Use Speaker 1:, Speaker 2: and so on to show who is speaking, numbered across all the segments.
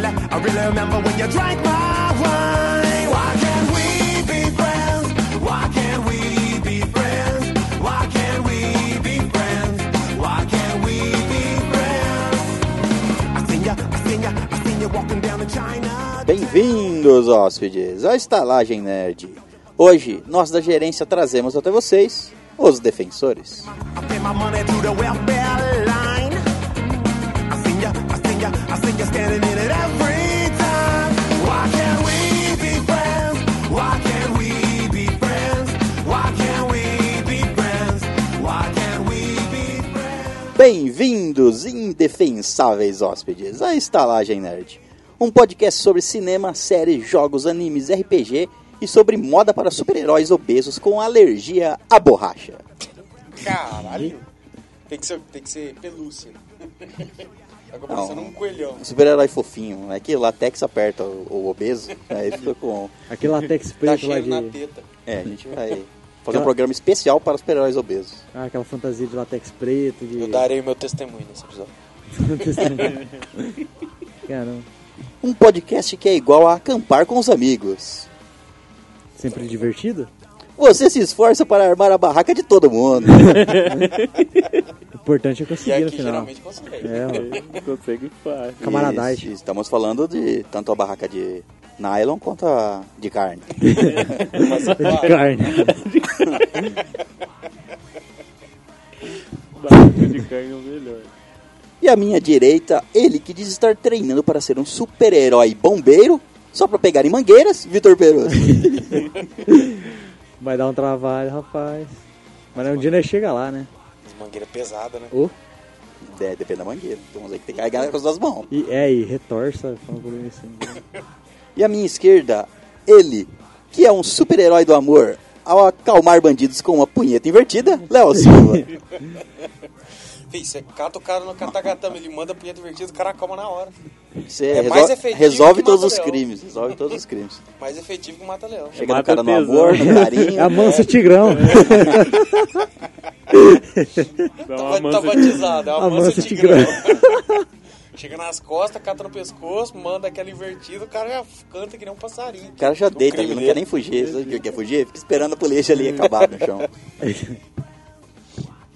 Speaker 1: I remember when you drank my wine. Why can't we be friends? Why can't we be friends? Why can't we be friends? Why can't we be friends? I seen ya, I seen ya, I seen ya walking down the China.
Speaker 2: Bem-vindos, hóspedes, à Estalagem Nerd. Hoje, nós da gerência trazemos até vocês os defensores.
Speaker 1: I pay my money to the welfare line. I seen ya, I seen ya, I seen ya standing in it every time. Why can't we be friends? Why can't we be friends? Why can't we be friends? Why can't we be friends?
Speaker 2: Bem-vindos, indefensáveis hóspedes, à Estalagem Nerd. Um podcast sobre cinema, séries, jogos, animes, RPG e sobre moda para super-heróis obesos com alergia à borracha.
Speaker 3: Caralho! Tem que ser, tem que ser pelúcia. Agora
Speaker 2: Não.
Speaker 3: parecendo um coelhão.
Speaker 2: Um super-herói fofinho, é que o latex aperta o, o obeso, aí fica com...
Speaker 4: Aquele latex
Speaker 3: Tá
Speaker 4: preto lá
Speaker 3: cheiro
Speaker 4: de.
Speaker 3: na teta.
Speaker 2: É, a gente vai fazer um programa especial para super-heróis obesos.
Speaker 4: Ah, aquela fantasia de latex preto. De...
Speaker 3: Eu darei o meu testemunho nesse episódio.
Speaker 4: Caramba,
Speaker 2: Um podcast que é igual a acampar com os amigos.
Speaker 4: sempre divertido?
Speaker 2: Você se esforça para armar a barraca de todo mundo.
Speaker 4: O importante é
Speaker 3: E
Speaker 4: conseguir no
Speaker 3: aqui
Speaker 4: final.
Speaker 3: geralmente consegue.
Speaker 4: É, mano.
Speaker 5: Consegue fácil.
Speaker 4: Camaradagem.
Speaker 2: Isso, Estamos falando de tanto a barraca de nylon quanto a de carne.
Speaker 3: Mas,
Speaker 4: É de
Speaker 3: claro,
Speaker 4: carne.
Speaker 5: Barriga de carne é o melhor.
Speaker 2: E à minha direita, ele que diz estar treinando para ser um super-herói bombeiro, só para pegar em mangueiras, Vitor Peroso.
Speaker 4: Vai dar um trabalho, rapaz. Mas um dia nós chega lá, né?
Speaker 3: as mangueiras pesadas, né?
Speaker 4: Ô,
Speaker 2: é, depende da mangueira. Tem uns aí que tem que carregar com as duas mãos.
Speaker 4: e é, e retorça. fala um bagulho assim.
Speaker 2: E à minha esquerda, ele que é um super-herói do amor ao acalmar bandidos com uma punheta invertida, Léo Silva.
Speaker 3: Fih, você cata o cara no catagatame, ele manda punha divertida, o cara acalma na hora.
Speaker 2: Você
Speaker 3: É mais
Speaker 2: resol-
Speaker 3: efetivo
Speaker 2: resolve
Speaker 3: que
Speaker 2: todos
Speaker 3: mata
Speaker 2: os
Speaker 3: leão.
Speaker 2: crimes, resolve todos os crimes.
Speaker 3: Mais efetivo que o mata-leão.
Speaker 2: Chega
Speaker 5: Mata
Speaker 2: no cara no
Speaker 5: tesão.
Speaker 2: amor, no
Speaker 4: É a
Speaker 2: carinho.
Speaker 4: mansa tigrão.
Speaker 5: É, Dá
Speaker 3: Tá,
Speaker 5: uma
Speaker 3: ba- tá
Speaker 5: mansa de...
Speaker 3: batizado, é uma
Speaker 4: Avança,
Speaker 3: mansa
Speaker 4: tigrão.
Speaker 3: tigrão. Chega nas costas, cata no pescoço, manda aquela invertida, o cara já canta que nem um passarinho.
Speaker 2: O cara já deita, né?
Speaker 3: crime
Speaker 2: ele não
Speaker 3: dele.
Speaker 2: quer nem fugir. Sabe o que quer fugir? Fica esperando a polícia ali acabar no chão.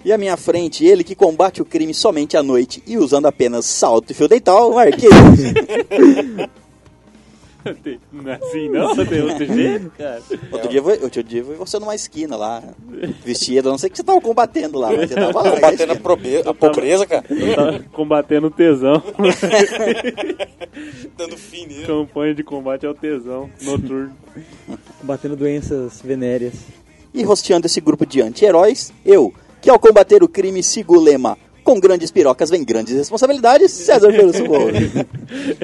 Speaker 2: E à minha frente, ele que combate o crime somente à noite e usando apenas salto e fio dental, Marquinhos.
Speaker 5: Tem- não é Assim, não, tem outro jeito, cara.
Speaker 2: Outro dia, foi- outro dia foi você numa esquina lá, vestido, a não sei que você tava combatendo lá, mas você tava lá.
Speaker 3: Batendo a, probe- a pobreza, cara.
Speaker 5: Eu tava combatendo o tesão.
Speaker 3: Dando fim nele.
Speaker 5: Campanha de combate ao tesão noturno.
Speaker 4: Batendo doenças venéreas.
Speaker 2: E rosteando esse grupo de anti-heróis, eu, que ao combater o crime sigo o lema com grandes pirocas vem grandes responsabilidades, César Perusso Moura.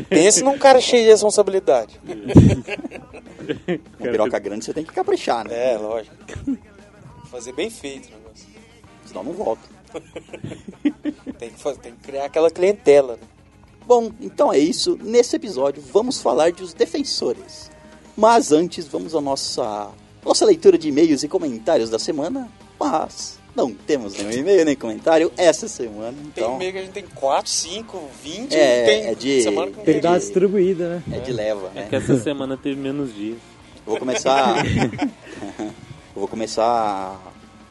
Speaker 3: Pense num cara cheio de responsabilidade.
Speaker 2: Uma piroca grande você tem que caprichar, né?
Speaker 3: É, lógico. Fazer bem feito o negócio.
Speaker 2: Senão não volta.
Speaker 3: Tem que, fazer, tem que criar aquela clientela, né?
Speaker 2: Bom, então é isso. Nesse episódio vamos falar de os defensores. Mas antes vamos à nossa nossa leitura de e-mails e comentários da semana. Mas não temos nenhum e-mail nem comentário essa semana.
Speaker 3: Tem
Speaker 2: Então
Speaker 3: meio que a gente tem 4, 5, 20,
Speaker 2: É,
Speaker 3: tem
Speaker 2: é de-
Speaker 3: semana que não
Speaker 4: Tem que
Speaker 3: tem.
Speaker 4: dar uma distribuída, né?
Speaker 2: é de leva, né?
Speaker 5: Que essa semana teve menos dias.
Speaker 2: Eu Vou começar. eu vou começar a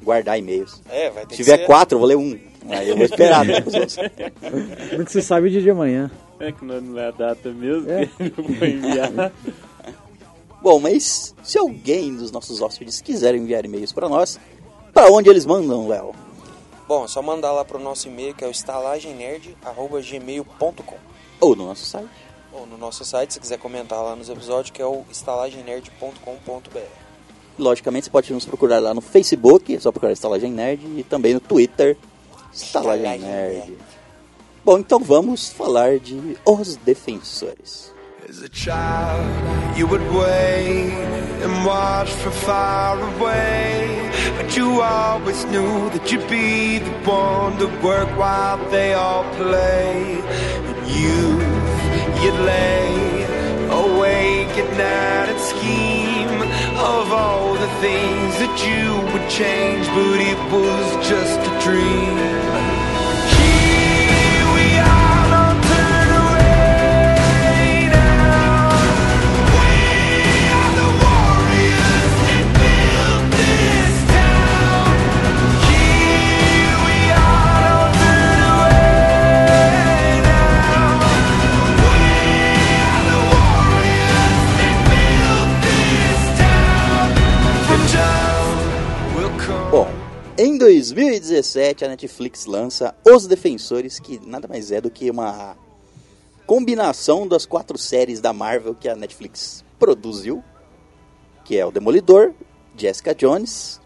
Speaker 2: guardar e-mails.
Speaker 3: É, vai ter
Speaker 2: Se tiver
Speaker 3: que ser.
Speaker 2: quatro, eu vou ler um. Aí eu vou esperar né, pros outros.
Speaker 4: Como é que você sabe o dia de amanhã?
Speaker 5: É que não não é a data mesmo
Speaker 4: É.
Speaker 5: que eu vou enviar.
Speaker 2: Bom, mas se alguém dos nossos hóspedes quiser enviar e-mails para nós, para onde eles mandam, Léo?
Speaker 3: Bom, é só mandar lá pro nosso e-mail que é o estalagemnerd.gmail.com
Speaker 2: Ou no nosso site.
Speaker 3: ou no nosso site, se quiser comentar lá nos episódios, que é o estalagemnerd.com.br.
Speaker 2: Logicamente, você pode nos procurar lá no Facebook, é só procurar Estalagem Nerd, e também no Twitter, Estalagem
Speaker 3: Estalagem
Speaker 2: Nerd.
Speaker 3: Nerd.
Speaker 2: Bom, então vamos falar de Os Defensores.
Speaker 1: As a child, you would wait and watch from far away. But you always knew that you'd be the one to work while they all play. And you, you'd lay awake at night and scheme of all the things that you would change. But it was just a dream. Here we are, don't turn away now.
Speaker 2: 2017, a Netflix lança Os Defensores, que nada mais é do que uma combinação das quatro séries da Marvel que a Netflix produziu, que é o Demolidor, Jessica Jones,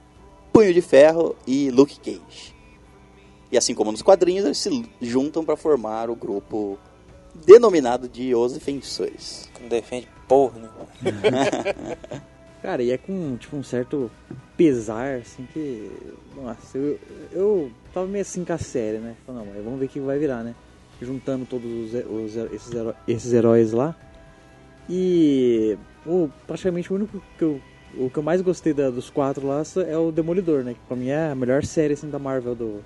Speaker 2: Punho de Ferro e Luke Cage. E assim como nos quadrinhos, eles se juntam para formar o grupo denominado de Os Defensores.
Speaker 6: Que não defende porra, né?
Speaker 4: Cara, e é com tipo, um certo pesar, assim, que. Nossa, eu, eu tava meio assim com a série, né? Falei, não, mas vamos ver o que vai virar, né? Juntando todos os, he- os he- esses, heró- esses heróis lá. E. O, praticamente o único que eu. O que eu mais gostei da- dos quatro lá é o Demolidor, né? Que pra mim é a melhor série assim, da Marvel do.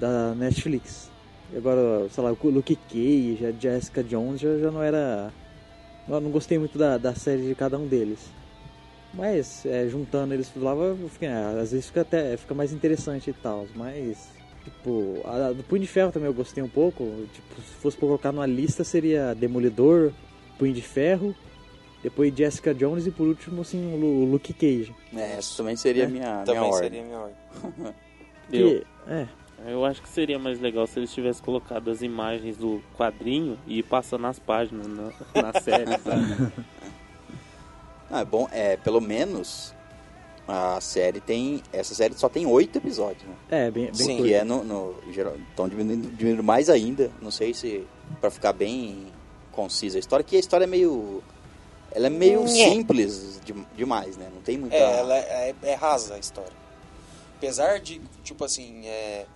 Speaker 4: Da Netflix. E agora, sei lá, o Luke Cage, a Jessica Jones já, já não era. Eu não gostei muito da, da série de cada um deles. Mas é, juntando eles lá, eu fiquei, ah, às vezes fica até fica mais interessante e tal. Mas, tipo, a, a do Punho de Ferro também eu gostei um pouco. Tipo, se fosse pra colocar numa lista seria Demolidor, Punho de Ferro, depois Jessica Jones e por último, assim, o Lu- o Luke Cage.
Speaker 2: É, essa também seria a minha, minha
Speaker 6: Também
Speaker 2: ordem.
Speaker 6: seria minha ordem.
Speaker 5: Eu,
Speaker 4: Que, é,
Speaker 5: eu acho que seria mais legal se eles tivessem colocado as imagens do quadrinho e passando as páginas na, na série, sabe?
Speaker 2: Ah, é bom, é, pelo menos a série tem. Essa série só tem oito episódios, né?
Speaker 4: é, bem, bem
Speaker 6: Sim.
Speaker 4: curto.
Speaker 2: Que é no. no geral- então diminuindo, diminuindo mais ainda. Não sei se. Pra ficar bem concisa a história, que a história é meio. Ela é meio
Speaker 6: Nhé.
Speaker 2: simples de- demais, né? Não tem muita.
Speaker 3: É, ela é, é rasa a história. Apesar de, tipo assim, é,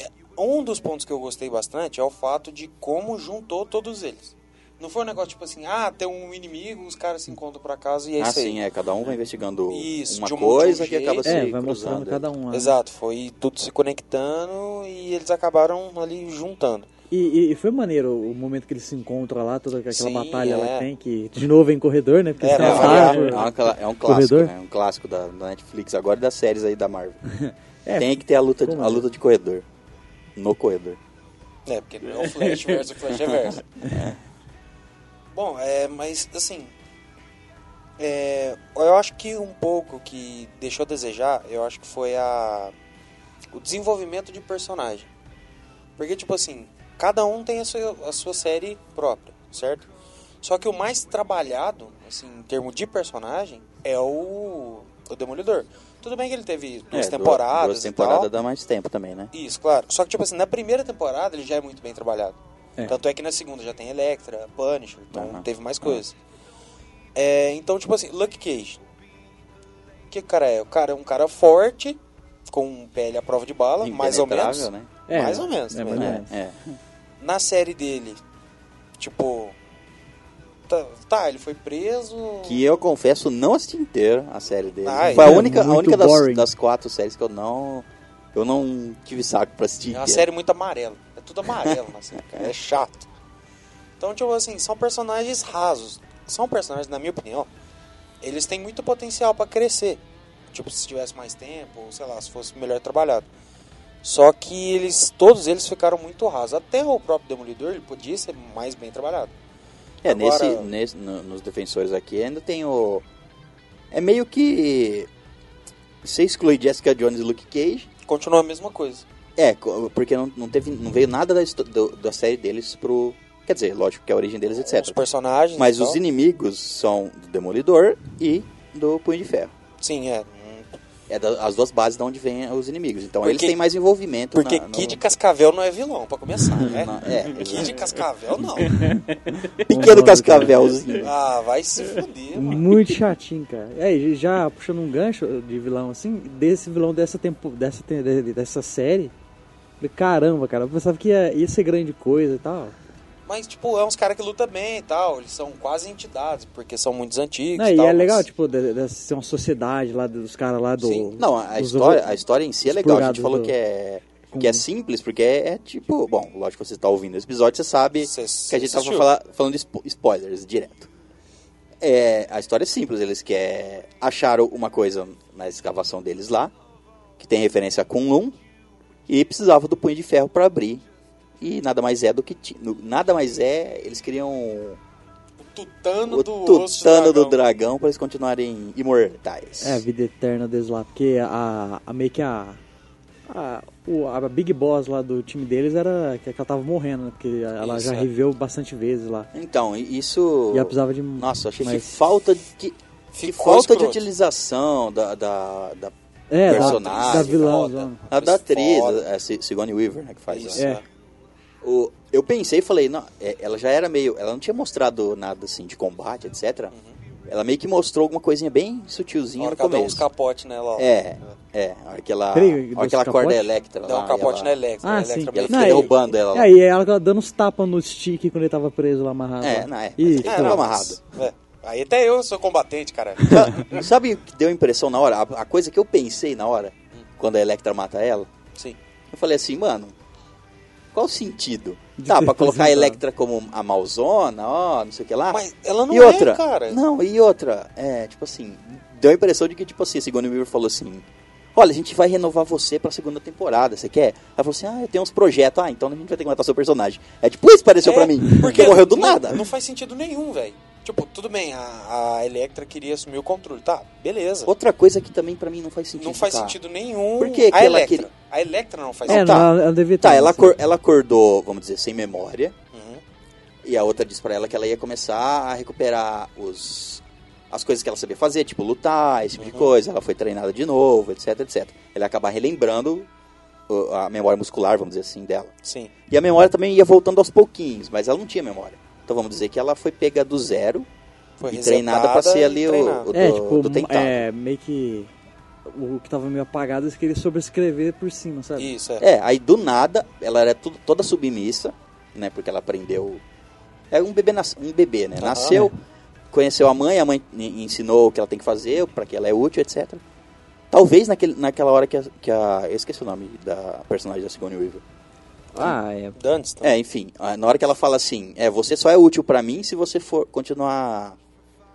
Speaker 3: é- um dos pontos que eu gostei bastante é o fato de como juntou todos eles. Não foi um negócio tipo assim, ah, tem um inimigo, os caras se encontram pra casa e é
Speaker 2: Ah,
Speaker 3: isso aí.
Speaker 2: sim, é. Cada um vai investigando
Speaker 3: Isso,
Speaker 2: uma
Speaker 3: de um- de um
Speaker 2: coisa que
Speaker 3: jeito.
Speaker 2: acaba se
Speaker 4: É, vai
Speaker 2: cruzando.
Speaker 4: mostrando cada um. né?
Speaker 3: Exato, foi tudo se conectando e eles acabaram ali juntando.
Speaker 4: E, e- e foi maneiro o momento que eles se encontram lá, toda aquela
Speaker 3: Sim,
Speaker 4: batalha lá
Speaker 3: é.
Speaker 4: que tem, que de novo é em corredor, né? Porque
Speaker 3: É,
Speaker 4: eles
Speaker 2: É,
Speaker 4: têm
Speaker 3: vai
Speaker 4: as
Speaker 3: variar, Ah,
Speaker 2: é,
Speaker 4: árvores.
Speaker 2: um- é um cla- é um clássico,
Speaker 4: Corredor?
Speaker 2: né? É um clássico da, da Netflix agora e das séries aí da Marvel.
Speaker 4: É,
Speaker 2: Tem que ter a luta, de-
Speaker 4: Como
Speaker 2: a
Speaker 4: é?
Speaker 2: luta de corredor. No corredor.
Speaker 3: É, porque não é o Flash versus o Flash Reverso.
Speaker 2: É.
Speaker 3: Bom, é, mas assim. é, eu acho que um pouco que deixou a desejar, eu acho que foi a. O desenvolvimento de personagem. Porque, tipo assim, cada um tem a sua, a sua série própria, certo? Só que o mais trabalhado, assim, em termos de personagem, é o. O Demolidor. Tudo bem que ele teve duas
Speaker 2: É,
Speaker 3: temporadas.
Speaker 2: Duas
Speaker 3: e
Speaker 2: temporadas
Speaker 3: tal.
Speaker 2: dá mais tempo também, né?
Speaker 3: Isso, claro. Só que, tipo assim, na primeira temporada ele já é muito bem trabalhado.
Speaker 4: É.
Speaker 3: Tanto é que na segunda já tem Electra, Punisher, então
Speaker 2: Aham.
Speaker 3: teve mais coisas. É, então, tipo assim, Luke Cage. O que o cara é? O cara é um cara forte, com um pele à prova de bala, mais ou menos.
Speaker 2: Impenetrável, Né?
Speaker 4: É,
Speaker 3: mais ou menos,
Speaker 4: É,
Speaker 3: né?
Speaker 4: mais ou menos.
Speaker 2: É, é.
Speaker 3: Na série dele, tipo. Tá, tá, ele foi preso.
Speaker 2: Que eu confesso, não assisti inteira a série dele.
Speaker 3: Ai.
Speaker 2: Foi a
Speaker 4: É,
Speaker 2: única, a
Speaker 4: muito
Speaker 2: única das,
Speaker 4: boring.
Speaker 2: das quatro séries que eu não. Eu não tive saco pra assistir.
Speaker 3: É uma
Speaker 2: inteira.
Speaker 3: série muito amarela. É tudo amarelo na série, cara. É chato. Então, tipo assim, são personagens rasos. São personagens, na minha opinião, eles têm muito potencial pra crescer. Tipo, se tivesse mais tempo, ou sei lá, se fosse melhor trabalhado. Só que eles, todos eles ficaram muito rasos. Até o próprio Demolidor, ele podia ser mais bem trabalhado.
Speaker 2: É,
Speaker 3: Agora-
Speaker 2: nesse, nesse, no- nos defensores aqui ainda tem o. É meio que. Você exclui Jessica Jones e Luke Cage.
Speaker 3: Continua a mesma coisa.
Speaker 2: É, co- porque não, não, teve, não veio nada da, histó- do- da série deles pro. Quer dizer, lógico que é a origem deles,
Speaker 3: Os
Speaker 2: etc.
Speaker 3: personagens.
Speaker 2: Mas
Speaker 3: e
Speaker 2: os
Speaker 3: tal.
Speaker 2: inimigos são do Demolidor e do Punho de Ferro.
Speaker 3: Sim, é.
Speaker 2: É da- as duas bases de onde vêm os inimigos. Então
Speaker 3: Porque-
Speaker 2: eles têm mais envolvimento.
Speaker 3: Porque
Speaker 2: na, no-
Speaker 3: Kid Cascavel não é vilão, pra começar, né?
Speaker 2: na- é,
Speaker 3: Kid Cascavel não.
Speaker 2: pequeno cascavelzinho.
Speaker 3: Ah, vai se fuder, mano.
Speaker 4: Muito chatinho, cara. É, e já puxando um gancho de vilão assim, desse vilão dessa tempo, dessa, te- de- dessa série. falei, Caramba, cara, eu pensava que é, ia, ia ser grande coisa e tal.
Speaker 3: Mas, tipo, é uns caras que lutam bem e tal. Eles são quase entidades, porque são muitos antigos
Speaker 4: Não,
Speaker 3: e
Speaker 4: e
Speaker 3: tal.
Speaker 4: é legal,
Speaker 3: mas-
Speaker 4: tipo, de- dessa ser uma sociedade lá dos caras lá do.
Speaker 3: Sim.
Speaker 2: Não, a
Speaker 4: dos-
Speaker 2: história, a história em si é legal. A gente
Speaker 4: explorados
Speaker 2: falou
Speaker 4: do-
Speaker 2: que é, que é simples, porque é, é tipo. Bom, lógico que você está ouvindo esse episódio, você sabe
Speaker 3: Cê-
Speaker 2: que a gente tava
Speaker 3: assistiu?
Speaker 2: falar- falando de spo- spoilers direto. É, a história é simples, eles que é, acharam uma coisa na escavação deles lá, que tem referência a Kunlun, e precisava do punho de ferro para abrir. E nada mais é do que. ti- no- Nada mais é. Eles queriam
Speaker 3: O tutano
Speaker 2: o
Speaker 3: do osso
Speaker 2: tutano do
Speaker 3: dragão.
Speaker 2: dragão para eles continuarem imortais.
Speaker 4: É, a vida eterna deles lá. Porque a, a meio que a, a, o- a Big Boss lá do time deles era que ela tava morrendo, né? Porque ela
Speaker 3: Isso,
Speaker 4: já
Speaker 3: é.
Speaker 4: reviveu bastante vezes lá.
Speaker 2: Então, i- isso.
Speaker 4: E ela precisava de.
Speaker 2: Nossa, achei que
Speaker 4: mais-
Speaker 2: falta de. Que, que
Speaker 3: Ficou
Speaker 2: falta de
Speaker 3: escroto.
Speaker 2: utilização da. da, da
Speaker 4: É, da,
Speaker 2: personagem,
Speaker 4: da vilã.
Speaker 3: foda.
Speaker 4: zona.
Speaker 2: a da atriz,
Speaker 3: Foda.
Speaker 2: é, Si- Sigourney Weaver, né, que faz
Speaker 3: Isso,
Speaker 2: né?
Speaker 4: É.
Speaker 2: O- eu pensei e falei, não, é, ela já era meio. Ela não tinha mostrado nada assim de combate, etc.
Speaker 3: Uhum.
Speaker 2: Ela meio que mostrou alguma coisinha bem
Speaker 3: Na
Speaker 4: É.
Speaker 2: sutilzinha
Speaker 3: hora
Speaker 2: no
Speaker 3: que ela deu uns
Speaker 2: começo.
Speaker 3: um capotes né, nela, ó.
Speaker 2: É, é, a hora que ela, a
Speaker 4: Peraí, deu
Speaker 2: hora
Speaker 4: uns
Speaker 2: que ela acorda
Speaker 4: capote?
Speaker 2: a Electra.
Speaker 3: Dá
Speaker 2: lá,
Speaker 3: um capote
Speaker 2: e
Speaker 3: na
Speaker 2: ela,
Speaker 3: Electra.
Speaker 4: Ah,
Speaker 3: a
Speaker 4: sim.
Speaker 3: Electra
Speaker 2: E ela
Speaker 3: meio
Speaker 2: fica
Speaker 4: Não,
Speaker 3: feia.
Speaker 4: e-
Speaker 2: derrubando ela lá.
Speaker 4: É, e ela dando uns tapas no stick quando ele tava preso lá amarrado.
Speaker 2: É,
Speaker 4: lá.
Speaker 2: não, é.
Speaker 4: E,
Speaker 2: Mas
Speaker 4: tipo,
Speaker 2: é, tava amarrado.
Speaker 3: É. Aí até eu sou combatente, cara.
Speaker 2: Sa- Sabe o que deu impressão na hora? A, a coisa que eu pensei na hora,
Speaker 3: Hum.
Speaker 2: quando a Electra mata ela,
Speaker 3: Sim.
Speaker 2: eu falei assim, mano, qual o sentido?
Speaker 4: De
Speaker 2: Tá,
Speaker 4: ter
Speaker 2: pra colocar a
Speaker 4: apresentado.
Speaker 2: Electra como a malzona, ó, não sei o que lá.
Speaker 3: Mas ela não
Speaker 2: Ah. e
Speaker 3: é,
Speaker 2: outra,
Speaker 3: cara.
Speaker 2: Não, e outra, é, tipo assim, deu a impressão de que, tipo assim, a Sigourney Weaver falou assim, olha, a gente vai renovar você pra segunda temporada, você quer? Ela falou assim, ah, eu tenho uns projetos, ah, então a gente vai ter que matar seu personagem. É tipo isso pareceu
Speaker 3: É,
Speaker 2: pra mim, porque morreu do
Speaker 3: não-
Speaker 2: nada.
Speaker 3: Não faz sentido nenhum, velho. Tipo, tudo bem, a, a Electra queria assumir o controle. Tá, beleza.
Speaker 2: Outra coisa que também pra mim não faz sentido.
Speaker 3: não faz
Speaker 2: cara.
Speaker 3: sentido nenhum.
Speaker 2: Por que que
Speaker 3: a
Speaker 2: ela
Speaker 3: Electra.
Speaker 2: queria-
Speaker 3: A Electra não faz
Speaker 4: é,
Speaker 3: sentido.
Speaker 2: tá.
Speaker 4: não, ela, ela devia ter.
Speaker 2: Tá, ela,
Speaker 4: isso.
Speaker 2: acor- ela acordou, vamos dizer, sem memória.
Speaker 3: Uhum.
Speaker 2: E a outra disse pra ela que ela ia começar a recuperar os as coisas que ela sabia fazer, tipo lutar, esse tipo de coisa. Ela foi treinada de novo, etc, etc. Ela ia acabar relembrando o- a memória muscular, vamos dizer assim, dela.
Speaker 3: Sim.
Speaker 2: E a memória também ia voltando aos pouquinhos, mas ela não tinha memória. Então vamos dizer que ela foi pega do zero
Speaker 3: Foi
Speaker 2: e treinada pra
Speaker 3: resetada
Speaker 2: ser
Speaker 3: e
Speaker 2: ali o,
Speaker 3: treinada.
Speaker 2: o do,
Speaker 4: É, tipo,
Speaker 2: do tentáculo. É...
Speaker 4: é, meio que. O que tava meio apagado, eles queriam sobrescrever por cima, sabe?
Speaker 3: Isso, é.
Speaker 2: aí do nada, ela era tudo- toda submissa, né? Porque ela aprendeu... É um bebê, nas- um bebê né?
Speaker 3: Aham.
Speaker 2: Nasceu, conheceu a mãe, a mãe en- ensinou o que ela tem que fazer, para que ela é útil, etc. Talvez naquele, naquela hora que a, que a- Eu esqueci o nome da personagem da Sigourney Weaver.
Speaker 4: Ah, é.
Speaker 3: Dantes, tá?
Speaker 2: É, enfim, a- na hora que ela fala assim, é, você só é útil para mim se você for continuar...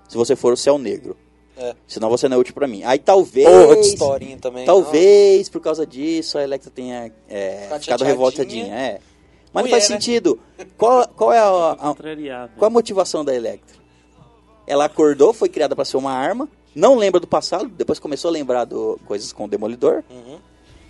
Speaker 2: Se você for o céu negro.
Speaker 3: É.
Speaker 2: Senão você não é útil para mim. Aí talvez...
Speaker 3: Porra de historinha também. É,
Speaker 2: Talvez por causa disso a Electra tenha é,
Speaker 3: Então, Ficado
Speaker 2: ficado
Speaker 3: chateadinha.
Speaker 2: revoltadinha, é. Mas não
Speaker 3: Mulher,
Speaker 2: faz
Speaker 3: né?
Speaker 2: sentido. Qual, qual é a, a-
Speaker 5: Contrariado.
Speaker 2: qual a motivação da Electra? Ela acordou, foi criada pra ser uma arma, não lembra do passado, depois começou a lembrar do coisas com o Demolidor,
Speaker 3: Ah, uhum.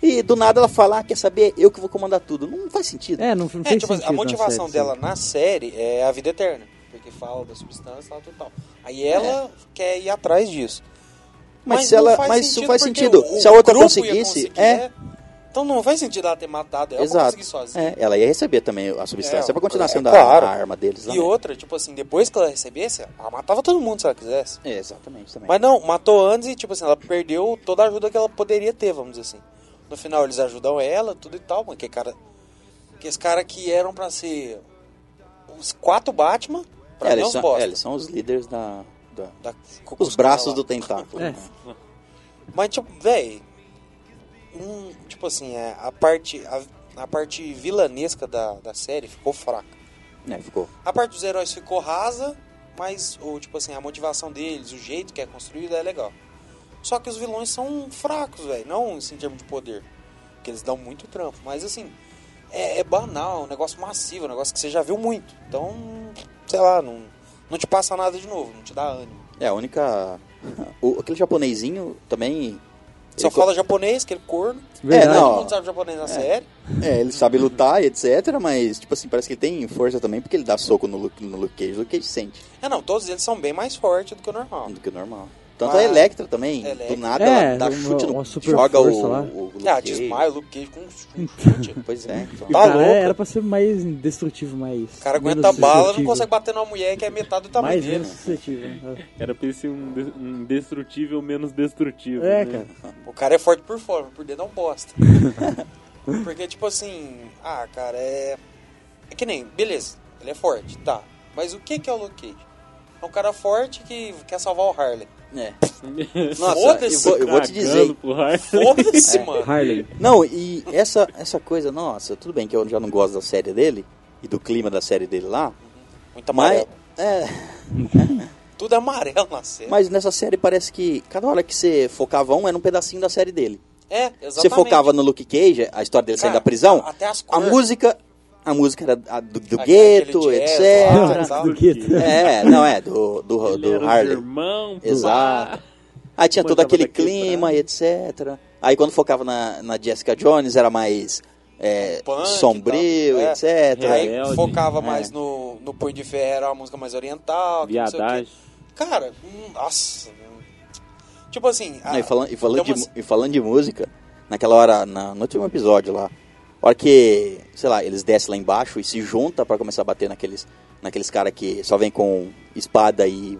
Speaker 2: e do nada ela fala, ah, quer saber, eu que vou comandar tudo. Não faz sentido.
Speaker 4: É, não, não
Speaker 3: É,
Speaker 4: fez
Speaker 3: tipo,
Speaker 4: sentido
Speaker 3: a
Speaker 4: na
Speaker 3: motivação
Speaker 4: série,
Speaker 3: dela
Speaker 4: assim.
Speaker 3: na série é a vida eterna. Porque fala da substância e tal, tudo tal. Aí ela quer ir atrás disso.
Speaker 2: É. Mas se ela-
Speaker 3: não faz
Speaker 2: mas isso
Speaker 3: sentido
Speaker 2: faz
Speaker 3: porque
Speaker 2: sentido.
Speaker 3: o-
Speaker 2: Se a
Speaker 3: o
Speaker 2: outra
Speaker 3: grupo ia
Speaker 2: conseguisse,
Speaker 3: conseguir,
Speaker 2: é.
Speaker 3: né? Então não faz sentido ela ter matado ela pra
Speaker 2: Exato.
Speaker 3: conseguir sozinha.
Speaker 2: É, ela ia receber também a substância
Speaker 3: É,
Speaker 2: pra continuar
Speaker 3: é
Speaker 2: sendo a-
Speaker 3: claro.
Speaker 2: a, arma deles.
Speaker 3: E
Speaker 2: também.
Speaker 3: outra, tipo assim, depois que ela recebesse, ela matava todo mundo se ela quisesse.
Speaker 2: É, exatamente também.
Speaker 3: Mas não, matou antes e, tipo assim, ela perdeu toda a ajuda que ela poderia ter, vamos dizer assim. No final eles ajudam ela, tudo e tal, mano. Que cara. Que esses caras que eram pra ser os quatro Batman, pra
Speaker 2: É,
Speaker 3: mim é
Speaker 2: eles,
Speaker 3: uns
Speaker 2: são,
Speaker 3: bosta.
Speaker 2: é, eles são os líderes da, da-
Speaker 3: Da Ku Klux
Speaker 2: os braços
Speaker 3: Klan
Speaker 2: do
Speaker 3: lá.
Speaker 2: tentáculo.
Speaker 4: É.
Speaker 2: né?
Speaker 3: Mas, tipo, véi. hum, tipo assim, é, a parte. A, a parte vilanesca da, da série ficou fraca.
Speaker 2: É, ficou.
Speaker 3: A parte dos heróis ficou rasa, mas o tipo assim, a motivação deles, o jeito que é construído é legal. Só que os vilões são fracos, velho, não assim, em termos de poder, porque eles dão muito trampo, mas assim, é, é banal, é um negócio massivo, é um negócio que você já viu muito. Então, sei lá, não, não te passa nada de novo, não te dá ânimo.
Speaker 2: É, a única. O, aquele japonesinho também.
Speaker 3: Só
Speaker 2: ele co-
Speaker 3: fala japonês, aquele corno.
Speaker 4: Verdade.
Speaker 2: É, não.
Speaker 3: Todo mundo sabe japonês na série.
Speaker 2: É, ele sabe lutar e etc, mas, tipo assim, parece que ele tem força também, porque ele dá soco no Luke, no Luke Cage, o Luke Cage sente,
Speaker 3: É, não, todos eles são bem mais fortes do que o normal.
Speaker 2: do que o normal. Tanto
Speaker 3: Ah,
Speaker 2: a Electra também,
Speaker 3: Electra.
Speaker 2: do nada
Speaker 4: É,
Speaker 2: ela dá
Speaker 4: uma-
Speaker 2: chute
Speaker 4: uma
Speaker 2: no...
Speaker 4: super
Speaker 2: joga
Speaker 4: força
Speaker 2: o,
Speaker 4: lá.
Speaker 2: o Luke
Speaker 3: Ah,
Speaker 2: Cage.
Speaker 3: desmaia o Luke Cage com um chute.
Speaker 2: Pois é, então.
Speaker 3: Tá
Speaker 4: O cara,
Speaker 3: louco.
Speaker 4: Era pra ser mais indestrutível, mais.
Speaker 3: O cara aguenta
Speaker 4: menos
Speaker 3: bala, não
Speaker 4: suscetível.
Speaker 3: consegue bater numa mulher que é metade do tamanho
Speaker 4: Mais
Speaker 3: dele.
Speaker 4: menos suscetível. né?
Speaker 5: Era pra ele ser um, de- um destrutível menos destrutivo.
Speaker 4: É,
Speaker 5: né?
Speaker 4: cara.
Speaker 3: O cara é forte por fora, mas por dentro é um bosta. Porque, tipo assim, ah, cara, é. É que nem, beleza, ele é forte, tá. Mas o que que é o Luke Cage? É um cara forte que quer salvar o Harley.
Speaker 2: É. Nossa, eu
Speaker 3: Foda-se,
Speaker 2: vou, eu vou te dizer,
Speaker 5: Cagando pro Harley.
Speaker 3: Foda-se,
Speaker 2: É.
Speaker 3: mano.
Speaker 4: Harley.
Speaker 2: Não, e essa, essa coisa, nossa, tudo bem que eu já não gosto da série dele e do clima da série dele lá,
Speaker 3: Muito
Speaker 2: mas,
Speaker 3: Tá amarelo.
Speaker 2: é,
Speaker 3: Tudo é amarelo na série.
Speaker 2: mas nessa série parece que cada hora que você focava um era um pedacinho da série dele.
Speaker 3: É, exatamente. É.
Speaker 2: Você focava no Luke Cage, a história dele saindo
Speaker 3: Cara,
Speaker 2: da prisão,
Speaker 3: até as
Speaker 2: a
Speaker 3: cores.
Speaker 2: música, a música era a do, do
Speaker 3: Aquele
Speaker 2: gueto,
Speaker 3: jazz
Speaker 2: etc.
Speaker 3: lá,
Speaker 4: Ah,
Speaker 3: sabe?
Speaker 4: do Gueto.
Speaker 2: É, não é, do, do,
Speaker 5: Ele era
Speaker 2: do
Speaker 5: os
Speaker 2: Harley.
Speaker 5: irmão, pá.
Speaker 2: Exato. Aí tinha todo
Speaker 5: Mandava
Speaker 2: aquele
Speaker 5: daquele
Speaker 2: clima, e etc. Aí quando focava na, na Jessica Jones era mais é,
Speaker 3: Punk e
Speaker 2: sombrio,
Speaker 3: tal. É.
Speaker 2: etc.
Speaker 3: Aí
Speaker 5: Rebelde.
Speaker 3: focava
Speaker 2: É.
Speaker 3: mais no, no Punho de Ferro, era uma música mais oriental. que não sei o quê.
Speaker 5: Viadagem.
Speaker 3: Cara, hum, nossa. meu. Tipo assim.
Speaker 2: Não, e, falando, e, falando
Speaker 3: tem
Speaker 2: de,
Speaker 3: umas-
Speaker 2: mu- e falando de música, naquela hora, na, no último episódio lá, a hora que, sei lá, eles descem lá embaixo e se juntam pra começar a bater naqueles, naqueles caras que só vem com espada e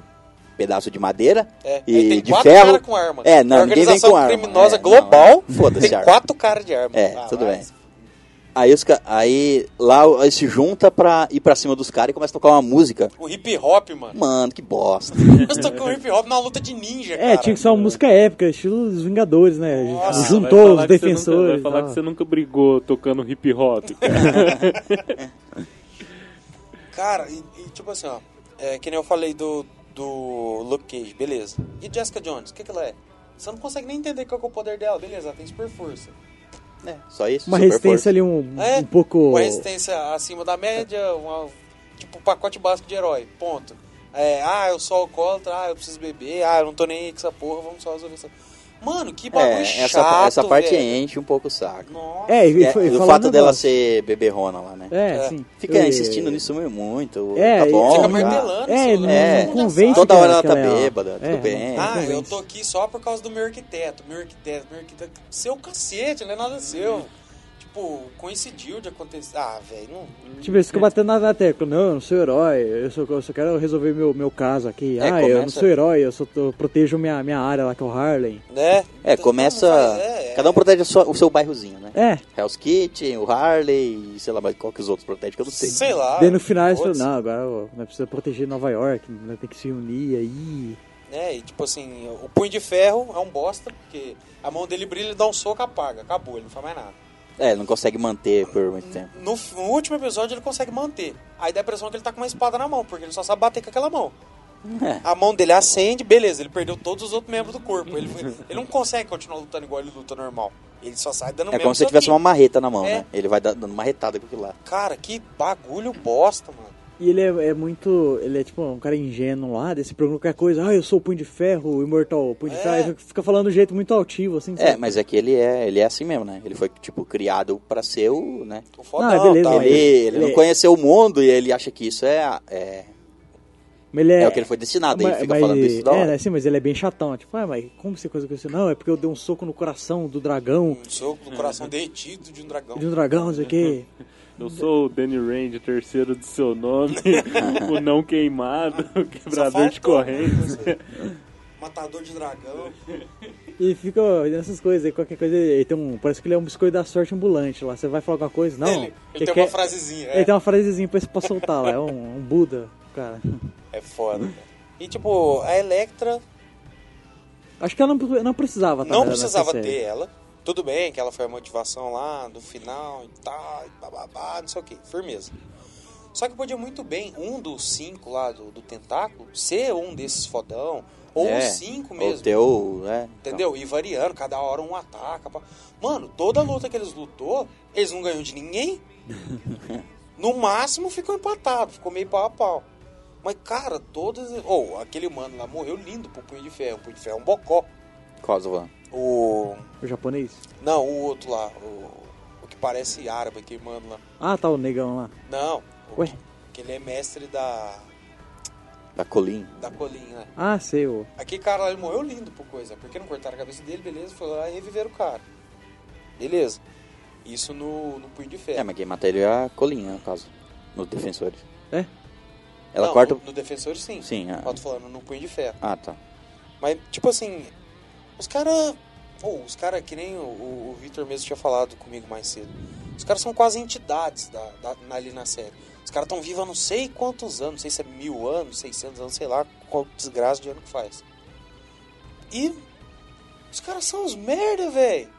Speaker 2: pedaço de madeira
Speaker 3: É,
Speaker 2: e
Speaker 3: aí tem
Speaker 2: de
Speaker 3: quatro
Speaker 2: ferro.
Speaker 3: caras com arma.
Speaker 2: É, não,
Speaker 3: É uma
Speaker 2: ninguém vem
Speaker 3: organização
Speaker 2: com arma.
Speaker 3: criminosa
Speaker 2: É,
Speaker 3: global.
Speaker 2: não, Foda-se,
Speaker 3: Tem
Speaker 2: arma.
Speaker 3: quatro caras de arma.
Speaker 2: É,
Speaker 3: Ah,
Speaker 2: tudo
Speaker 3: vai.
Speaker 2: bem. Aí, os, ca- aí lá eles se junta pra ir pra cima dos caras e começa a tocar uma música.
Speaker 3: O hip hop, mano.
Speaker 2: Mano, que bosta.
Speaker 3: Nós tocamos hip hop na luta de ninja, cara.
Speaker 4: É, tinha que ser uma música épica, estilo os Vingadores, né?
Speaker 3: Nossa,
Speaker 5: Vai
Speaker 4: Juntou os
Speaker 5: falar que você nunca-
Speaker 4: defensores.
Speaker 5: Vai falar
Speaker 4: tal.
Speaker 5: que você nunca brigou tocando hip hop. cara.
Speaker 3: Cara, e, e tipo assim, ó. É, que nem eu falei do, do Luke Cage, beleza. E Jessica Jones, o que, que ela é? Você não consegue nem entender qual que é o poder dela, beleza, ela tem super força.
Speaker 2: É, só isso.
Speaker 4: Uma
Speaker 2: super
Speaker 4: resistência
Speaker 2: força.
Speaker 4: ali um,
Speaker 3: É,
Speaker 4: um pouco.
Speaker 3: Uma resistência acima da média, uma, tipo, pacote básico de herói, ponto. É, ah, eu sou alcoólatra, ah, eu preciso beber, ah, eu não tô nem aí com essa porra, vamos só resolver essa... Mano, que bagulho
Speaker 2: É,
Speaker 3: chato,
Speaker 2: essa, essa parte
Speaker 3: velho.
Speaker 2: enche um pouco o saco.
Speaker 3: Nossa.
Speaker 4: É, e
Speaker 2: É,
Speaker 4: foi,
Speaker 2: o
Speaker 4: falando
Speaker 2: fato dela
Speaker 4: agora.
Speaker 2: ser beberrona lá, né?
Speaker 4: É,
Speaker 3: É.
Speaker 4: sim.
Speaker 2: Fica
Speaker 4: E-
Speaker 2: insistindo nisso muito.
Speaker 4: É,
Speaker 2: tá
Speaker 4: e-
Speaker 2: bom.
Speaker 3: Fica
Speaker 2: já.
Speaker 3: martelando,
Speaker 4: É,
Speaker 3: isso,
Speaker 4: não,
Speaker 2: É.
Speaker 4: não convence.
Speaker 2: Toda
Speaker 4: que
Speaker 2: hora ela
Speaker 4: que
Speaker 2: tá
Speaker 4: é-
Speaker 2: bêbada, tudo
Speaker 4: é,
Speaker 2: bem.
Speaker 4: não
Speaker 3: Ah, eu
Speaker 4: convence.
Speaker 3: tô aqui só por causa do meu arquiteto. Meu arquiteto, meu arquiteto. Seu cacete, não é nada seu. Tipo, coincidiu de acontecer. Ah, velho, não.
Speaker 4: Tipo, eles ficam batendo na, na tecla. Não, eu não sou herói, eu, sou, eu só quero resolver meu, meu caso aqui.
Speaker 2: É,
Speaker 4: ah, eu não
Speaker 2: começa-
Speaker 4: sou herói, eu só tô- protejo minha, minha área lá, que é o Harlem.
Speaker 3: Né?
Speaker 2: É,
Speaker 3: Então,
Speaker 2: começa.
Speaker 3: não faz- é, é.
Speaker 2: Cada um protege a sua- o seu bairrozinho, né?
Speaker 4: É,
Speaker 2: Hell's Kitchen, o Harley, sei lá, mas qual que os outros protegem que eu não sei.
Speaker 3: Sei lá.
Speaker 4: daí um no final eles falam,
Speaker 3: Ah, foda-se.
Speaker 4: não, agora ó, nós precisamos proteger Nova York, nós tem que se unir aí.
Speaker 3: É, e tipo assim, o punho de ferro é um bosta, porque a mão dele brilha, ele dá um soco, apaga. Acabou, ele não faz mais nada.
Speaker 2: É, ele não consegue manter por muito tempo.
Speaker 3: No, f- no último episódio ele consegue manter. Aí dá a impressão que ele tá com uma espada na mão, porque ele só sabe bater com aquela mão.
Speaker 2: É.
Speaker 3: A mão dele acende, beleza, ele perdeu todos os outros membros do corpo. Ele, foi- ele não consegue continuar lutando igual ele luta normal. Ele só sai dando
Speaker 2: É
Speaker 3: mesmo
Speaker 2: como se ele
Speaker 3: soquinho.
Speaker 2: tivesse uma marreta na mão,
Speaker 3: É.
Speaker 2: né? Ele vai da- dando marretada com aquilo lá.
Speaker 3: Cara, que bagulho bosta, mano.
Speaker 4: E ele é, é muito. Ele é tipo um cara ingênuo lá, desse programa qualquer coisa. Ah, eu sou o Punho de Ferro, o Imortal, o Punho de
Speaker 3: É.
Speaker 4: Ferro. Ele fica falando de um jeito muito altivo, assim.
Speaker 2: É,
Speaker 4: sabe?
Speaker 2: mas é que ele é, ele é assim mesmo, né? Ele foi, tipo, criado pra ser o, né?
Speaker 3: O
Speaker 4: Ah,
Speaker 3: fodão, tá
Speaker 4: beleza,
Speaker 3: tal.
Speaker 4: mas-
Speaker 2: Ele, ele não
Speaker 4: ele-
Speaker 2: conheceu o mundo e ele acha que isso é, a- é,
Speaker 4: Mas ele
Speaker 2: é, o que ele foi destinado. Ele
Speaker 4: mas-
Speaker 2: fica
Speaker 4: mas-
Speaker 2: falando isso da
Speaker 4: É,
Speaker 2: hora.
Speaker 4: né, sim, mas ele é bem chatão. Tipo, ah, mas como você coisa com isso? Não, é porque eu dei um soco no coração do dragão.
Speaker 3: Um soco do coração derretido de um dragão.
Speaker 4: De um dragão, não sei o quê.
Speaker 5: Eu sou o Danny Range, terceiro do seu nome, o não queimado,
Speaker 3: Só
Speaker 5: o quebrador
Speaker 3: faltou,
Speaker 5: de correntes.
Speaker 3: né? Matador de dragão.
Speaker 4: E fica olhando essas coisas. aí Qualquer coisa, ele tem um. Parece que ele é um biscoito da sorte ambulante lá. Você vai falar alguma coisa? Não.
Speaker 3: ele ele tem uma
Speaker 4: quer-
Speaker 3: frasezinha.
Speaker 4: Ele
Speaker 3: É,
Speaker 4: tem uma frasezinha pra, pra soltar lá. É um, um Buda, cara.
Speaker 3: é foda. cara. E tipo, a Electra
Speaker 4: Acho que ela não, não precisava tá,
Speaker 3: não
Speaker 4: né, nessa
Speaker 3: precisava
Speaker 4: série.
Speaker 3: ter ela. Tudo bem que ela foi a motivação lá do final e tal, e bababá, não sei o que, firmeza. Só que podia muito bem um dos cinco lá do, do tentáculo ser um desses fodão, ou
Speaker 2: É,
Speaker 3: os cinco
Speaker 2: Ou
Speaker 3: tipo mesmo.
Speaker 2: teu, né? Então,
Speaker 3: Entendeu? E variando, cada hora um ataca. pá. Mano, toda luta que eles lutou, eles não ganham de ninguém. No máximo ficou empatado, ficou meio pau a pau. Mas, cara, todas. Ou aquele mano lá morreu lindo pro Punho de Ferro. O Punho de Ferro é um bocó.
Speaker 2: Kosovan.
Speaker 3: O.
Speaker 4: O japonês?
Speaker 3: Não, o outro lá. O, o que parece árabe, aquele mano lá.
Speaker 4: Ah, tá, o negão lá.
Speaker 3: Não. O,
Speaker 4: Ué?
Speaker 3: Que ele é mestre da.
Speaker 2: Da Colin.
Speaker 3: da colinha, né?
Speaker 4: Ah, sei, o.
Speaker 3: Aquele cara lá, ele morreu lindo por coisa. Porque não cortaram a cabeça dele, beleza? Foi lá e reviveram o cara. Beleza. Isso no, no Punho de Ferro.
Speaker 2: É, mas quem mata ele é a Colin, né, no caso. Nos defensores.
Speaker 4: É?
Speaker 2: Ela
Speaker 3: Não,
Speaker 2: corta.
Speaker 3: No, no Defensor, sim.
Speaker 2: Sim, a...
Speaker 3: Eu tô falando no Punho de Ferro.
Speaker 2: Ah, tá.
Speaker 3: Mas, tipo assim, os caras. Ou, os caras, que nem o, o, o Victor mesmo tinha falado comigo mais cedo. Os caras são quase entidades da, da- na- ali na série. Os caras estão vivos há não sei quantos anos, não sei se é mil anos, 600 anos, sei lá qual desgraça de ano que faz. E. Os caras são os merda, velho.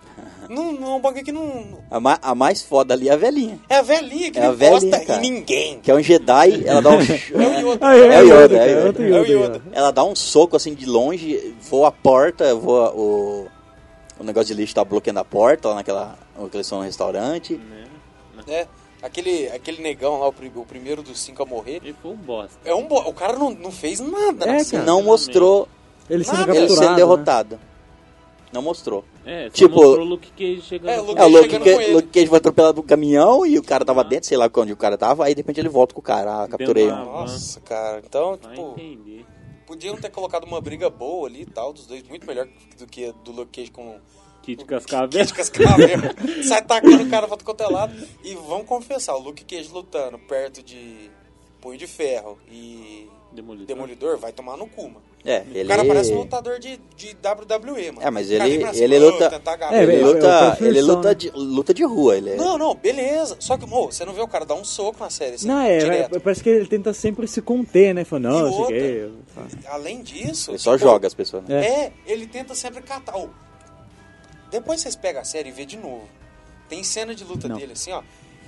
Speaker 3: Não, não é um bagulho que não.
Speaker 2: A, ma- a mais foda ali é a velhinha.
Speaker 3: É a velhinha que
Speaker 2: É a
Speaker 3: não
Speaker 2: velhinha,
Speaker 3: gosta em
Speaker 2: cara.
Speaker 3: ninguém.
Speaker 2: Que é um Jedi, ela dá um.
Speaker 3: É o Yoda.
Speaker 2: É o Yoda,
Speaker 4: cara,
Speaker 2: é o
Speaker 4: outro
Speaker 2: Yoda.
Speaker 3: É o
Speaker 4: Yoda,
Speaker 3: Yoda.
Speaker 4: cara.
Speaker 2: Ela dá um soco assim de longe, voa a porta, voa o. O negócio de lixo tá bloqueando a porta lá naquela. Quando eles estão no restaurante.
Speaker 3: né? Aquele, aquele negão lá, o, pri- o primeiro dos cinco a morrer.
Speaker 5: Ele foi um bosta.
Speaker 3: É um bo... O cara não, não fez nada.
Speaker 4: É,
Speaker 3: né?
Speaker 4: cara.
Speaker 2: não mostrou
Speaker 4: Ele sendo
Speaker 3: Nada.
Speaker 2: ele
Speaker 4: capturado.
Speaker 2: sendo
Speaker 4: né?
Speaker 2: derrotado. Não mostrou.
Speaker 5: É, só
Speaker 2: Tipo-
Speaker 5: mostrou o Luke Cage chegando.
Speaker 3: É, o
Speaker 5: com-
Speaker 3: Luke
Speaker 2: É, o Luke,
Speaker 3: chegando
Speaker 2: Ca-
Speaker 3: com ele.
Speaker 2: Luke Cage foi atropelado por um caminhão e o cara tava dentro, sei lá onde o cara tava, aí de repente ele volta com o cara, ah, capturei.
Speaker 5: uma-
Speaker 3: Nossa, cara. Então,
Speaker 5: Ah,
Speaker 3: tipo,
Speaker 5: entendi.
Speaker 3: podiam ter colocado uma briga boa ali e tal, dos dois, muito melhor do que a do Luke Cage com
Speaker 5: Kid
Speaker 3: Kid
Speaker 5: Cascavel.
Speaker 3: Cascavel. Sai tacando o cara pra todo é lado. E vamos confessar, o Luke Cage lutando perto de Punho de Ferro e
Speaker 5: Demolidor.
Speaker 3: Demolidor vai tomar no cu, mano.
Speaker 2: É, ele.
Speaker 3: O cara parece um lutador de, de WWE, mano.
Speaker 2: É, mas
Speaker 3: O cara
Speaker 2: ele-
Speaker 3: vem pra
Speaker 2: ele
Speaker 3: "Ô,
Speaker 2: luta-
Speaker 3: tentar agarrar
Speaker 4: É,
Speaker 2: Ele
Speaker 3: ele".
Speaker 4: velho, eu- eu
Speaker 2: luta,
Speaker 4: prefiro
Speaker 2: ele
Speaker 4: só, né?
Speaker 2: luta, de, luta de rua, ele é.
Speaker 3: Não, não, beleza. Só que, mo, você não vê o cara dar um soco na série, assim,
Speaker 4: Não, é,
Speaker 3: direto.
Speaker 4: é, parece que ele tenta sempre se conter, né? Falando,
Speaker 3: E
Speaker 4: não, isso
Speaker 3: outra,
Speaker 4: aqui. é-
Speaker 3: Além disso...
Speaker 2: ele só
Speaker 3: tipo,
Speaker 2: joga as pessoas, né?
Speaker 4: É.
Speaker 3: É, ele tenta sempre catar. Ô, Depois vocês pegam a série e vê de novo. Tem cena de luta
Speaker 4: Não.
Speaker 3: dele, assim, ó.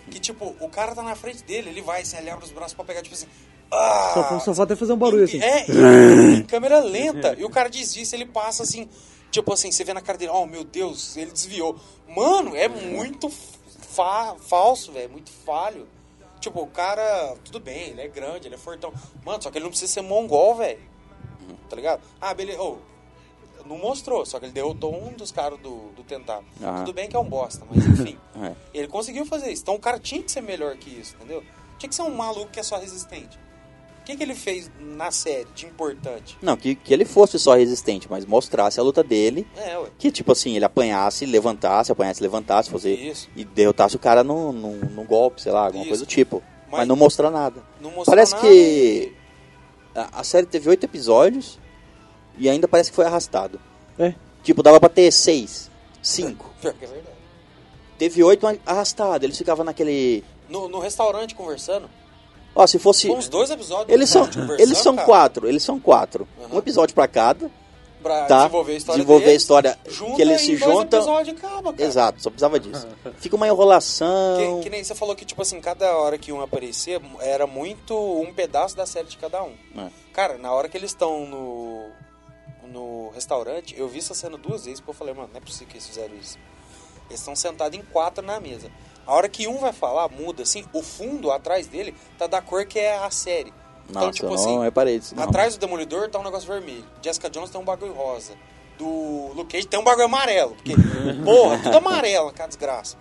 Speaker 3: Que, tipo, o cara tá na frente dele, ele vai, assim, ele abre os braços pra pegar, tipo assim... Ah,
Speaker 4: Só, só falta ele fazer um barulho assim.
Speaker 3: É, em, em câmera lenta. E o cara desvista, ele passa assim. Tipo assim, você vê na cara dele, oh meu Deus, ele desviou. Mano, é muito fa- falso, velho, é muito falho. Tipo, o cara, tudo bem, ele é grande, ele é fortão. Mano, só que ele não precisa ser mongol, velho. Tá ligado? Ah, beleza. ô, não mostrou, só que ele derrotou um dos caras do, do tentáculo.
Speaker 2: Aham.
Speaker 3: Tudo bem que é um bosta, mas enfim.
Speaker 2: Ah. É.
Speaker 3: Ele conseguiu fazer isso. Então o cara tinha que ser melhor que isso, entendeu? Tinha que ser um maluco que é só resistente. O que, que ele fez na série de importante?
Speaker 4: É.
Speaker 2: Não, que, que ele fosse só resistente, mas mostrasse a luta dele,
Speaker 3: É, ué.
Speaker 2: que tipo assim, ele apanhasse, levantasse, apanhasse, levantasse, fazer
Speaker 3: Isso.
Speaker 2: e derrotasse o cara num, num, num golpe, sei lá, alguma
Speaker 3: Isso.
Speaker 2: coisa do tipo. Mas,
Speaker 3: Mas-
Speaker 2: não mostrar nada.
Speaker 3: Não mostrou
Speaker 2: Parece
Speaker 3: nada
Speaker 2: que a, a série teve oito episódios e ainda parece que foi arrastado.
Speaker 4: É.
Speaker 2: Tipo, dava pra ter seis, cinco.
Speaker 3: Pior que é verdade.
Speaker 2: Teve oito mas arrastado, eles ficavam naquele...
Speaker 3: No, no restaurante conversando.
Speaker 2: Ó, se fosse...
Speaker 3: São uns dois episódios.
Speaker 2: Eles
Speaker 3: do
Speaker 2: são,
Speaker 3: restaurante conversando,
Speaker 2: eles são
Speaker 3: cara,
Speaker 2: quatro, eles são quatro.
Speaker 3: Aham.
Speaker 2: Um episódio pra cada,
Speaker 3: Pra
Speaker 2: tá?
Speaker 3: desenvolver a história.
Speaker 2: Desenvolver a
Speaker 3: deles,
Speaker 2: história
Speaker 3: junta
Speaker 2: que eles
Speaker 3: e
Speaker 2: se
Speaker 3: dois
Speaker 2: juntam.
Speaker 3: episódios e acaba, cara.
Speaker 2: Exato, só precisava disso. Fica uma enrolação.
Speaker 3: Que, que nem você falou que, tipo assim, cada hora que um aparecia, era muito um pedaço da série de cada um.
Speaker 2: É.
Speaker 3: Cara, na hora que eles estão no, no restaurante, eu vi essa cena duas vezes, porque eu falei, mano, não é possível que eles fizeram isso. Eles estão sentados em quatro na mesa. A hora que um vai falar, muda, assim, o fundo atrás dele tá da cor que é a série.
Speaker 2: Nossa,
Speaker 3: então, tipo
Speaker 2: eu não é
Speaker 3: assim,
Speaker 2: reparei disso. Não.
Speaker 3: atrás do Demolidor tá um negócio vermelho. Jessica Jones tem um bagulho rosa. Do Luke Cage tem um bagulho amarelo. Porque, porra, tudo amarelo, cara, desgraça.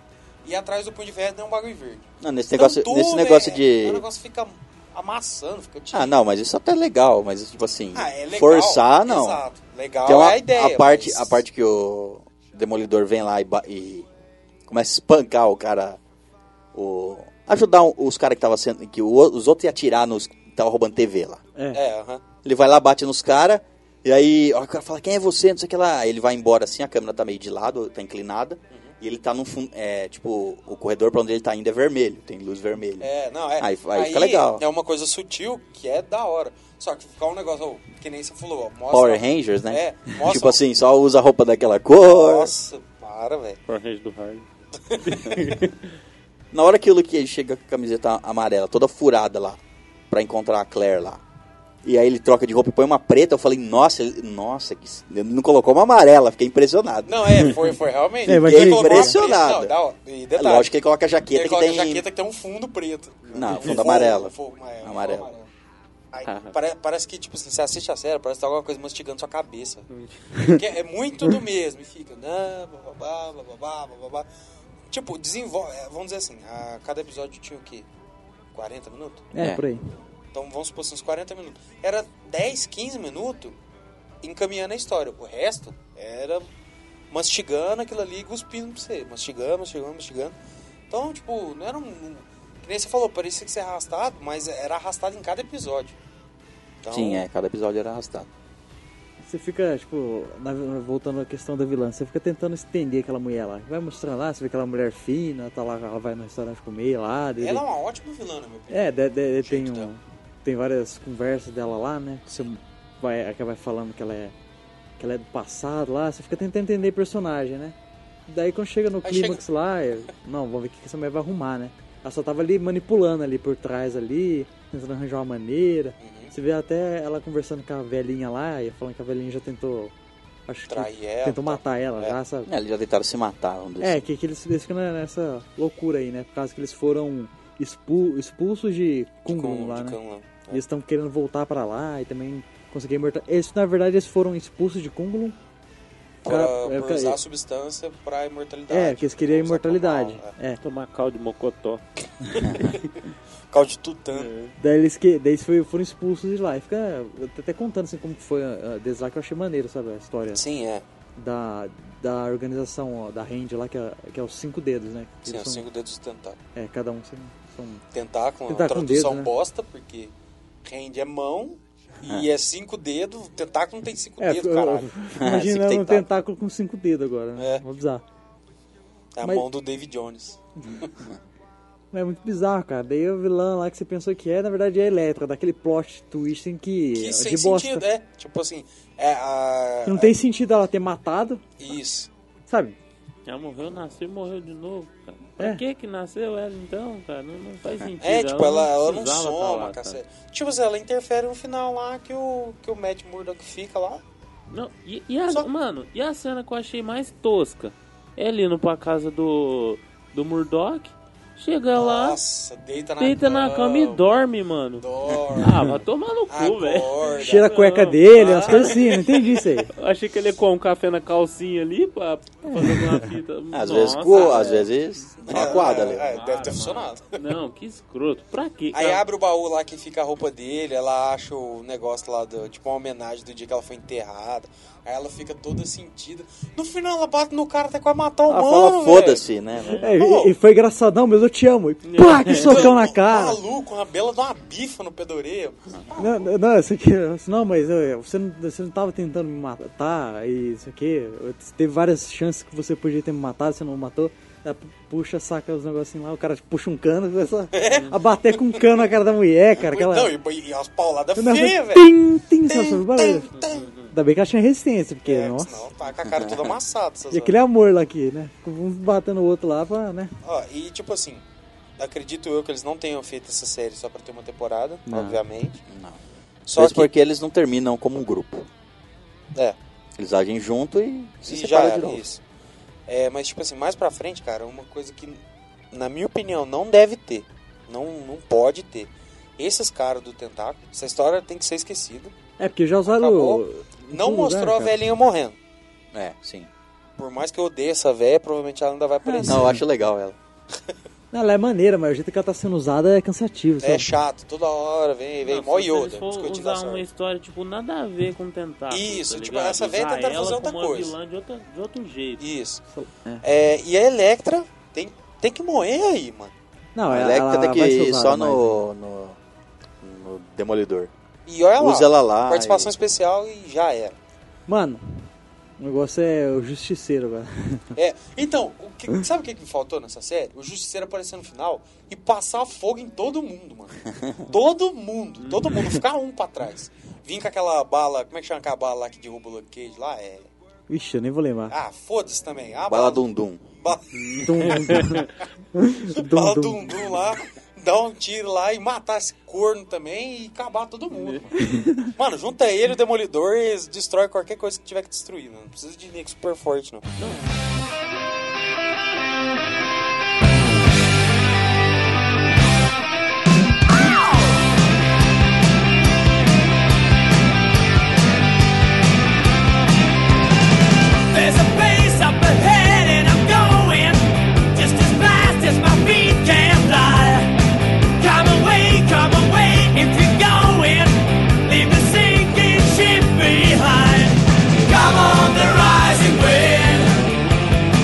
Speaker 3: E atrás do Punho de Ferro tem um bagulho verde.
Speaker 2: Não, nesse negócio,
Speaker 3: Então,
Speaker 2: nesse
Speaker 3: tudo,
Speaker 2: negócio
Speaker 3: é,
Speaker 2: de.
Speaker 3: O negócio fica amassando, fica
Speaker 2: Ah, não, mas isso até é legal, mas tipo assim,
Speaker 3: Ah, é legal.
Speaker 2: forçar não.
Speaker 3: Exato. Legal
Speaker 2: Tem uma-
Speaker 3: é a ideia.
Speaker 2: parte,
Speaker 3: mas-
Speaker 2: Então, a parte que o Demolidor vem lá e, ba- e começa a espancar o cara. O, ajudar o- os caras que tava sendo. Que o- os outros iam atirar nos que estavam roubando TV lá.
Speaker 4: É.
Speaker 3: É, aham.
Speaker 2: Ele vai lá, bate nos caras, e aí ó, o cara fala, quem é você? Não sei o que lá. Aí Ele vai embora assim, a câmera tá meio de lado, tá inclinada.
Speaker 3: Uhum.
Speaker 2: E ele tá no fundo. É, tipo, o corredor pra onde ele tá indo é vermelho, tem luz vermelha.
Speaker 3: É, não, é.
Speaker 2: Aí- aí fica legal.
Speaker 3: É uma coisa sutil que é da hora. Só que ficar um negócio, ó, que nem você falou, ó, mostra.
Speaker 2: Power Rangers, né?
Speaker 3: É, mostra.
Speaker 2: tipo assim, só usa a roupa daquela cor.
Speaker 3: Nossa, para, velho.
Speaker 5: Power Rangers do Harley.
Speaker 2: Na hora que o Luke Cage chega com a camiseta amarela, toda furada lá, pra encontrar a Claire lá. E aí ele troca de roupa e põe uma preta, eu falei, nossa, ele, nossa, que, ele não colocou uma amarela, fiquei impressionado.
Speaker 3: Não, é, foi, foi realmente.
Speaker 4: É, mas
Speaker 3: Ele
Speaker 4: ele-
Speaker 3: colocou uma preta,
Speaker 2: Impressionado.
Speaker 3: Não, da hora. E
Speaker 2: É
Speaker 3: detalhe.
Speaker 2: lógico que ele coloca a jaqueta
Speaker 3: ele
Speaker 2: que
Speaker 3: coloca
Speaker 2: tem.
Speaker 3: a jaqueta que tem um fundo preto.
Speaker 2: Não,
Speaker 3: Um
Speaker 2: fundo amarelo.
Speaker 3: Fundo amarelo.
Speaker 2: Amarelo.
Speaker 3: amarelo. Aí, pare- parece que, tipo assim, você assiste a série, parece que tá alguma coisa mastigando sua cabeça. Porque é muito do mesmo. E fica, né, bababá, bababá, bababá. Tipo, desenvolve. é, Vamos dizer assim, a cada episódio tinha o quê? 40 minutos?
Speaker 4: É,
Speaker 2: É.
Speaker 4: por aí.
Speaker 3: Então vamos supor assim, uns 40 minutos. Era 10, 15 minutos encaminhando a história. O resto era mastigando aquilo ali e cuspindo pra você. Mastigando, mastigando, mastigando. Então, tipo, não era um. um- Que nem você falou, parecia que você era arrastado, mas era arrastado em cada episódio. Então,
Speaker 2: Sim, é, cada episódio era arrastado.
Speaker 4: Você fica, tipo, na- voltando à questão da vilã, você fica tentando estender aquela mulher lá. Vai mostrando lá, você vê aquela mulher fina, tá lá, ela vai no restaurante comer lá. daí-
Speaker 3: Ela é uma ótima vilã, na minha opinião.
Speaker 4: É, de, de- de-
Speaker 3: Jeito
Speaker 4: tem, um,
Speaker 3: dela.
Speaker 4: tem várias conversas dela lá, né? Você vai, é que vai falando que ela, é, que ela é do passado lá, você fica tentando entender personagem, né? Daí quando chega no
Speaker 3: Aí
Speaker 4: clímax lá, eu- não, vamos ver o que que essa mulher vai arrumar, né? Ela só tava ali manipulando ali por trás ali, tentando arranjar uma maneira.
Speaker 3: Uhum.
Speaker 4: Você vê até ela conversando com a velhinha lá, e falando que a velhinha já tentou. Acho que
Speaker 3: Trair ela,
Speaker 4: tentou
Speaker 3: tá.
Speaker 4: matar ela
Speaker 3: É.
Speaker 4: já, sabe?
Speaker 2: É, eles já tentaram se matar, vamos dizer
Speaker 4: É,
Speaker 2: assim.
Speaker 4: que, que eles, eles ficam nessa loucura aí, né? Por causa que eles foram expu- expulsos de
Speaker 3: De
Speaker 4: Kungun
Speaker 3: Kung-
Speaker 4: lá,
Speaker 3: de
Speaker 4: né?
Speaker 3: Kung Lao.
Speaker 4: E Eles estão querendo voltar pra lá e também conseguir imortal. Eles, na verdade, eles foram expulsos de Kungun
Speaker 3: Pra,
Speaker 4: Cara, é,
Speaker 3: por
Speaker 4: cara,
Speaker 3: usar
Speaker 4: é.
Speaker 3: a substância pra imortalidade.
Speaker 4: É, que eles queriam a
Speaker 3: Usar pra mal,
Speaker 4: imortalidade.
Speaker 3: é.
Speaker 4: É.
Speaker 5: Tomar caldo de mocotó.
Speaker 3: Por causa é. de tutano.
Speaker 4: Daí eles, que, daí eles foi- foram expulsos de lá. E fica eu tô até contando assim como que foi ah, ah, desde lá que eu achei maneiro, sabe? A história
Speaker 3: Sim, é.
Speaker 4: da, da organização, ó, da Hand lá, que é, que é os cinco dedos, né? Que
Speaker 3: Sim,
Speaker 4: eles
Speaker 3: é, os
Speaker 4: são-
Speaker 3: cinco dedos do tentáculo.
Speaker 4: É, cada um são. são-
Speaker 3: Tentáculo, é uma
Speaker 4: Tentáculo com
Speaker 3: tradução
Speaker 4: dedo, né?
Speaker 3: bosta, porque rende é mão e é cinco dedos. Tentáculo não tem cinco
Speaker 4: É,
Speaker 3: dedos,
Speaker 4: eu- eu-
Speaker 3: caralho. Assim
Speaker 4: imagina
Speaker 2: Cinco
Speaker 4: um
Speaker 2: tentáculos.
Speaker 4: tentáculo com cinco dedos agora, né?
Speaker 3: tá. É.
Speaker 4: Mó bizarro.
Speaker 3: É a
Speaker 4: mas-
Speaker 3: mão do David Jones.
Speaker 4: Mas é muito bizarro, cara. Daí o vilão lá que você pensou que é, na verdade é a Eletra, daquele plot twist em que.
Speaker 3: Que
Speaker 4: é
Speaker 3: sem
Speaker 4: de bosta.
Speaker 3: sentido, é. Tipo assim, é a. é
Speaker 4: Que não tem sentido ela ter matado,
Speaker 3: Isso.
Speaker 4: sabe?
Speaker 5: Já morreu, nasceu e morreu de novo, cara. Pra
Speaker 4: É.
Speaker 5: que que nasceu ela então, cara? Não, não faz sentido.
Speaker 3: É, tipo, ela, ela não
Speaker 5: precisava tá lá,
Speaker 3: soma,
Speaker 5: cara.
Speaker 3: cacete. Tipo assim, ela interfere no final lá que o, que o Matt Murdock fica lá.
Speaker 5: Não, e, e a,
Speaker 3: Só-
Speaker 5: mano, e a cena que eu achei mais tosca? Ele indo pra casa do, do Murdoch, chega lá,
Speaker 3: Nossa, deita na
Speaker 5: deita na cama e dorme, mano.
Speaker 3: Dorme.
Speaker 5: Ah, vai tomar no cu, velho.
Speaker 3: Acorda.
Speaker 4: Cheira a cueca
Speaker 5: não.
Speaker 4: dele, umas coisas assim, não entendi isso aí.
Speaker 5: Eu Achei que ele ia com um café na calcinha ali pra pra fazer uma fita.
Speaker 2: Às
Speaker 5: Nossa,
Speaker 2: vezes coa,
Speaker 5: velho.
Speaker 2: às vezes uma quadra ali.
Speaker 3: É, deve ter
Speaker 5: Ah,
Speaker 3: funcionado.
Speaker 5: Não, que escroto. Pra quê? Ah,
Speaker 3: Aí
Speaker 5: cara?
Speaker 3: abre o baú lá que fica a roupa dele, ela acha o negócio lá, do, tipo uma homenagem do dia que ela foi enterrada. Aí ela fica toda sentida. No final ela bate no cara até quase matar o
Speaker 2: Ela
Speaker 3: mano,
Speaker 2: fala
Speaker 3: velho.
Speaker 2: foda-se, né?
Speaker 4: É, e-
Speaker 3: Pô.
Speaker 4: e, foi engraçadão, mas eu te amo. E pá, que socão na cara.
Speaker 3: um Maluco, uma bela dá uma bifa no pedoreiro.
Speaker 4: Não, não, não, isso aqui, isso não, mas eh, você não, você não tava tentando me matar, e isso aqui, eu- teve várias chances que você podia ter me matado, você não matou. Ela pu- puxa, saca os negocinhos lá, o cara puxa um cano, começa a bater com um cano na cara da mulher, cara. Aquela,
Speaker 3: É. Não, e, e umas pauladas
Speaker 4: Quando ela
Speaker 3: feias,
Speaker 4: foi-
Speaker 3: velho.
Speaker 4: Tim, tim, sabe,
Speaker 3: Tum,
Speaker 4: barulho.
Speaker 3: tum, tum.
Speaker 4: Ainda bem que ela tinha resistência, porque,
Speaker 3: É,
Speaker 4: nossa.
Speaker 3: senão tá com a cara toda amassada. essas
Speaker 4: E aquele
Speaker 3: horas.
Speaker 4: amor lá aqui, né? Um batendo o outro lá pra, né?
Speaker 3: Ó, e tipo assim, acredito eu que eles não tenham feito essa série só pra ter uma temporada, obviamente.
Speaker 2: Não.
Speaker 3: É. Só
Speaker 2: Mesmo
Speaker 3: que,
Speaker 2: porque eles não terminam como um grupo.
Speaker 3: é,
Speaker 2: Eles agem junto e se
Speaker 3: e já
Speaker 2: separam de
Speaker 3: era
Speaker 2: novo.
Speaker 3: isso. É, mas tipo assim, mais pra frente, cara, uma coisa que, na minha opinião, não deve ter. Não, não pode ter. Esses caras do tentáculo, essa história tem que ser esquecida.
Speaker 4: É, porque já usaram.
Speaker 3: Acabou.
Speaker 4: em
Speaker 3: Não
Speaker 4: todo lugar,
Speaker 3: mostrou a
Speaker 4: cara.
Speaker 3: velhinha morrendo.
Speaker 2: É, sim.
Speaker 3: Por mais que eu odeie essa velha, provavelmente ela ainda vai aparecer.
Speaker 2: Ah, Não, eu acho legal ela.
Speaker 4: Não, Ela é maneira, mas o jeito que ela tá sendo usada é cansativo.
Speaker 3: É
Speaker 4: sabe?
Speaker 3: chato, toda hora, vem, vem,
Speaker 5: Não,
Speaker 3: mó
Speaker 5: se eles
Speaker 3: Yoda,
Speaker 5: for
Speaker 3: discutindo
Speaker 5: usar
Speaker 3: essa
Speaker 5: uma
Speaker 3: hora.
Speaker 5: história, tipo, nada a ver com tentar. tá
Speaker 3: Isso, tipo, essa velha tentando fazer outra coisa.
Speaker 5: Vilã de, outra, de outro jeito.
Speaker 3: Isso.
Speaker 4: É.
Speaker 3: É, e a Electra tem, tem que morrer aí, mano.
Speaker 4: Não,
Speaker 2: A
Speaker 3: é
Speaker 4: ela,
Speaker 2: Electra
Speaker 4: ela
Speaker 2: tem que
Speaker 4: vai ser
Speaker 2: ir
Speaker 4: usada
Speaker 2: só
Speaker 4: mais, né?
Speaker 2: no, no, no Demolidor.
Speaker 3: E olha lá,
Speaker 2: Usa ela lá.
Speaker 3: É
Speaker 2: e-
Speaker 3: participação especial e já era.
Speaker 4: Mano, o negócio é o justiceiro agora.
Speaker 3: É, então, o que- sabe o que, que me faltou nessa série? O Justiceiro aparecer no final e passar fogo em todo mundo, mano. Todo mundo, todo mundo, ficar um pra trás. Vim com aquela bala, como é que chama aquela bala lá que derruba o Luke Cage lá? É...
Speaker 4: Vixe, eu nem vou lembrar.
Speaker 3: Ah, foda-se também. Ah,
Speaker 2: Bala Dum Dum.
Speaker 3: Bala,
Speaker 4: Dum, dum, dum.
Speaker 3: bala
Speaker 4: Dum,
Speaker 3: dum,
Speaker 4: dum.
Speaker 3: dum lá, dar um tiro lá e matar esse corno também e acabar todo mundo. Mano, mano junta ele, o Demolidor e eles destrói qualquer coisa que tiver que destruir, mano. Não precisa de nego super forte, não.
Speaker 6: There's a place up ahead and I'm going just as fast as my feet can fly. Come away, come away if you're going. Leave the sinking ship behind. Come on the rising wind.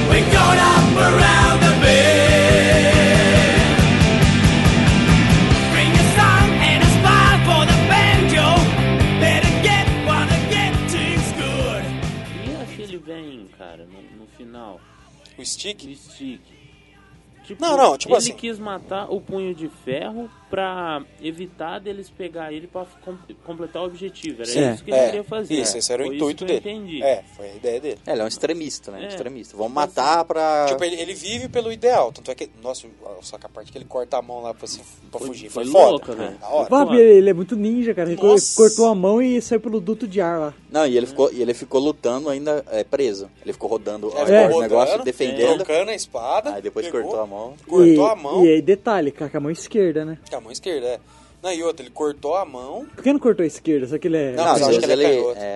Speaker 6: We're going up around the bend. Bring a song and a smile for the banjo. Better get while the getting's good.
Speaker 5: E aquele velhinho, cara, no, no final?
Speaker 3: O Stick?
Speaker 5: O Stick. Tipo,
Speaker 3: Não, não, tipo
Speaker 5: ele
Speaker 3: assim.
Speaker 5: quis matar o punho de ferro pra evitar deles pegar ele pra com- completar o objetivo. Era
Speaker 4: Sim,
Speaker 5: isso que ele
Speaker 3: É,
Speaker 5: queria fazer.
Speaker 3: Isso, esse era o
Speaker 5: Foi
Speaker 3: intuito
Speaker 5: isso que eu
Speaker 3: dele.
Speaker 5: entendi.
Speaker 3: É, foi a ideia dele.
Speaker 2: É, ele é um extremista, né?
Speaker 5: É.
Speaker 2: Extremista. Vamos matar pra.
Speaker 3: Tipo, ele, ele vive pelo ideal. Tanto é que. Nossa, só que a parte que ele corta a mão lá pra, se, pra
Speaker 5: Foi-
Speaker 3: fugir.
Speaker 5: foi né?
Speaker 3: Foi, foda.
Speaker 5: louca, velho.
Speaker 3: Da hora.
Speaker 5: Vai-
Speaker 4: Papi, ele é muito ninja, cara. Ele co-
Speaker 3: Nossa.
Speaker 4: cortou a mão e saiu pelo duto de ar lá.
Speaker 2: Não, e ele ficou, e ele ficou lutando ainda é, preso. Ele ficou rodando ó,
Speaker 3: Ele ficou
Speaker 2: o É. negócio,
Speaker 3: rodando,
Speaker 2: defendendo.
Speaker 3: Trocando a espada.
Speaker 2: Aí depois
Speaker 3: pegou,
Speaker 2: cortou a mão.
Speaker 3: Cortou
Speaker 4: e,
Speaker 3: a mão.
Speaker 4: E aí, detalhe, cara, com a mão esquerda, né?
Speaker 3: Com a mão esquerda, é. Não, e outra, ele cortou a mão,
Speaker 4: Por que não cortou a esquerda? Só que ele é.
Speaker 3: Não, mas
Speaker 2: às
Speaker 3: eu acho
Speaker 2: vezes
Speaker 3: que ele é canhoto.
Speaker 2: é,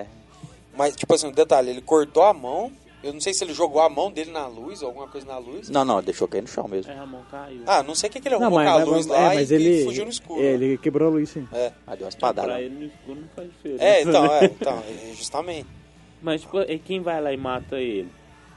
Speaker 3: mas Mas, tipo assim, um detalhe, ele cortou a mão. Eu não sei se ele jogou a mão dele na luz, ou alguma coisa na luz.
Speaker 2: Não, não, deixou cair no chão mesmo.
Speaker 5: É, a mão caiu.
Speaker 3: Ah, não sei o que, que ele
Speaker 4: Não,
Speaker 3: arrumou
Speaker 4: mas,
Speaker 3: com a
Speaker 4: mas,
Speaker 3: luz
Speaker 4: mas-
Speaker 3: lá
Speaker 4: é, mas
Speaker 3: e
Speaker 4: ele,
Speaker 3: fugiu no escuro. né?
Speaker 4: é, ele quebrou a luz sim.
Speaker 3: É.
Speaker 2: Ah, deu uma espadada.
Speaker 5: Pra ele no escuro não faz diferença.
Speaker 3: É, então,
Speaker 5: né?
Speaker 3: é, então, é, justamente.
Speaker 5: Mas, tipo, é quem vai lá e mata ele?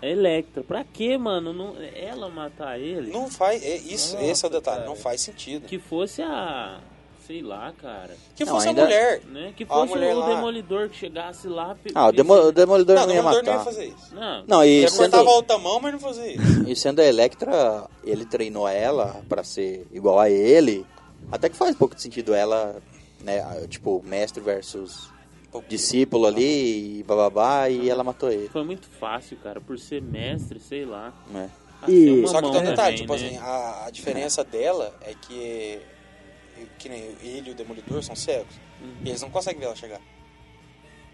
Speaker 5: É Electra. Pra quê, mano? Não, ela matar ele?
Speaker 3: Não faz. é isso,
Speaker 5: Nossa,
Speaker 3: esse é o detalhe, não
Speaker 5: cara.
Speaker 3: faz sentido. Que,
Speaker 5: Que fosse a. Sei lá, cara.
Speaker 2: Não,
Speaker 3: fosse
Speaker 2: ainda-
Speaker 3: a mulher.
Speaker 5: Né? Que
Speaker 3: A
Speaker 5: fosse
Speaker 3: mulher
Speaker 5: o
Speaker 3: lá.
Speaker 5: demolidor que chegasse lá. pe-
Speaker 2: Ah, o Demo- o Demolidor
Speaker 3: Não,
Speaker 2: não, ia
Speaker 3: o Demolidor
Speaker 2: matar.
Speaker 3: não ia fazer isso.
Speaker 5: Não.
Speaker 2: Não, e
Speaker 3: Ele
Speaker 2: sendo,
Speaker 3: cortava a outra mão, mas não fazia isso.
Speaker 2: e sendo a Electra, ele treinou ela pra ser igual a ele. Até que faz um pouco de sentido ela, né? a- Tipo, mestre versus discípulo ali e bababá,
Speaker 3: Uhum.
Speaker 2: e ela matou ele.
Speaker 5: Foi muito fácil, cara. Por ser mestre, sei lá.
Speaker 2: né?
Speaker 5: Ah,
Speaker 4: E-
Speaker 5: tem uma
Speaker 3: Só que tem
Speaker 5: mão
Speaker 3: um detalhe,
Speaker 5: também,
Speaker 3: tipo
Speaker 5: né?
Speaker 3: assim, a, a diferença dela é que. é- Que nem ele e o Demolidor são cegos.
Speaker 5: Uhum.
Speaker 3: E eles não conseguem ver ela chegar.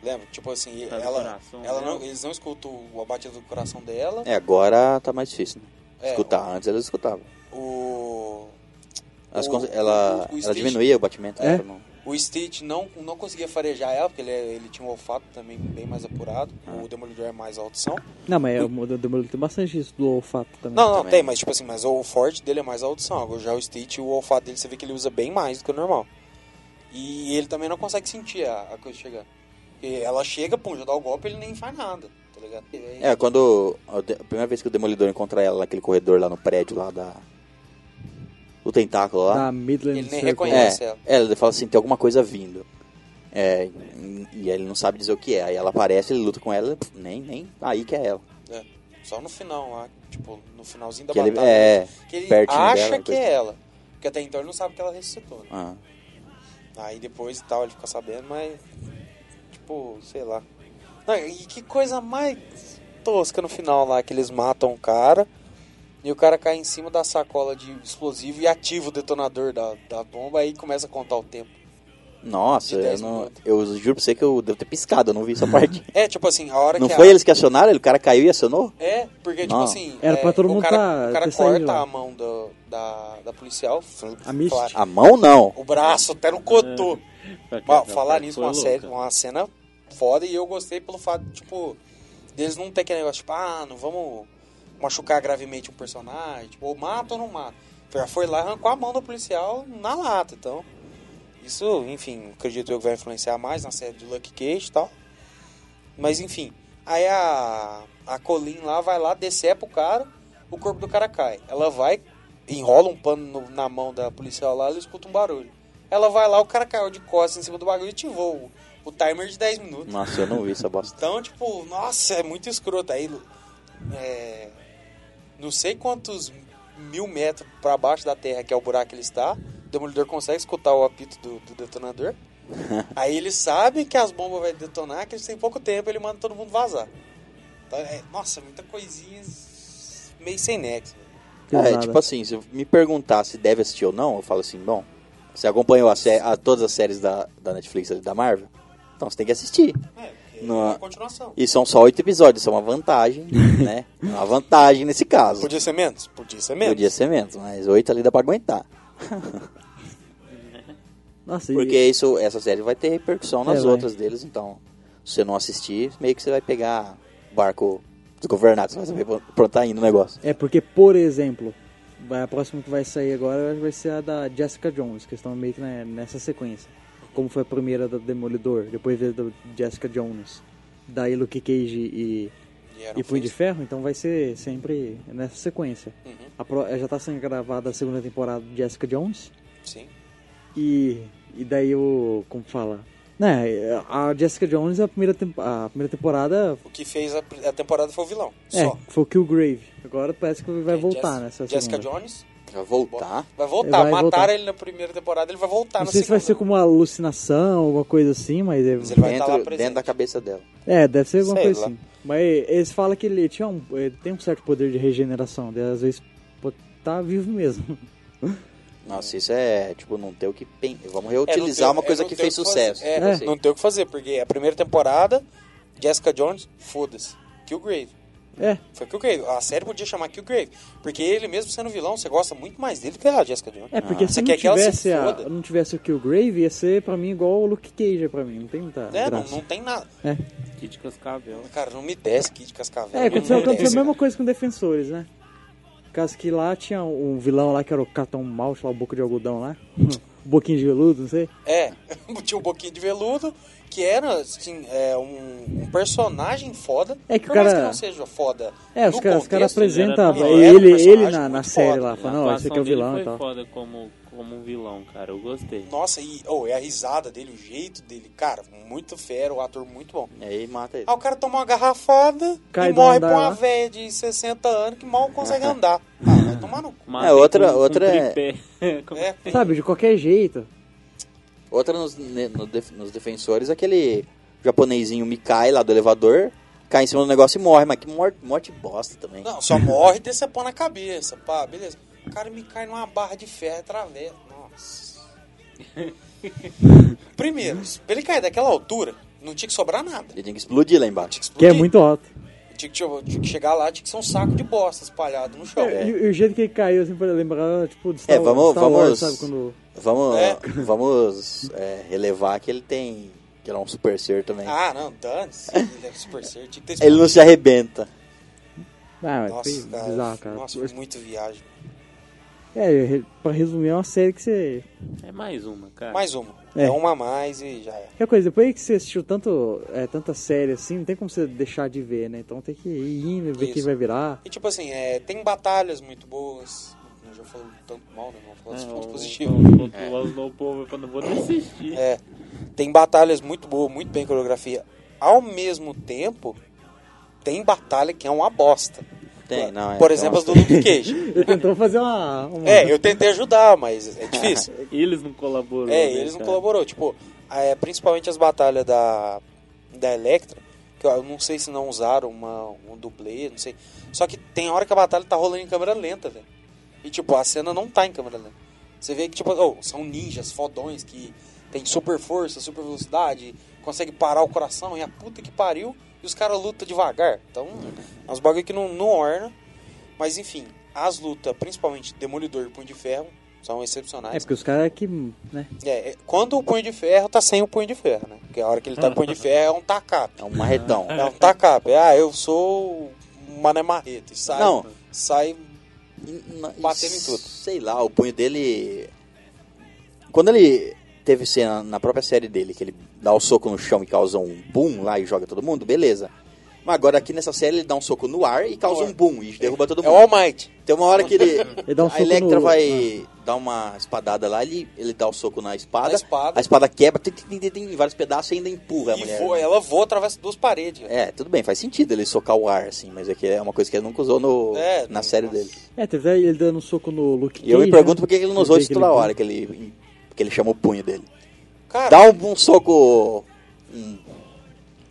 Speaker 3: Lembra? Tipo assim,
Speaker 5: Tá do
Speaker 3: ela,
Speaker 5: coração
Speaker 3: ela não,
Speaker 5: dela.
Speaker 3: eles não escutam o abatido do coração dela.
Speaker 2: É, agora tá mais difícil, né?
Speaker 3: É,
Speaker 2: Escutar, antes eles escutavam.
Speaker 5: É.
Speaker 3: O.
Speaker 2: Elas
Speaker 3: o-
Speaker 2: cons- ela,
Speaker 3: o- o
Speaker 2: ela
Speaker 3: Stitch-
Speaker 2: diminuía o batimento. né,
Speaker 4: É?
Speaker 2: pra não-
Speaker 3: O Stitch não, não conseguia farejar ela, porque ele, é- ele tinha um olfato também bem mais apurado.
Speaker 5: Ah.
Speaker 3: O Demolidor é mais a audição.
Speaker 4: Não, mas é, o Demolidor tem bastante isso do olfato também.
Speaker 3: Não, não,
Speaker 2: também.
Speaker 3: tem, mas tipo assim, mas o forte dele é mais a audição. Agora já o Stitch, o olfato dele, você vê que ele usa bem mais do que o normal. E ele também não consegue sentir a, a coisa chegar. Porque ela chega, pum, já dá o golpe, ele nem faz nada, tá ligado?
Speaker 2: É, quando. A de- a primeira vez que o Demolidor encontra ela naquele corredor lá no prédio lá da. O tentáculo lá.
Speaker 4: Da Midland
Speaker 3: Ele nem
Speaker 4: Circle.
Speaker 3: reconhece.
Speaker 2: É,
Speaker 3: conhece ela.
Speaker 2: é, ele fala assim, tem alguma coisa vindo. É, e ele não sabe dizer o que é. Aí ela aparece, ele luta com ela, pff, nem, nem, aí que é ela.
Speaker 3: É, Só no final lá, tipo, no finalzinho da
Speaker 2: Que ele-
Speaker 3: batalha.
Speaker 2: é,
Speaker 3: que ele
Speaker 2: pertinho
Speaker 3: acha
Speaker 2: dela,
Speaker 3: que
Speaker 2: coisa
Speaker 3: é ela. Porque até então ele não sabe que ela ressuscitou. né?
Speaker 2: Ah,
Speaker 3: Aí depois e tal, ele fica sabendo, mas. Tipo, sei lá. Não, e que coisa mais tosca no final lá, que eles matam o cara. E o cara cai em cima da sacola de explosivo e ativa o detonador da, da bomba aí começa a contar o tempo.
Speaker 2: Nossa,
Speaker 3: De
Speaker 2: eu,
Speaker 3: dez
Speaker 2: não,
Speaker 3: minutos.
Speaker 2: eu juro pra você que eu devo ter piscado, eu não vi essa parte.
Speaker 3: É, tipo assim, a hora
Speaker 2: não
Speaker 3: que.
Speaker 2: foi
Speaker 3: a...
Speaker 2: eles que acionaram, ele- o cara caiu e acionou?
Speaker 3: É, porque, tipo
Speaker 2: Não.
Speaker 3: assim.
Speaker 4: Era
Speaker 3: é,
Speaker 4: pra todo
Speaker 3: o
Speaker 4: mundo
Speaker 3: cara,
Speaker 4: tá-
Speaker 3: O cara
Speaker 4: ter saído
Speaker 3: corta
Speaker 4: lá.
Speaker 3: a mão do, da, da policial. fl-
Speaker 4: A É. Misty.
Speaker 3: fla-
Speaker 2: A mão não.
Speaker 3: O braço até no cotô.
Speaker 5: Pra
Speaker 3: Bom,
Speaker 5: que-
Speaker 3: falar
Speaker 5: pra-
Speaker 3: nisso,
Speaker 5: foi
Speaker 3: uma,
Speaker 5: é louca.
Speaker 3: série, uma cena foda e eu gostei pelo fato, tipo, deles não ter aquele negócio, tipo, ah, não vamos machucar gravemente um personagem, tipo, ou mata ou não mata. Já foi lá e arrancou a mão do policial na lata, então. Isso, enfim, acredito eu que vai influenciar mais na série do Lucky Cage e tal. Mas enfim, aí a, a Colin lá vai lá, decepa o cara, o corpo do cara cai. Ela vai, enrola um pano no- na mão da policial lá, ela escuta um barulho. Ela vai lá, o cara caiu de costas em cima do bagulho e ativou o, o timer de 10 minutos.
Speaker 2: Nossa, eu não vi essa bosta.
Speaker 3: Então, tipo, nossa, é muito escroto. Aí, é, não sei quantos mil metros pra baixo da terra que é o buraco que ele está, o demolidor consegue escutar o apito do, do detonador. Aí ele sabe que as bombas vai detonar, que eles têm pouco tempo, ele manda todo mundo vazar. Então, é, nossa, muita coisinha meio sem nexo.
Speaker 2: É,
Speaker 4: Pesada.
Speaker 2: tipo assim, se me perguntar se deve assistir ou não, eu falo assim, bom, você acompanhou a sé- a todas as séries da, da Netflix e da Marvel? Então você tem que assistir.
Speaker 3: É, porque
Speaker 2: Não.
Speaker 3: é uma continuação.
Speaker 2: E são só oito episódios, isso é uma vantagem, né? Uma vantagem nesse caso.
Speaker 3: Podia ser menos? Podia ser menos.
Speaker 2: Podia ser menos, mas oito ali dá pra aguentar.
Speaker 3: assim,
Speaker 4: Nossa, e-
Speaker 2: Porque isso, essa série vai ter repercussão nas
Speaker 4: É, vai.
Speaker 2: outras deles, então se você não assistir, meio que você vai pegar barco desgovernado, você vai saber pra- pra onde tá indo o negócio.
Speaker 4: É porque, por exemplo, vai- a próxima que vai sair agora vai ser a da Jessica Jones, que estão meio que na- nessa sequência. Como foi a primeira da Demolidor, depois veio da Jessica Jones, daí Luke Cage e,
Speaker 3: E era um
Speaker 4: e Punho de
Speaker 3: fim.
Speaker 4: Ferro, então vai ser sempre nessa sequência.
Speaker 3: Uhum,
Speaker 4: A pro- já está sendo gravada a segunda temporada de Jessica Jones,
Speaker 3: sim.
Speaker 4: e, e daí o. Como fala? Né, a Jessica Jones, a primeira, tem- a primeira temporada
Speaker 3: O que fez a, a temporada foi o vilão.
Speaker 4: é,
Speaker 3: só.
Speaker 4: foi o Killgrave. Agora parece que vai
Speaker 3: É,
Speaker 4: voltar né,
Speaker 3: Jess-
Speaker 4: nessa
Speaker 3: Jessica
Speaker 4: segunda.
Speaker 3: Jones
Speaker 2: Vai voltar?
Speaker 3: Tá. vai voltar.
Speaker 4: Vai
Speaker 3: Mataram
Speaker 4: voltar.
Speaker 3: ele na primeira temporada, ele vai voltar
Speaker 4: Não
Speaker 3: na
Speaker 4: sei se vai
Speaker 3: segunda.
Speaker 4: ser como uma alucinação, alguma coisa assim, mas é,
Speaker 3: Mas ele vai estar lá
Speaker 2: Dentro,
Speaker 3: presente.
Speaker 2: dentro da cabeça dela.
Speaker 4: é deve ser alguma
Speaker 3: Sei
Speaker 4: coisa
Speaker 3: lá.
Speaker 4: assim. Mas eles falam que ele, tinha um, ele tem um certo poder de regeneração, daí às vezes pô, tá vivo mesmo.
Speaker 2: Nossa, isso é tipo, não ter o que. pen- Vamos
Speaker 3: É, não
Speaker 2: reutilizar
Speaker 3: tem-
Speaker 2: uma
Speaker 3: é,
Speaker 2: coisa
Speaker 3: não
Speaker 2: que
Speaker 3: tem
Speaker 2: fez
Speaker 3: o
Speaker 2: sucesso.
Speaker 3: fazer. É,
Speaker 2: Tipo assim.
Speaker 3: Não tem o que fazer, porque a primeira temporada, Jessica Jones, foda-se. Killgrave.
Speaker 4: É,
Speaker 3: Foi Killgrave. A série podia chamar Killgrave. Porque ele, mesmo sendo vilão, você gosta muito mais dele que da Jessica Jones.
Speaker 4: é porque
Speaker 3: Ah. Você
Speaker 4: se não
Speaker 3: quer que ela se
Speaker 4: tivesse, a,
Speaker 3: foda?
Speaker 4: não tivesse o Killgrave, ia ser pra mim igual o Luke Cage é pra mim, não tem muita
Speaker 3: É, não,
Speaker 4: graça.
Speaker 3: não tem nada.
Speaker 5: Kid Cascavel.
Speaker 3: Cara, não me desce Kid Cascavel.
Speaker 4: É, aconteceu,
Speaker 3: Não me
Speaker 4: aconteceu
Speaker 3: desce.
Speaker 4: a mesma coisa com Defensores, né? Por causa que lá tinha um vilão lá que era o Catão Malte, lá o Boca de Algodão lá. o Boquinho de Veludo, não sei.
Speaker 3: É, tinha o Boquinho de Veludo, que era, assim, é, um, um personagem foda.
Speaker 4: É que o
Speaker 3: por mais
Speaker 4: cara-
Speaker 3: que não seja foda.
Speaker 4: É, os
Speaker 3: no
Speaker 4: caras os caras
Speaker 3: contexto,
Speaker 4: apresentam
Speaker 5: ele era-
Speaker 3: ele era um
Speaker 4: ele, ele,
Speaker 3: personagem
Speaker 4: na,
Speaker 3: muito
Speaker 4: na série
Speaker 3: foda.
Speaker 4: lá,
Speaker 5: A
Speaker 4: falando, não, esse aqui é
Speaker 5: atuação
Speaker 4: o
Speaker 5: dele
Speaker 4: vilão e
Speaker 5: foi
Speaker 4: tal.
Speaker 5: foda como, como um vilão, cara. Eu gostei.
Speaker 3: Nossa, e oh, é a risada dele, o jeito dele, cara, muito fera, o ator muito bom.
Speaker 2: E aí mata ele.
Speaker 3: Aí o cara toma uma garrafada
Speaker 4: Cai
Speaker 3: e
Speaker 4: do
Speaker 3: morre
Speaker 4: andar
Speaker 3: pra uma
Speaker 4: lá.
Speaker 3: véia de 60 anos que mal consegue andar. Ah, vai tomar no cu.
Speaker 5: Mas
Speaker 2: É, outra-
Speaker 5: com- com
Speaker 2: outra é-
Speaker 5: tripé. um Como-
Speaker 3: É,
Speaker 4: Sabe, de qualquer jeito.
Speaker 2: Outra nos, ne- no def- nos defensores, aquele japonesinho Mikai lá do elevador, cai em cima do negócio e morre, mas que morte, morte bosta também.
Speaker 3: Não, só morre decepando a cabeça, pá, beleza. O cara me cai numa barra de ferro através. Nossa. Primeiro, pra ele cair daquela altura, não tinha que sobrar nada.
Speaker 2: Ele tinha que explodir lá embaixo.
Speaker 3: Tinha que
Speaker 4: Que
Speaker 3: explodir.
Speaker 4: é muito alto.
Speaker 3: Tinha que, tinha- tinha que chegar lá, tinha que ser um saco de bosta espalhado no chão.
Speaker 4: E, e o jeito que ele caiu, assim, pra lembrar, tipo, de Star,
Speaker 2: É, vamos-
Speaker 4: Star Wars,
Speaker 2: vamos-
Speaker 4: sabe? Quando...
Speaker 2: Vamos,
Speaker 3: É.
Speaker 2: vamos é, relevar que ele tem. que ele é um super ser também.
Speaker 3: Ah, não, dane-se. Ele é super ser, tinha que ter
Speaker 2: Ele não se arrebenta.
Speaker 4: Ah, mas
Speaker 3: Nossa,
Speaker 4: foi
Speaker 3: cara.
Speaker 4: bizarro, cara.
Speaker 3: Nossa, foi muito viagem.
Speaker 4: É, re- pra resumir, é uma série que você.
Speaker 5: É mais uma, cara.
Speaker 3: Mais uma. É.
Speaker 4: É.
Speaker 3: uma a mais e já é.
Speaker 4: Que coisa, depois que você assistiu tanto, é, tanta série assim, não tem como você deixar de ver, né? Então tem que ir indo, ver o que
Speaker 3: Isso.
Speaker 4: vai virar.
Speaker 3: E tipo assim, é, tem batalhas muito boas. Eu já falo tanto mal, né? Não vou falar dos
Speaker 5: É,
Speaker 3: pontos
Speaker 5: o-
Speaker 3: positivos.
Speaker 5: o- o- o Snowball, eu falo, não vou desistir.
Speaker 3: É, tem batalhas muito boas, muito bem coreografia. Ao mesmo tempo, tem batalha que é uma bosta.
Speaker 2: Tem, não, é,
Speaker 3: Por
Speaker 2: tem
Speaker 3: exemplo,
Speaker 2: umas
Speaker 3: as do Luke Cage.
Speaker 4: Ele tentou fazer uma. uma-
Speaker 3: é, eu tentei ajudar, mas é difícil.
Speaker 5: Eles não colaboraram.
Speaker 3: É,
Speaker 5: né,
Speaker 3: eles não
Speaker 5: cara?
Speaker 3: colaborou. Tipo, é, principalmente as batalhas da, da Electra, que eu não sei se não usaram uma, um dublê, não sei. Só que tem hora que a batalha tá rolando em câmera lenta, velho. E tipo, a cena não tá em câmera lenta. Você vê que, tipo, oh, são ninjas fodões que tem super força, super velocidade, consegue parar o coração e a puta que pariu, e os caras lutam devagar. Então, é uns bagulho que não, não orna. Mas enfim, as lutas, principalmente Demolidor e Punho de Ferro, são excepcionais.
Speaker 4: É, porque os caras que. né?
Speaker 3: É, é, quando o punho de ferro tá sem o punho de ferro, né? Porque a hora que ele tá no punho de ferro é um tacape.
Speaker 2: É um marretão.
Speaker 3: É um tacape. Ah, eu sou o Mané Marreta. E sai,
Speaker 2: Não.
Speaker 3: sai. Batendo
Speaker 2: Batendo
Speaker 3: em tudo.
Speaker 2: Sei lá, o punho dele. Quando ele teve cena na própria série dele, que ele dá o soco no chão e causa um boom lá e joga todo mundo, beleza. Mas agora aqui nessa série ele dá um soco no ar e causa um boom e derruba todo
Speaker 3: É
Speaker 2: mundo.
Speaker 3: o All Might.
Speaker 2: Tem uma hora que ele.
Speaker 4: Ele dá um
Speaker 2: a
Speaker 4: soco
Speaker 2: Electra
Speaker 4: no-
Speaker 2: vai dar uma espadada lá, ele, ele dá o soco na espada,
Speaker 3: Na espada.
Speaker 2: a espada quebra, tem, tem, tem- tem vários pedaços e ainda empurra a
Speaker 3: E
Speaker 2: mulher.
Speaker 3: voa- ela voa através de duas paredes. né? velho.
Speaker 2: É, tudo bem, faz sentido ele socar o ar, assim, mas é que é uma coisa que ele nunca usou no,
Speaker 3: É,
Speaker 2: na
Speaker 3: não-
Speaker 2: série
Speaker 3: nossa.
Speaker 2: dele.
Speaker 4: É, teve até ele dando um soco no Luke
Speaker 2: E eu me
Speaker 4: Cage,
Speaker 2: pergunto
Speaker 4: né?
Speaker 2: por que ele não usou
Speaker 4: Tem
Speaker 2: isso
Speaker 4: aquele
Speaker 2: toda
Speaker 4: punho.
Speaker 2: hora que ele, que ele chama o punho dele.
Speaker 3: Cara,
Speaker 2: Dá um, um soco. Um,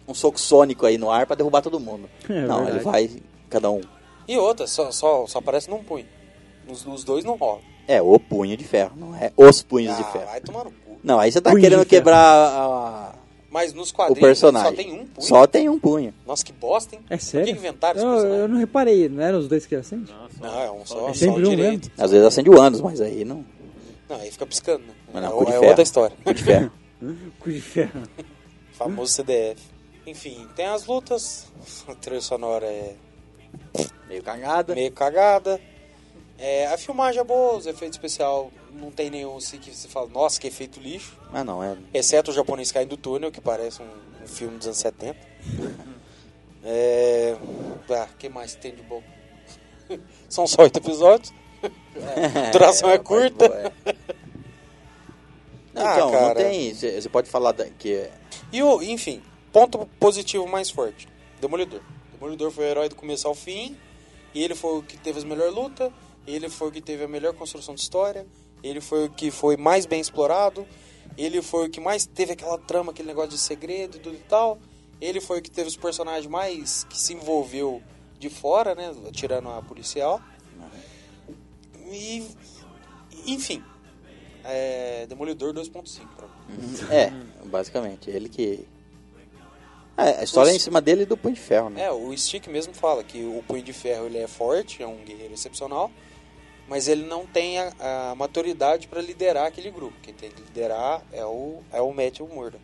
Speaker 2: um soco sônico aí no ar pra derrubar todo mundo.
Speaker 4: É
Speaker 2: não,
Speaker 4: verdade.
Speaker 2: ele vai. Cada um.
Speaker 3: e outra, só, só, só aparece num punho. Nos, nos dois não rola.
Speaker 2: É, o punho de ferro, não é os punhos de
Speaker 3: Ah,
Speaker 2: ferro.
Speaker 3: vai tomar no cu.
Speaker 2: Não, aí você tá
Speaker 4: Punho de
Speaker 2: querendo
Speaker 4: ferro.
Speaker 2: quebrar a-
Speaker 3: Mas nos
Speaker 2: o
Speaker 3: quadrinhos
Speaker 2: personagem.
Speaker 3: só tem um punho.
Speaker 2: Só tem um punho.
Speaker 3: Nossa, que bosta, hein?
Speaker 4: É sério?
Speaker 3: Por que que inventaram esse
Speaker 4: eu,
Speaker 3: personagem?
Speaker 4: eu não reparei, não eram assim? os dois que acende?
Speaker 5: Nossa,
Speaker 3: Não, é um só, só
Speaker 4: É sempre um
Speaker 3: direito.
Speaker 2: Às vezes acende o ânus, mas aí não.
Speaker 3: Não, aí fica piscando, né?
Speaker 2: Mas não,
Speaker 3: é
Speaker 2: cu de
Speaker 3: é
Speaker 2: ferro.
Speaker 3: outra história.
Speaker 2: Punho de ferro.
Speaker 4: Cu de ferro.
Speaker 3: Famoso CDF. Enfim, tem as lutas. A trilha sonora é
Speaker 2: Meio cagada.
Speaker 3: meio cagada. É, a filmagem é boa, os efeitos especial não tem nenhum assim que você fala, nossa, que efeito lixo.
Speaker 2: Mas não, é.
Speaker 3: Exceto o japonês caindo do túnel, que parece um, um filme dos anos 70. É. Ah, que mais tem de bom? São só oito episódios. A duração é,
Speaker 2: a parte
Speaker 3: curta.
Speaker 2: boa, é. Não,
Speaker 3: Ah,
Speaker 2: então,
Speaker 3: cara.
Speaker 2: não tem. Você você pode falar da- que é-
Speaker 3: E o, enfim, ponto positivo mais forte: Demolidor. Demolidor foi o herói do começo ao fim. E ele foi o que teve as melhor luta. Ele foi o que teve a melhor construção de história. Ele foi o que foi mais bem explorado. Ele foi o que mais teve aquela trama, aquele negócio de segredo e tudo e tal. Ele foi o que teve os personagens mais que se envolveu de fora, né? Tirando a policial. E. Enfim. É, Demolidor 2.5 pra mim.
Speaker 2: É, basicamente. Ele que. É, a história é em cima dele e do Punho de Ferro, né?
Speaker 3: É, o Stick mesmo fala que o Punho de Ferro ele é forte, é um guerreiro excepcional, mas ele não tem a, a maturidade para liderar aquele grupo. Quem tem que liderar é o, é o Matthew Murdock.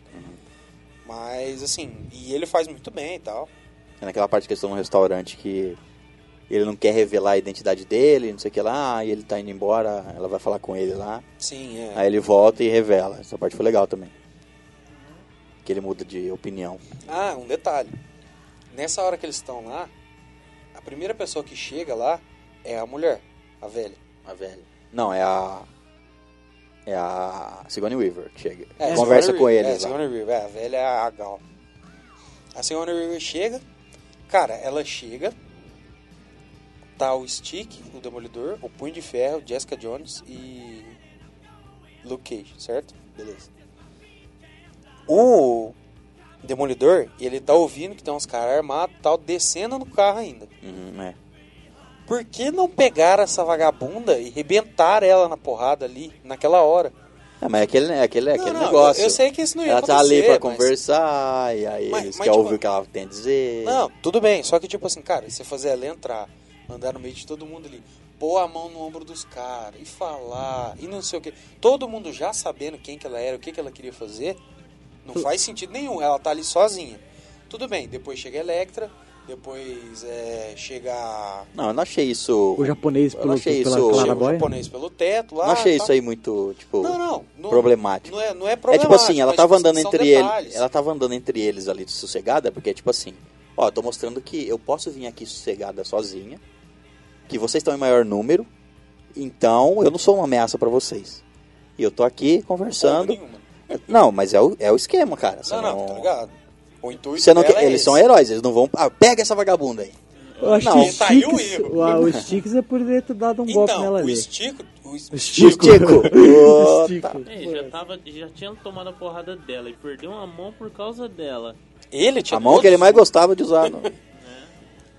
Speaker 3: Mas, assim, e ele faz muito bem e tal.
Speaker 2: É naquela parte que eles estão no restaurante que ele não quer revelar a identidade dele, não sei o que lá, e ele tá indo embora, ela vai falar com ele lá.
Speaker 3: Sim, é.
Speaker 2: Aí ele volta e revela. Essa parte foi legal também. Que ele muda de opinião.
Speaker 3: Ah, um detalhe. Nessa hora que eles estão lá, a primeira pessoa que chega lá é a mulher, a velha.
Speaker 2: A velha. Não, é a. É a Sigourney Weaver que chega.
Speaker 3: É, a
Speaker 2: conversa
Speaker 3: Sigourney
Speaker 2: com
Speaker 3: Weaver, É,
Speaker 2: eles
Speaker 3: a
Speaker 2: lá.
Speaker 3: Sigourney Weaver, é, a velha é a Gal. A Sigourney Weaver chega, cara, ela chega, tá o Stick, o Demolidor, o Punho de Ferro, Jessica Jones e Luke Cage, certo? Beleza. O Demolidor, ele tá ouvindo que tem uns caras armados e tal, descendo no carro ainda.
Speaker 2: Uhum, é.
Speaker 3: Por que não pegar essa vagabunda e rebentar ela na porrada ali, naquela hora?
Speaker 2: É, mas é aquele, é aquele, é
Speaker 3: Não,
Speaker 2: aquele
Speaker 3: não,
Speaker 2: negócio.
Speaker 3: eu- eu sei que isso não ia
Speaker 2: Ela tá ali pra
Speaker 3: acontecer, mas-
Speaker 2: conversar, e aí
Speaker 3: Mas-
Speaker 2: eles
Speaker 3: mas,
Speaker 2: querem
Speaker 3: tipo-
Speaker 2: ouvir o que ela tem a dizer.
Speaker 3: Não, tudo bem, só que tipo assim, cara, você fazer ela entrar, andar no meio de todo mundo ali, pôr a mão no ombro dos caras e falar, e não sei o que, todo mundo já sabendo quem que ela era, o que que ela queria fazer, não faz sentido nenhum, ela tá ali sozinha. Tudo bem, depois chega a Electra, depois é, chega a-
Speaker 2: Não, eu não achei isso.
Speaker 4: O japonês
Speaker 2: Eu
Speaker 4: pelo,
Speaker 2: achei
Speaker 4: pela
Speaker 2: isso-
Speaker 4: Clara
Speaker 3: chega o
Speaker 4: Boy.
Speaker 3: japonês pelo teto lá.
Speaker 2: não achei
Speaker 3: tá.
Speaker 2: isso aí muito, tipo.
Speaker 3: Não, não, não-
Speaker 2: problemático.
Speaker 3: Não é, não é
Speaker 2: É tipo
Speaker 3: problemático.
Speaker 2: assim, ela
Speaker 3: mas,
Speaker 2: tava
Speaker 3: tipo
Speaker 2: andando
Speaker 3: assim, são
Speaker 2: entre eles.
Speaker 3: detalhes.
Speaker 2: Ela tava andando entre eles ali sossegada, porque é tipo assim, ó, eu tô mostrando que eu posso vir aqui sossegada sozinha, que vocês estão em maior número, então eu não sou uma ameaça pra vocês. E eu tô aqui
Speaker 3: Porra
Speaker 2: conversando.
Speaker 3: nenhuma.
Speaker 2: Não, mas é o, é o esquema, cara. Você
Speaker 3: Não, não, tá ligado? O intuito
Speaker 2: você não
Speaker 3: dela
Speaker 2: quer-
Speaker 3: é
Speaker 2: eles são
Speaker 3: esse.
Speaker 2: heróis, eles não vão. Ah, pega essa vagabunda aí.
Speaker 4: Eu acho
Speaker 2: Não,
Speaker 4: que o
Speaker 3: tá aí o
Speaker 4: Sticks,
Speaker 3: erro.
Speaker 4: o, o Sticks é por ter dado um golpe
Speaker 3: Então,
Speaker 4: nela
Speaker 3: o
Speaker 4: ali.
Speaker 3: Stico, o Stico
Speaker 4: Stico.
Speaker 2: O
Speaker 4: Stico.
Speaker 2: Tico.
Speaker 5: É, já, tava, já tinha tomado a porrada dela e perdeu uma mão por causa dela.
Speaker 3: Ele tinha
Speaker 2: A mão que ele
Speaker 3: todos-
Speaker 2: mais gostava de usar. no-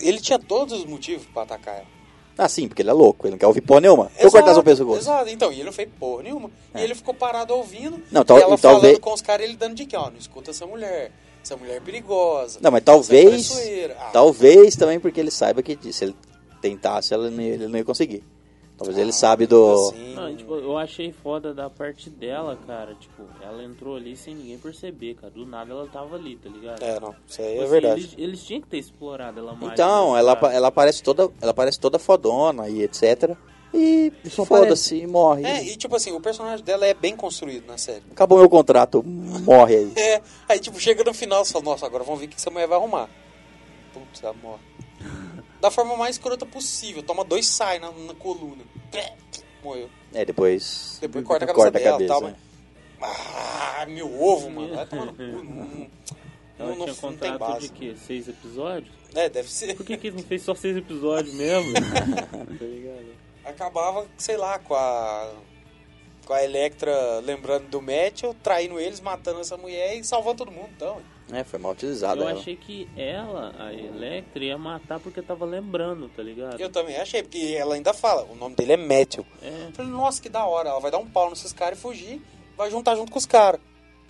Speaker 3: ele tinha todos os motivos pra atacar ela.
Speaker 2: Ah, sim, porque ele é louco, ele não quer ouvir porra nenhuma. Eu cortar seu pescoço.
Speaker 3: Exato, então, e ele não fez porra nenhuma. E ele ficou parado ouvindo.
Speaker 2: É. Não, tal-
Speaker 3: e ela
Speaker 2: e talvez-
Speaker 3: falando com os caras, ele dando de que, ó, não escuta essa mulher. Essa mulher é perigosa.
Speaker 2: Não, mas
Speaker 3: essa é
Speaker 2: talvez.
Speaker 3: traiçoeira. Ah,
Speaker 2: Talvez também porque ele saiba que se ele tentasse, ela não ia- ele não ia conseguir. Talvez ele sabe do.
Speaker 3: Ah, assim,
Speaker 5: Não, tipo, eu achei foda da parte dela, cara. Tipo, ela entrou ali sem ninguém perceber, cara. Do nada ela tava ali, tá ligado?
Speaker 3: É, não, isso aí
Speaker 5: Tipo
Speaker 3: é
Speaker 5: assim,
Speaker 3: verdade.
Speaker 5: Eles, eles tinham que ter explorado ela mais.
Speaker 2: Então,
Speaker 5: né,
Speaker 2: ela,
Speaker 5: cara?
Speaker 2: ela parece toda. Ela parece toda fodona e etc. E
Speaker 4: Só
Speaker 2: foda-se, e morre.
Speaker 3: É, e tipo assim, o personagem dela é bem construído na série.
Speaker 2: Acabou meu contrato, morre aí.
Speaker 3: É, aí tipo, chega no final, você fala, nossa, agora vamos ver o que essa mulher vai arrumar. Putz, ela morre. Da forma mais escrota possível, toma dois sai na, na coluna. Morreu.
Speaker 2: É, depois.
Speaker 3: Depois corta a cabeça dela e tal, mas- Ah, meu ovo, mano. Vai tomar no cu. Não, não,
Speaker 5: Ela
Speaker 3: não-
Speaker 5: tinha
Speaker 3: não tem
Speaker 5: contrato
Speaker 3: base.
Speaker 5: de quê? Seis episódios?
Speaker 3: É, deve ser.
Speaker 5: Por que, que eles não fez só seis episódios mesmo? tá ligado?
Speaker 3: Acabava, sei lá, com a. Com a Electra lembrando do Matthew, traindo eles, matando essa mulher e salvando todo mundo, então.
Speaker 2: É, foi mal utilizada.
Speaker 5: Eu
Speaker 2: ela.
Speaker 5: achei que ela, a Electra, ia matar porque tava lembrando, tá ligado?
Speaker 3: Eu também achei, porque ela ainda fala, o nome dele é Matthew.
Speaker 5: É.
Speaker 3: Eu falei, nossa, que da hora, ela vai dar um pau nesses caras e fugir, vai juntar junto com os caras.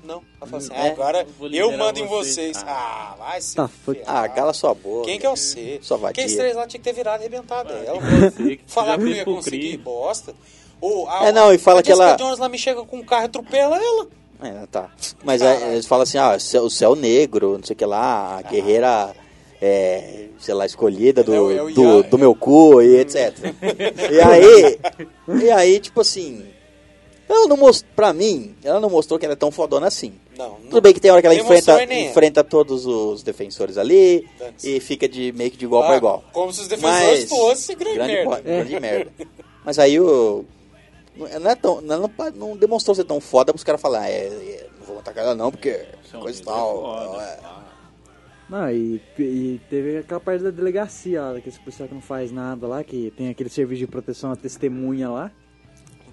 Speaker 3: Não, ela fala assim, ah,
Speaker 2: é,
Speaker 3: agora
Speaker 5: eu vou
Speaker 3: eu
Speaker 5: liderar
Speaker 3: mando em
Speaker 5: vocês.
Speaker 3: vocês. Ah, vai se
Speaker 4: Tá, foi-
Speaker 3: ferrar.
Speaker 2: Ah, cala sua boca.
Speaker 3: Quem que é você?
Speaker 2: Sua vadia.
Speaker 3: Quem esses três lá tinha que ter virado e arrebentado ela.
Speaker 5: Você que
Speaker 3: Falar
Speaker 5: já
Speaker 3: que não
Speaker 5: fez
Speaker 3: ia
Speaker 5: pro
Speaker 3: conseguir,
Speaker 5: crime.
Speaker 3: bosta. Ou a,
Speaker 2: É, não, e fala
Speaker 3: a
Speaker 2: que ela-
Speaker 3: Jessica Jones lá me chega com um carro e atropela ela.
Speaker 2: É, tá. Mas aí
Speaker 3: Caralho.
Speaker 2: eles falam assim, ah, o céu- o céu negro, não sei o que lá, a guerreira, é, sei lá, escolhida do,
Speaker 3: Ah. É o- é o
Speaker 2: do,
Speaker 3: Ian. Hum.
Speaker 2: do meu cu e etc. e aí, e aí, tipo assim, ela não mostrou, pra mim, ela não mostrou que ela é tão fodona assim.
Speaker 3: Não, não.
Speaker 2: Tudo bem que tem hora que ela
Speaker 3: Demonstrou
Speaker 2: enfrenta,
Speaker 3: nem ela.
Speaker 2: enfrenta todos os defensores ali
Speaker 3: Dane-se.
Speaker 2: e fica de meio que de igual
Speaker 3: Ah,
Speaker 2: pra igual.
Speaker 3: Como se os defensores fossem grande, merda. É.
Speaker 2: po- grande merda. Mas aí o. Não, é tão, não, não pa- não demonstrou ser tão foda pros caras falar, é, é, não vou atacar ela não, porque
Speaker 5: São
Speaker 2: coisa e
Speaker 5: Pedro é
Speaker 2: tal.
Speaker 5: foda,
Speaker 2: é.
Speaker 4: Não, e, e teve aquela parte da delegacia lá, daquele policial que não faz nada lá, que tem aquele serviço de proteção à testemunha lá.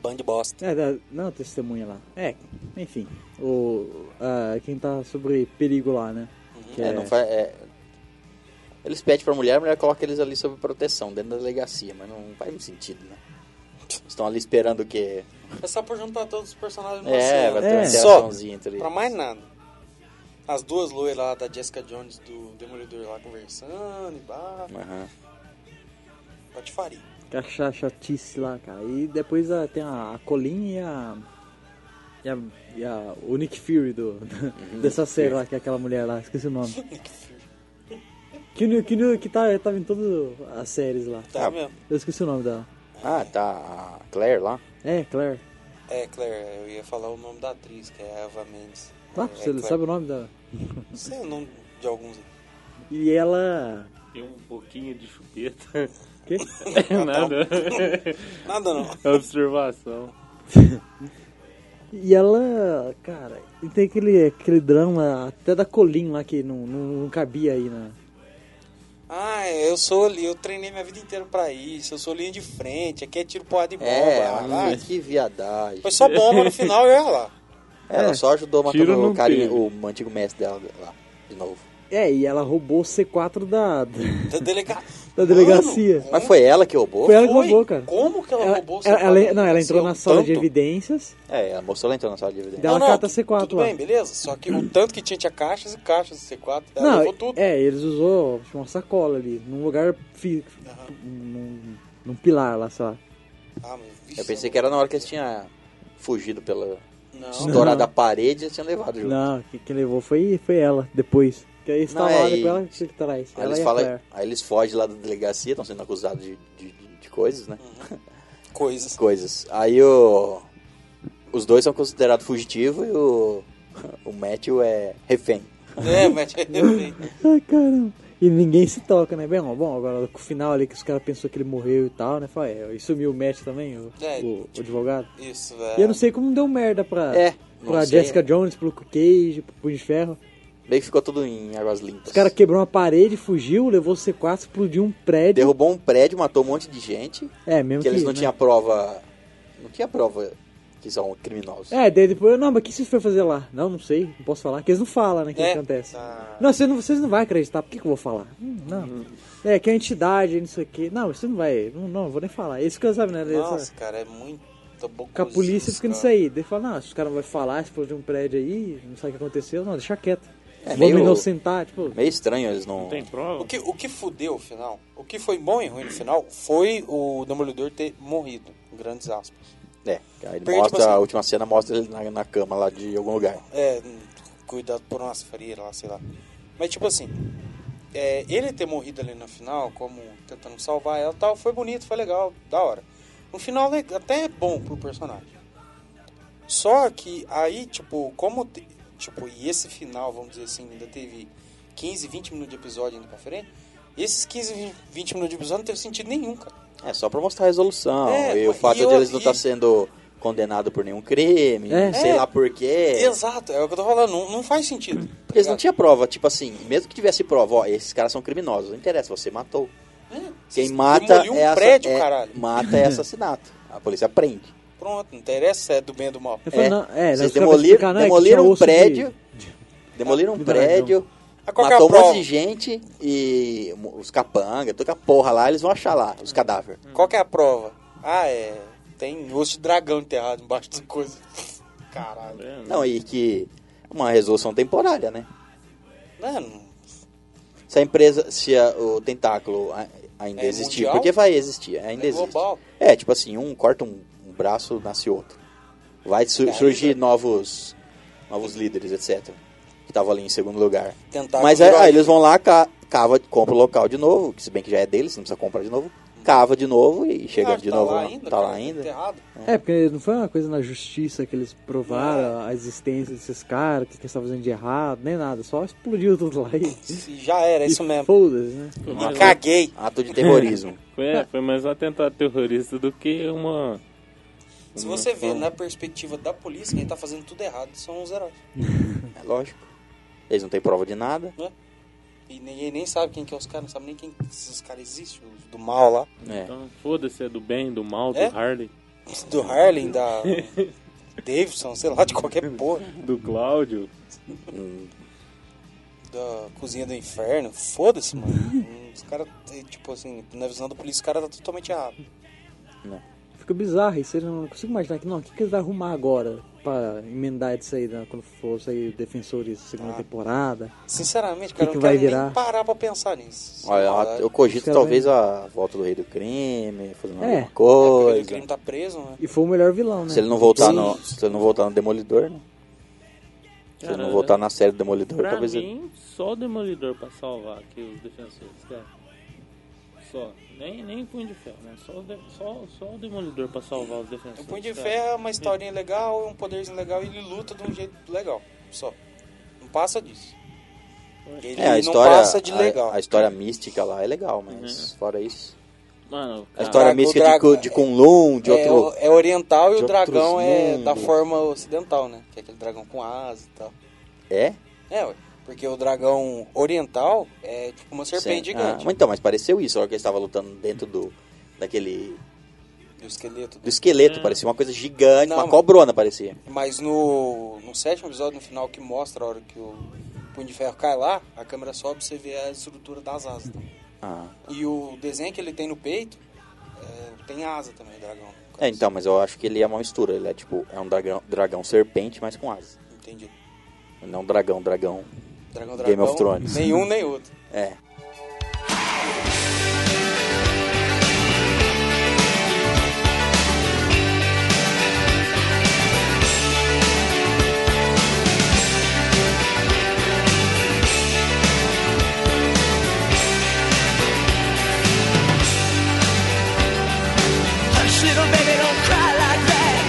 Speaker 3: Bando de bosta.
Speaker 4: É, da- não, testemunha lá. É, enfim. O, ah, quem tá sobre perigo lá, né? Que
Speaker 2: É, não faz- é. Eles pedem pra mulher, a mulher coloca eles ali sob proteção, dentro da delegacia, mas não faz muito sentido, né? Estão ali esperando o quê?
Speaker 3: É só por juntar todos os personagens numa
Speaker 2: É,
Speaker 3: cena.
Speaker 2: vai ter uma
Speaker 4: É.
Speaker 2: interaçãozinha entre
Speaker 3: Pra
Speaker 2: eles.
Speaker 3: mais nada. As duas loiras lá da Jessica Jones do Demolidor lá conversando e bah,
Speaker 2: Aham. É.
Speaker 3: patifaria.
Speaker 4: Aquela chatice lá, cara. E depois a- tem a, a Colin e a. E a, e a- o Nick Fury do,
Speaker 2: Uhum.
Speaker 4: dessa série lá, que é aquela mulher lá, esqueci o nome. que, no- que, no- que tá, tava em todas as séries lá.
Speaker 3: Tá mesmo?
Speaker 4: Eu esqueci o nome dela.
Speaker 2: Ah, tá. A Claire lá.
Speaker 4: É, Claire.
Speaker 3: É, Claire, eu ia falar o nome da atriz, que é a Eva Mendes.
Speaker 4: Ah,
Speaker 3: é,
Speaker 4: você
Speaker 3: Claire.
Speaker 4: sabe o nome dela?
Speaker 3: Não sei o nome de alguns.
Speaker 4: E ela.
Speaker 5: Tem um pouquinho de chupeta.
Speaker 4: Quê?
Speaker 5: Nada.
Speaker 3: Tá
Speaker 5: É
Speaker 3: Nada não.
Speaker 5: Observação.
Speaker 4: E ela, cara, e tem aquele, aquele drama até da Colin lá que não, não, não cabia aí né? na.
Speaker 3: Ah, eu sou ali, eu treinei minha vida inteira pra isso, eu sou linha de frente, aqui é tiro porrada e bomba.
Speaker 2: É,
Speaker 3: lá, lá.
Speaker 2: ah, que viadagem.
Speaker 3: Foi só bomba no final e olha lá.
Speaker 2: Ela só ajudou
Speaker 5: Tiro
Speaker 2: matando
Speaker 5: não
Speaker 2: o carinha,
Speaker 5: teve.
Speaker 2: o antigo mestre dela lá, de novo.
Speaker 4: É, e ela roubou o C4 da. da-
Speaker 3: Da, delega...
Speaker 4: Da delegacia.
Speaker 3: Mano,
Speaker 2: Mas foi ela que roubou?
Speaker 4: Foi ela que
Speaker 3: Foi?
Speaker 4: roubou, cara.
Speaker 3: Como que ela,
Speaker 4: Ela,
Speaker 3: roubou o
Speaker 4: ela- ela-
Speaker 3: C4?
Speaker 4: não, ela entrou na
Speaker 3: Seu
Speaker 4: sala de
Speaker 3: é um tanto?
Speaker 4: evidências.
Speaker 2: É, ela mostrou ela entrou na sala de evidência.
Speaker 4: Ela cata
Speaker 3: tu-
Speaker 4: C4
Speaker 3: Tudo
Speaker 4: lá. Uhum.
Speaker 3: bem, beleza? Só que o tanto que tinha tinha caixas e caixas de C4. Ela
Speaker 4: não,
Speaker 3: levou tudo.
Speaker 4: é, eles usou tipo, uma sacola ali, num lugar fixo, num, num pilar lá, sei lá.
Speaker 3: Ah, mas vixe,
Speaker 2: Eu pensei que era na hora que eles tinham fugido pela...
Speaker 3: Não,
Speaker 4: Não.
Speaker 2: Estourado a parede, eles tinham levado junto.
Speaker 4: Não, que- quem levou foi, foi ela, depois. Que aí estava
Speaker 2: é,
Speaker 4: lá,
Speaker 2: e-
Speaker 4: depois ela que traz.
Speaker 2: Aí
Speaker 4: ela
Speaker 2: eles,
Speaker 4: e a
Speaker 2: falam,
Speaker 4: Claire.
Speaker 2: aí eles fogem lá da delegacia, estão sendo acusados de, de, de- de coisas, né?
Speaker 3: coisas.
Speaker 2: Coisas. Aí o... os dois são considerados fugitivos e o, o Matthew é refém.
Speaker 3: É, mas é
Speaker 4: Ai, caramba. E ninguém se toca, né? Bem, ó, bom, agora com o final ali que os caras pensou que ele morreu e tal, né? Fala, é, e sumiu o Matt também, o,
Speaker 3: É,
Speaker 4: o- o advogado.
Speaker 3: isso, é.
Speaker 4: E eu não
Speaker 3: velho.
Speaker 4: sei como deu merda pra,
Speaker 2: É, não
Speaker 4: pra
Speaker 2: sei.
Speaker 4: Jessica Jones, pro Luke Cage, pro Punho de Ferro.
Speaker 2: Meio que ficou tudo em águas limpas.
Speaker 4: Os caras quebrou uma parede, fugiu, levou o C4, explodiu um prédio.
Speaker 2: Derrubou um prédio, matou um monte de gente,
Speaker 4: É, mesmo
Speaker 2: que
Speaker 4: que,
Speaker 2: eles não
Speaker 4: né?
Speaker 2: tinham prova... Não tinha prova que são criminosos.
Speaker 4: É, daí depois, não, mas o que vocês foram fazer lá? Não, não sei, não posso falar, que eles não falam, né, o que
Speaker 3: É.
Speaker 4: acontece.
Speaker 3: Ah.
Speaker 4: Não, vocês não, vocês não vão acreditar, por que, que eu vou falar? Hum, não,
Speaker 2: Uhum.
Speaker 4: é, que é a entidade, não sei o quê. Não, isso não vai, não, não, eu vou nem falar. Isso que eu sabe, né, eles-
Speaker 3: Nossa, cara, é muito bocuzinho.
Speaker 4: com a polícia fica nisso
Speaker 3: cara.
Speaker 4: aí. Daí fala, não, se os caras não vão falar, explodiu um prédio aí, não sabe o que aconteceu, não, deixa quieto.
Speaker 2: É,
Speaker 4: Vamos
Speaker 2: meio-
Speaker 4: inocentar, tipo...
Speaker 2: Meio estranho eles não...
Speaker 5: Não tem prova?
Speaker 3: O que, o que fudeu o final, o que foi bom e ruim no final, foi o Demolidor ter morrido, em grandes aspas.
Speaker 2: É, aí ele
Speaker 3: Porque,
Speaker 2: mostra,
Speaker 3: tipo assim-
Speaker 2: a última cena mostra ele na, na cama lá de algum lugar.
Speaker 3: É, cuidado por umas freiras lá, sei lá. Mas tipo assim, é, ele ter morrido ali no final, como tentando salvar ela e tal, foi bonito, foi legal, da hora. No final le- até é bom pro personagem. Só que aí, tipo, como. te- tipo, e esse final, vamos dizer assim, ainda teve 15, 20 minutos de episódio ainda pra frente. Esses 15, 20 minutos de episódio não teve sentido nenhum, cara.
Speaker 2: É, só pra mostrar a resolução.
Speaker 3: É,
Speaker 2: e o
Speaker 3: mas-
Speaker 2: fato
Speaker 3: e
Speaker 2: de
Speaker 3: eu-
Speaker 2: eles não
Speaker 3: e-
Speaker 2: estar sendo condenados por nenhum crime,
Speaker 4: É.
Speaker 2: sei
Speaker 3: É.
Speaker 2: lá por quê.
Speaker 3: Exato, é o que eu tô falando, não, não faz sentido. tá
Speaker 2: Porque eles não
Speaker 3: ligado?
Speaker 2: tinham prova, tipo assim, mesmo que tivesse prova, ó, esses caras são criminosos, não interessa, você matou. Quem
Speaker 3: Vocês
Speaker 2: mata
Speaker 3: demoliu um
Speaker 2: é, assa-
Speaker 3: prédio,
Speaker 2: é-
Speaker 3: caralho.
Speaker 2: mata é assassinato. A polícia prende.
Speaker 3: Pronto, não interessa se é do bem ou do mal.
Speaker 4: Eu falei,
Speaker 2: É,
Speaker 4: não, é,
Speaker 2: vocês
Speaker 4: os caras vão
Speaker 2: demoliram-
Speaker 4: explicar, não, é que tinha
Speaker 2: demoliram um
Speaker 4: osso de-
Speaker 2: prédio, Demoliram um
Speaker 4: Do
Speaker 2: prédio,
Speaker 3: Ah, qual que é a
Speaker 2: matou um monte
Speaker 3: prova?
Speaker 2: de gente e mo- os capanga, toda a porra lá, eles vão achar lá, os cadáveres.
Speaker 3: Qual que é a prova? Ah, é. Tem osso de dragão enterrado embaixo de coisa. Caralho.
Speaker 5: É, né?
Speaker 2: Não, e que é uma resolução temporária, né?
Speaker 3: Mano,
Speaker 2: Se a empresa, se a- o tentáculo a- ainda
Speaker 3: É
Speaker 2: existir,
Speaker 3: mundial?
Speaker 2: porque vai existir, ainda
Speaker 3: É
Speaker 2: existe.
Speaker 3: global?
Speaker 2: É, tipo assim, um corta um, um braço, nasce outro. Vai su-
Speaker 3: Cara,
Speaker 2: surgir
Speaker 3: isso
Speaker 2: novos novos líderes, etc. Que estavam ali em segundo lugar.
Speaker 3: Tentáculo
Speaker 2: Mas aí,
Speaker 3: virou
Speaker 2: aí
Speaker 3: amigo.
Speaker 2: eles vão lá, ca- cava, compra o local de novo, que se bem que já é deles, não precisa comprar de novo. Cava de novo e chega
Speaker 3: ah,
Speaker 2: de
Speaker 3: tá
Speaker 2: novo.
Speaker 3: Lá
Speaker 2: não.
Speaker 3: ainda,
Speaker 2: tá lá
Speaker 3: cara,
Speaker 2: ainda.
Speaker 3: Enterrado.
Speaker 4: É, porque não foi uma coisa na justiça que eles provaram a existência desses caras, o que eles estavam fazendo de errado, nem nada, só explodiu tudo lá e.
Speaker 3: E já era, é isso
Speaker 4: e
Speaker 3: mesmo.
Speaker 4: Foda-se, né?
Speaker 5: Foi mais-
Speaker 3: Caguei.
Speaker 2: Ato de terrorismo.
Speaker 5: Foi, é, foi mais um atentado terrorista do que uma.
Speaker 3: Se você vê na perspectiva da polícia, quem tá fazendo tudo errado são os heróis.
Speaker 2: é lógico. Eles não têm prova de nada.
Speaker 3: E ninguém nem sabe quem que é os caras, não sabe nem quem esses caras existem, os do mal lá.
Speaker 2: É.
Speaker 5: Então, foda-se, é do bem, do mal, do
Speaker 3: É?
Speaker 5: Harley,
Speaker 3: Os do Harlem, da Davidson, sei lá, de qualquer porra.
Speaker 5: do Cláudio.
Speaker 3: da cozinha do inferno. Foda-se, mano. Hum, Os caras, tipo assim, na visão da polícia, os caras tá totalmente errado.
Speaker 4: Fica bizarro isso, eu não consigo imaginar que não, o que, que eles vão arrumar agora? pra emendar isso aí, né, quando for sair Defensores segunda
Speaker 3: Ah.
Speaker 4: temporada.
Speaker 3: Sinceramente,
Speaker 4: Que
Speaker 3: cara,
Speaker 4: que
Speaker 3: eu não
Speaker 4: vai
Speaker 3: quero
Speaker 4: virar?
Speaker 3: nem parar pra pensar nisso. é,
Speaker 2: Olha,
Speaker 3: Saudade.
Speaker 2: eu cogito
Speaker 4: Quero
Speaker 2: talvez a volta do Rei do Crime, fazendo
Speaker 4: É.
Speaker 2: alguma
Speaker 3: É, porque o
Speaker 2: coisa.
Speaker 3: crime tá preso, né?
Speaker 4: E foi o melhor vilão, né?
Speaker 2: Se ele não voltar
Speaker 4: Sim.
Speaker 2: no, se ele não voltar no Demolidor, né? Se ele
Speaker 5: Cara,
Speaker 2: não voltar na série do
Speaker 3: Então,
Speaker 2: Demolidor,
Speaker 5: Pra
Speaker 2: talvez ele...
Speaker 5: mim, só o Demolidor pra salvar aqui os defensores, cara. Só. Nem, nem Punho de Ferro, né? Só, o de- só, só o Demolidor pra salvar os defensores.
Speaker 3: O Punho de
Speaker 5: cara.
Speaker 3: Ferro é uma historinha legal, é um poderzinho legal e ele luta de um jeito legal. Só. Não passa disso. Ele
Speaker 2: É, a
Speaker 3: não
Speaker 2: história,
Speaker 3: passa de
Speaker 2: a-
Speaker 3: legal. Uhum.
Speaker 2: A, história mística lá é legal, mas fora isso.
Speaker 5: Mano,
Speaker 2: A
Speaker 5: cara,
Speaker 2: história
Speaker 3: Ah. Drago-
Speaker 2: mística
Speaker 3: Drago-
Speaker 2: de, Ku- de Kunlun, de
Speaker 3: é, o-
Speaker 2: outro.
Speaker 3: é oriental e
Speaker 2: de
Speaker 3: o dragão
Speaker 2: outros
Speaker 3: é da
Speaker 2: mundos.
Speaker 3: forma ocidental, né? Que é aquele dragão com asas e tal.
Speaker 2: É?
Speaker 3: É, ué, porque o dragão oriental é tipo uma serpente
Speaker 2: Sim. Ah,
Speaker 3: gigante.
Speaker 2: mas então, mas pareceu isso, a hora que eles estavam lutando dentro do. daquele.
Speaker 3: Do esqueleto.
Speaker 2: do esqueleto, parecia uma coisa gigante,
Speaker 3: Hum. Não,
Speaker 2: uma
Speaker 3: mas-
Speaker 2: cobrona parecia.
Speaker 3: Mas no, no sétimo episódio, no final, que mostra a hora que o Punho de Ferro cai lá, a câmera sobe e você vê a estrutura das asas. tá?
Speaker 2: Ah.
Speaker 3: E o desenho que ele tem no peito é, tem asa também, o dragão.
Speaker 2: É, então, mas eu acho que ele é uma mistura, ele é tipo, é um dragão, dragão serpente, mas com asas.
Speaker 3: Entendi.
Speaker 2: Não um dragão, dragão.
Speaker 3: Dragão, dragão.
Speaker 2: Game of Thrones.
Speaker 3: Nenhum nem outro.
Speaker 2: É.
Speaker 6: Hush, little baby, don't cry like that.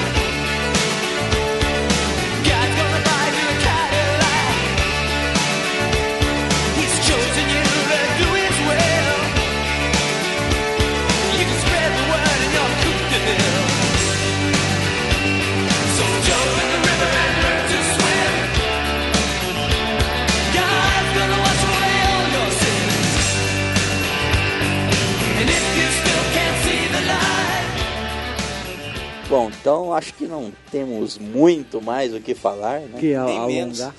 Speaker 6: God's gonna buy you a Cadillac. He's chosen you to do His will. You can spread the word and you're cooked to deal. So jump in the river and learn to swim. God's gonna wash away all your sins. And if you still can't see the light.
Speaker 2: Bom, então acho que não temos muito mais o que falar, né?
Speaker 4: Que a-
Speaker 3: Nem menos.
Speaker 4: alongar.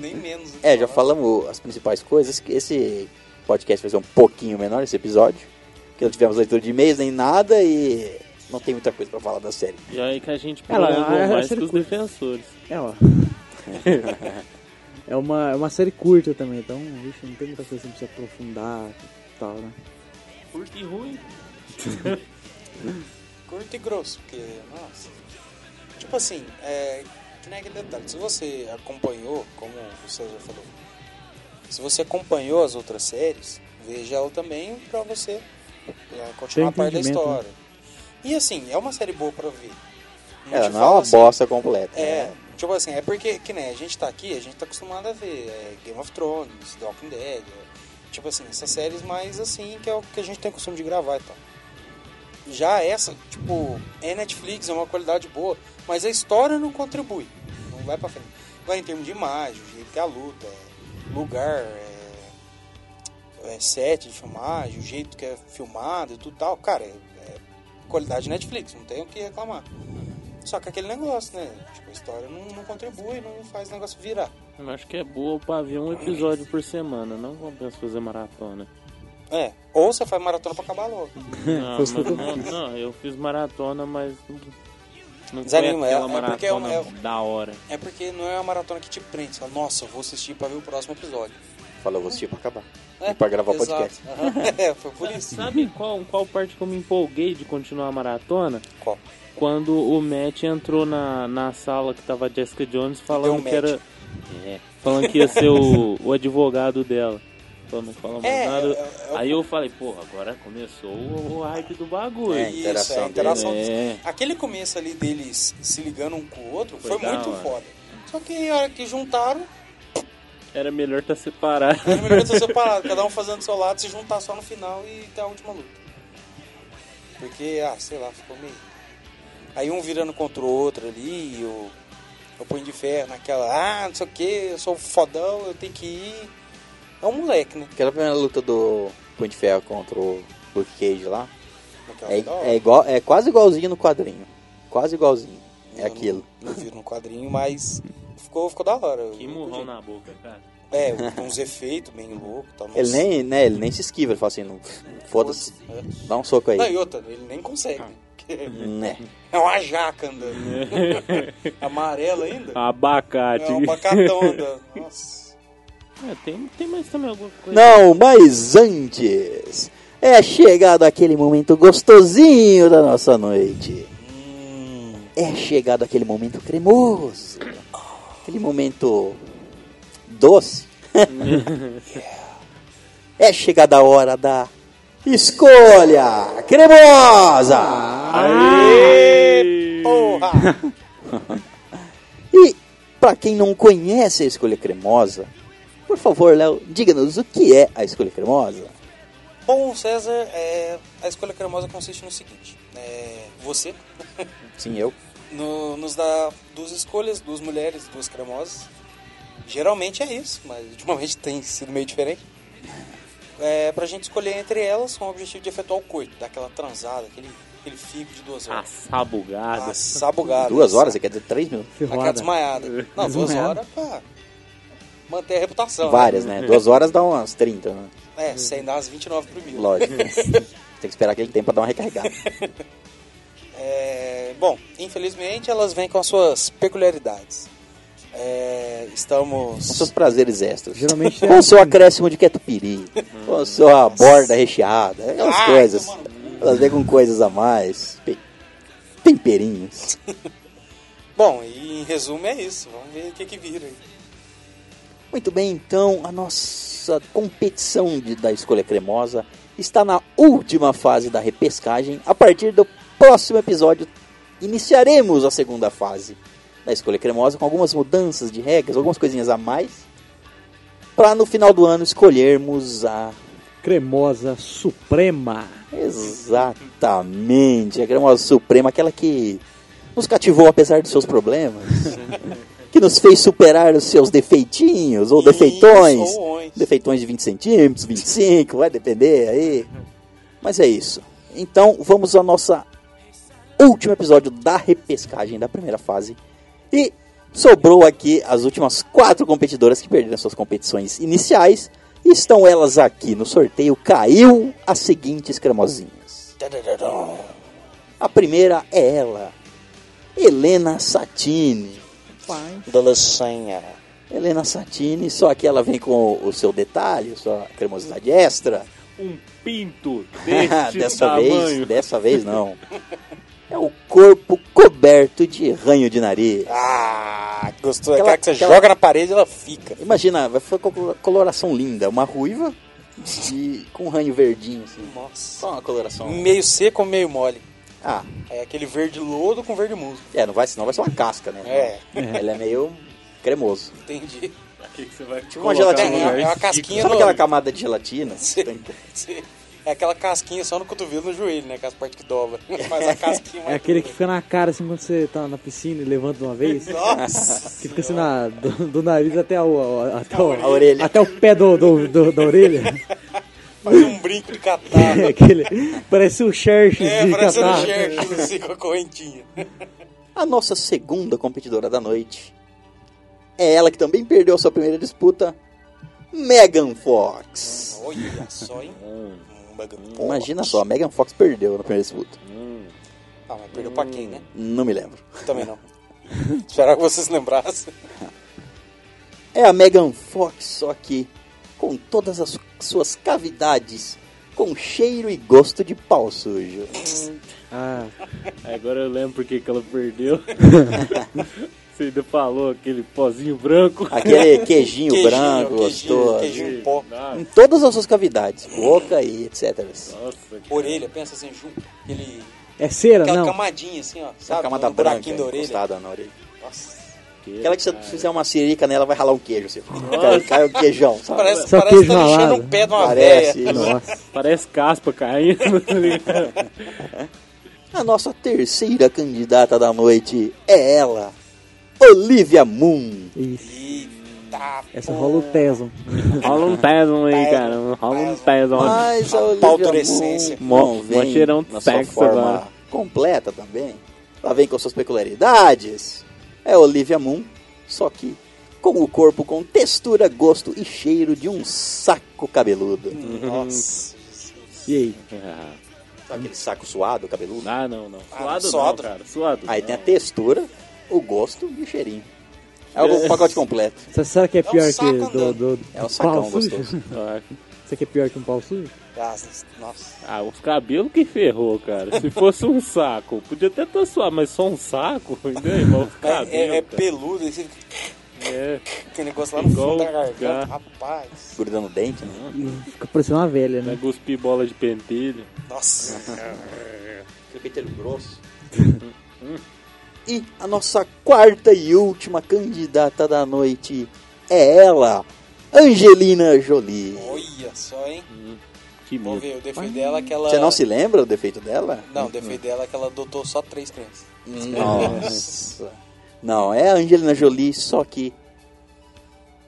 Speaker 3: nem menos.
Speaker 2: É, já falamos as principais coisas. que Esse podcast vai ser um pouquinho menor, esse episódio. Porque não tivemos leitura de e-mails nem nada e não tem muita coisa pra falar da série.
Speaker 5: E aí é que a gente
Speaker 4: Ela-
Speaker 5: prolongou
Speaker 4: ela- ela-
Speaker 5: mais
Speaker 4: ela-
Speaker 5: que os defensores.
Speaker 4: É, ó. é, uma, é uma série curta também, então, vixe, não tem muita coisa que você precisa aprofundar e tal, né?
Speaker 5: Curto e ruim.
Speaker 3: Curto e grosso, porque, nossa. Tipo assim, é, que nem aquele detalhe. Se você acompanhou, como o César falou, se você acompanhou as outras séries, veja ela também pra você é, continuar a
Speaker 4: Tem
Speaker 3: parte da
Speaker 4: entendimento, né?
Speaker 3: história. E assim, é uma série boa pra ver.
Speaker 2: Ela
Speaker 3: te
Speaker 2: não é
Speaker 3: falo
Speaker 2: uma
Speaker 3: assim,
Speaker 2: bosta completa.
Speaker 3: É,
Speaker 2: né?
Speaker 3: tipo assim, é porque, que nem a gente tá aqui, a gente tá acostumado a ver é, Game of Thrones, The Walking Dead, é, tipo assim, essas séries mais assim, que é o que a gente tem costume de gravar e tal. Já essa, tipo, é Netflix, é uma qualidade boa, mas a história não contribui, não vai pra frente. Vai em termos de imagem, o jeito que é a luta, é, lugar, é, é set de filmagem, o jeito que é filmado e tudo tal, cara, é, é qualidade Netflix, não tem o que reclamar. Só que aquele negócio, né? Tipo, a história não, não contribui, não faz o negócio virar.
Speaker 5: Eu acho que é boa pra ver um episódio por semana. Não compensa fazer maratona.
Speaker 3: É. Ou você faz maratona pra acabar logo.
Speaker 5: Não,
Speaker 4: Foi isso que
Speaker 5: mas
Speaker 4: eu
Speaker 5: não, não, eu fiz maratona, mas não, não foi
Speaker 3: Desanima, é-
Speaker 5: aquela
Speaker 3: é porque é uma-
Speaker 5: maratona da hora.
Speaker 3: É porque não é uma maratona que te prende. Você fala, nossa, eu vou assistir pra ver o próximo episódio.
Speaker 2: Falou, vou assistir pra acabar.
Speaker 3: É,
Speaker 2: e pra gravar o
Speaker 3: exato.
Speaker 2: podcast.
Speaker 3: Aham. É, foi por isso.
Speaker 5: Sabe qual, qual parte que eu me empolguei de continuar a maratona?
Speaker 3: Qual?
Speaker 5: Quando o Matt entrou na, na sala que tava a Jessica Jones
Speaker 3: Deu
Speaker 5: falando
Speaker 3: um
Speaker 5: que era. É, falando que ia ser o, o advogado dela. Falando, não fala mais
Speaker 3: É,
Speaker 5: nada.
Speaker 3: é, é o-
Speaker 5: Aí eu falei, pô, agora começou o, o hype do bagulho.
Speaker 2: É, a interação
Speaker 3: isso, é, a interação
Speaker 5: dele,
Speaker 3: dos-
Speaker 5: é.
Speaker 3: Aquele começo ali deles se ligando um com o outro foi,
Speaker 5: Foi da
Speaker 3: muito
Speaker 5: hora.
Speaker 3: foda. Só que a hora que juntaram,
Speaker 5: Era melhor tá separado.
Speaker 3: era É melhor ter separado, cada um fazendo do seu lado, se juntar só no final e ter a última luta. Porque, ah, sei lá, ficou meio. Aí um virando contra o outro ali, e o, o punho de ferro naquela, ah, não sei o que, eu sou fodão, eu tenho que ir. É um moleque, né?
Speaker 2: Aquela primeira luta do Punho de Ferro contra o Luke Cage lá.
Speaker 3: Naquela
Speaker 2: É,
Speaker 3: da hora.
Speaker 2: é igual, é quase igualzinho no quadrinho. Quase igualzinho. É
Speaker 3: Eu não-
Speaker 2: aquilo.
Speaker 3: Não, viro no quadrinho, mas ficou, ficou da hora. Eu-
Speaker 5: Que murrão né? na boca, cara.
Speaker 3: É, uns efeitos bem loucos. Tá,
Speaker 2: Ele
Speaker 3: mas-
Speaker 2: nem, né, ele nem se esquiva, ele fala assim, não- foda-se,
Speaker 3: É.
Speaker 2: dá um soco aí.
Speaker 5: Ah.
Speaker 3: Não, e outra, ele nem consegue. né? Porque
Speaker 2: Né.
Speaker 3: É uma jaca andando. Amarela ainda?
Speaker 5: Ah,
Speaker 4: Abacate.
Speaker 3: É um abacatão andando. Nossa.
Speaker 5: É, tem, tem mais também alguma coisa.
Speaker 2: Não, mas antes é chegado aquele momento gostosinho da nossa noite. É chegado aquele momento cremoso, aquele momento doce. é chegada a hora da escolha cremosa.
Speaker 3: Porra!
Speaker 2: E pra quem não conhece a escolha cremosa, por favor, Léo, diga-nos o que é a escolha cremosa.
Speaker 3: Bom, César, é, a escolha cremosa consiste no seguinte: é, você
Speaker 2: Sim, eu.
Speaker 3: no- nos dá duas escolhas, duas mulheres, duas cremosas. Geralmente é isso, mas ultimamente tem sido meio diferente. É, pra gente escolher entre elas com o objetivo de efetuar o coito, dar aquela transada, aquele, aquele fico de duas horas.
Speaker 5: Assar bugada.
Speaker 3: sabugada.
Speaker 2: Duas horas, você quer dizer três minutos?
Speaker 3: Aquela
Speaker 4: Ferroada.
Speaker 3: desmaiada. Não, duas
Speaker 4: Desmaiada.
Speaker 3: horas pra manter a reputação.
Speaker 2: Várias, né? Duas horas dá umas 30, né?
Speaker 3: É, sem dar as 29 por mil.
Speaker 2: Lógico. Tem que esperar aquele tempo pra dar uma recarregada.
Speaker 3: É, bom, infelizmente elas vêm com as suas peculiaridades. É,
Speaker 2: Com
Speaker 3: estamos.
Speaker 2: seus prazeres extras.
Speaker 4: Geralmente
Speaker 2: Com
Speaker 4: é
Speaker 2: o seu acréscimo de catupiry. com a sua borda recheada. Aquelas
Speaker 3: Ai,
Speaker 2: coisas.
Speaker 3: tomar no
Speaker 2: Elas vêm com coisas a mais. pe- Temperinhos.
Speaker 3: Bom, e em resumo é isso. Vamos ver o que, que vira aí.
Speaker 2: Muito bem, então, a nossa competição de- da escolha cremosa está na última fase da repescagem. A partir do próximo episódio, iniciaremos a segunda fase da escolha cremosa com algumas mudanças de regras, algumas coisinhas a mais, para no final do ano escolhermos a
Speaker 4: Cremosa Suprema.
Speaker 2: Exatamente. A Cremosa Suprema, aquela que nos cativou apesar dos seus problemas. que nos fez superar os seus defeitinhos ou
Speaker 3: Isso,
Speaker 2: defeitões.
Speaker 3: ouões.
Speaker 2: Defeitões de 20 centímetros, 25, vai depender aí. Mas é isso. Então vamos ao nosso último episódio da repescagem da primeira fase. E sobrou aqui as últimas quatro competidoras que perderam suas competições iniciais. E estão elas aqui no sorteio. Caiu as seguintes cremosinhas. A primeira é ela, Helena Satine.
Speaker 3: Da lasanha.
Speaker 2: Helena Satine, só que ela vem com o seu detalhe, sua cremosidade extra.
Speaker 5: Um pinto deste
Speaker 2: dessa
Speaker 5: tipo tamanho.
Speaker 2: vez, né? dessa vez não. É o corpo coberto de ranho de nariz.
Speaker 3: Ah, gostou. É
Speaker 2: Aquela-
Speaker 3: aquela que você
Speaker 2: aquela-
Speaker 3: joga na parede e ela fica.
Speaker 2: Imagina, vai ficar com a coloração linda, uma ruiva e com um ranho verdinho assim.
Speaker 3: Nossa.
Speaker 2: Só uma coloração.
Speaker 3: Meio seco, meio mole.
Speaker 2: Ah,
Speaker 3: É aquele verde lodo com verde musgo.
Speaker 2: é, não vai, senão vai ser uma casca, né?
Speaker 3: É.
Speaker 2: Ela é meio cremoso.
Speaker 3: Entendi.
Speaker 5: Que que você vai
Speaker 2: Tipo uma
Speaker 3: É,
Speaker 2: gelatina.
Speaker 3: é uma casquinha
Speaker 2: Sabe
Speaker 3: no...
Speaker 2: aquela camada de gelatina?
Speaker 3: Sim. Sim. É aquela casquinha só no cotovelo e no joelho, né? Com as partes que dobra. Mas a casquinha
Speaker 4: É
Speaker 3: mais
Speaker 4: aquele que
Speaker 3: dura.
Speaker 4: fica na cara assim quando você tá na piscina e levanta de uma vez.
Speaker 3: Nossa!
Speaker 4: Que fica assim na, do, do nariz até, o, a- até, o,
Speaker 2: A orelha.
Speaker 4: até o pé do, do- do- da orelha.
Speaker 3: Faz um brinco de catarro.
Speaker 4: É aquele, parece o Xerxes
Speaker 3: É,
Speaker 4: de
Speaker 3: parece um
Speaker 4: catarro.
Speaker 3: Xerxes assim com a correntinha.
Speaker 2: A nossa segunda competidora da noite é ela que também perdeu a sua primeira disputa, Megan Fox.
Speaker 3: Olha só, hein? Um bagulho.
Speaker 2: Hum. Imagina só, a Megan Fox perdeu na primeira disputa.
Speaker 3: Ah, mas perdeu pra quem, né?
Speaker 2: Não me lembro.
Speaker 3: Também não. Esperava que vocês lembrassem.
Speaker 2: É a Megan Fox, só que com todas as suas cavidades, com cheiro e gosto de pau sujo.
Speaker 4: Ah,
Speaker 5: É, Agora eu lembro porque que ela perdeu. Você ainda falou aquele pozinho branco.
Speaker 2: Aquele queijinho, branco,
Speaker 3: queijinho,
Speaker 2: gostoso.
Speaker 3: Queijinho em pó.
Speaker 5: Nossa,
Speaker 2: Em todas as suas cavidades, boca e etc.
Speaker 5: nossa, cara.
Speaker 3: Orelha, pensa assim, junto. Aquele,
Speaker 4: é cera?
Speaker 3: aquela
Speaker 4: Não.
Speaker 3: camadinha assim, ó.
Speaker 2: Sabe,
Speaker 3: Sabe?
Speaker 2: camada
Speaker 3: um
Speaker 2: branca
Speaker 3: buraquinho da orelha.
Speaker 2: encostada na orelha.
Speaker 3: Nossa.
Speaker 2: Aquela que se você fizer uma sirica nela, vai ralar um queijo. Assim. Cai, cai um queijão. Sabe?
Speaker 3: Parece,
Speaker 4: Só
Speaker 3: parece que
Speaker 4: queijo
Speaker 3: tá lixando
Speaker 4: ralado.
Speaker 3: um pé de uma
Speaker 2: Parece.
Speaker 3: véia.
Speaker 4: Nossa.
Speaker 5: Parece caspa caindo. tá ligado?
Speaker 2: A nossa terceira candidata da noite é ela, Olivia Moon.
Speaker 4: Isso.
Speaker 3: Eita,
Speaker 4: Essa
Speaker 3: pô.
Speaker 4: rola o Tesla.
Speaker 5: Rola um tesão aí, cara. Rola um tesão.
Speaker 2: Mas a
Speaker 3: pautorescência.
Speaker 2: Olivia
Speaker 5: Mó-
Speaker 2: Moon
Speaker 5: mó
Speaker 2: vem
Speaker 5: cheirão
Speaker 2: na sua
Speaker 5: sexy
Speaker 2: forma
Speaker 5: agora.
Speaker 2: completa também. Ela vem com suas peculiaridades. É a Olivia Moon, só que com o corpo com textura, gosto e cheiro de um saco cabeludo.
Speaker 3: Nossa.
Speaker 4: E aí?
Speaker 2: Sabe aquele saco suado, cabeludo?
Speaker 5: Ah, não, não.
Speaker 3: Ah,
Speaker 5: Suado
Speaker 3: suado.
Speaker 5: não, cara. Suado.
Speaker 2: Aí tem a textura, o gosto e o cheirinho. É o pacote completo.
Speaker 4: Será- Será que é
Speaker 3: um
Speaker 4: pior
Speaker 3: saco
Speaker 4: que do,
Speaker 3: andando.
Speaker 4: do, do
Speaker 2: É um sacão
Speaker 4: pau sujo?
Speaker 2: gostoso.
Speaker 5: Ah,
Speaker 4: Será que é pior que um pau sujo?
Speaker 3: Graças. Nossa.
Speaker 5: Ah, os cabelos que ferrou, cara. Se fosse um saco, podia até estar suado, mas só um saco, entendeu? Igual os cabelos.
Speaker 3: É, é, é
Speaker 5: cara.
Speaker 3: peludo, aí você fica-
Speaker 5: É.
Speaker 3: aquele negócio lá no fundo
Speaker 5: Igual
Speaker 3: da garganta.
Speaker 5: gar-
Speaker 3: Rapaz.
Speaker 2: Grudando o dente, né?
Speaker 4: Fica parecendo uma velha,
Speaker 5: Vai
Speaker 4: né?
Speaker 5: cuspir bola de pentelho.
Speaker 3: Nossa.
Speaker 2: Cabelo grosso. E a nossa quarta e última candidata da noite é ela, Angelina Jolie.
Speaker 3: Olha só, hein?
Speaker 5: Que
Speaker 3: Vamos
Speaker 5: medo.
Speaker 3: ver, o defeito dela é que ela.
Speaker 2: Você não se lembra o defeito dela?
Speaker 3: Não, o defeito dela é que ela adotou só três crianças.
Speaker 2: Nossa. Não, é a Angelina Jolie, só que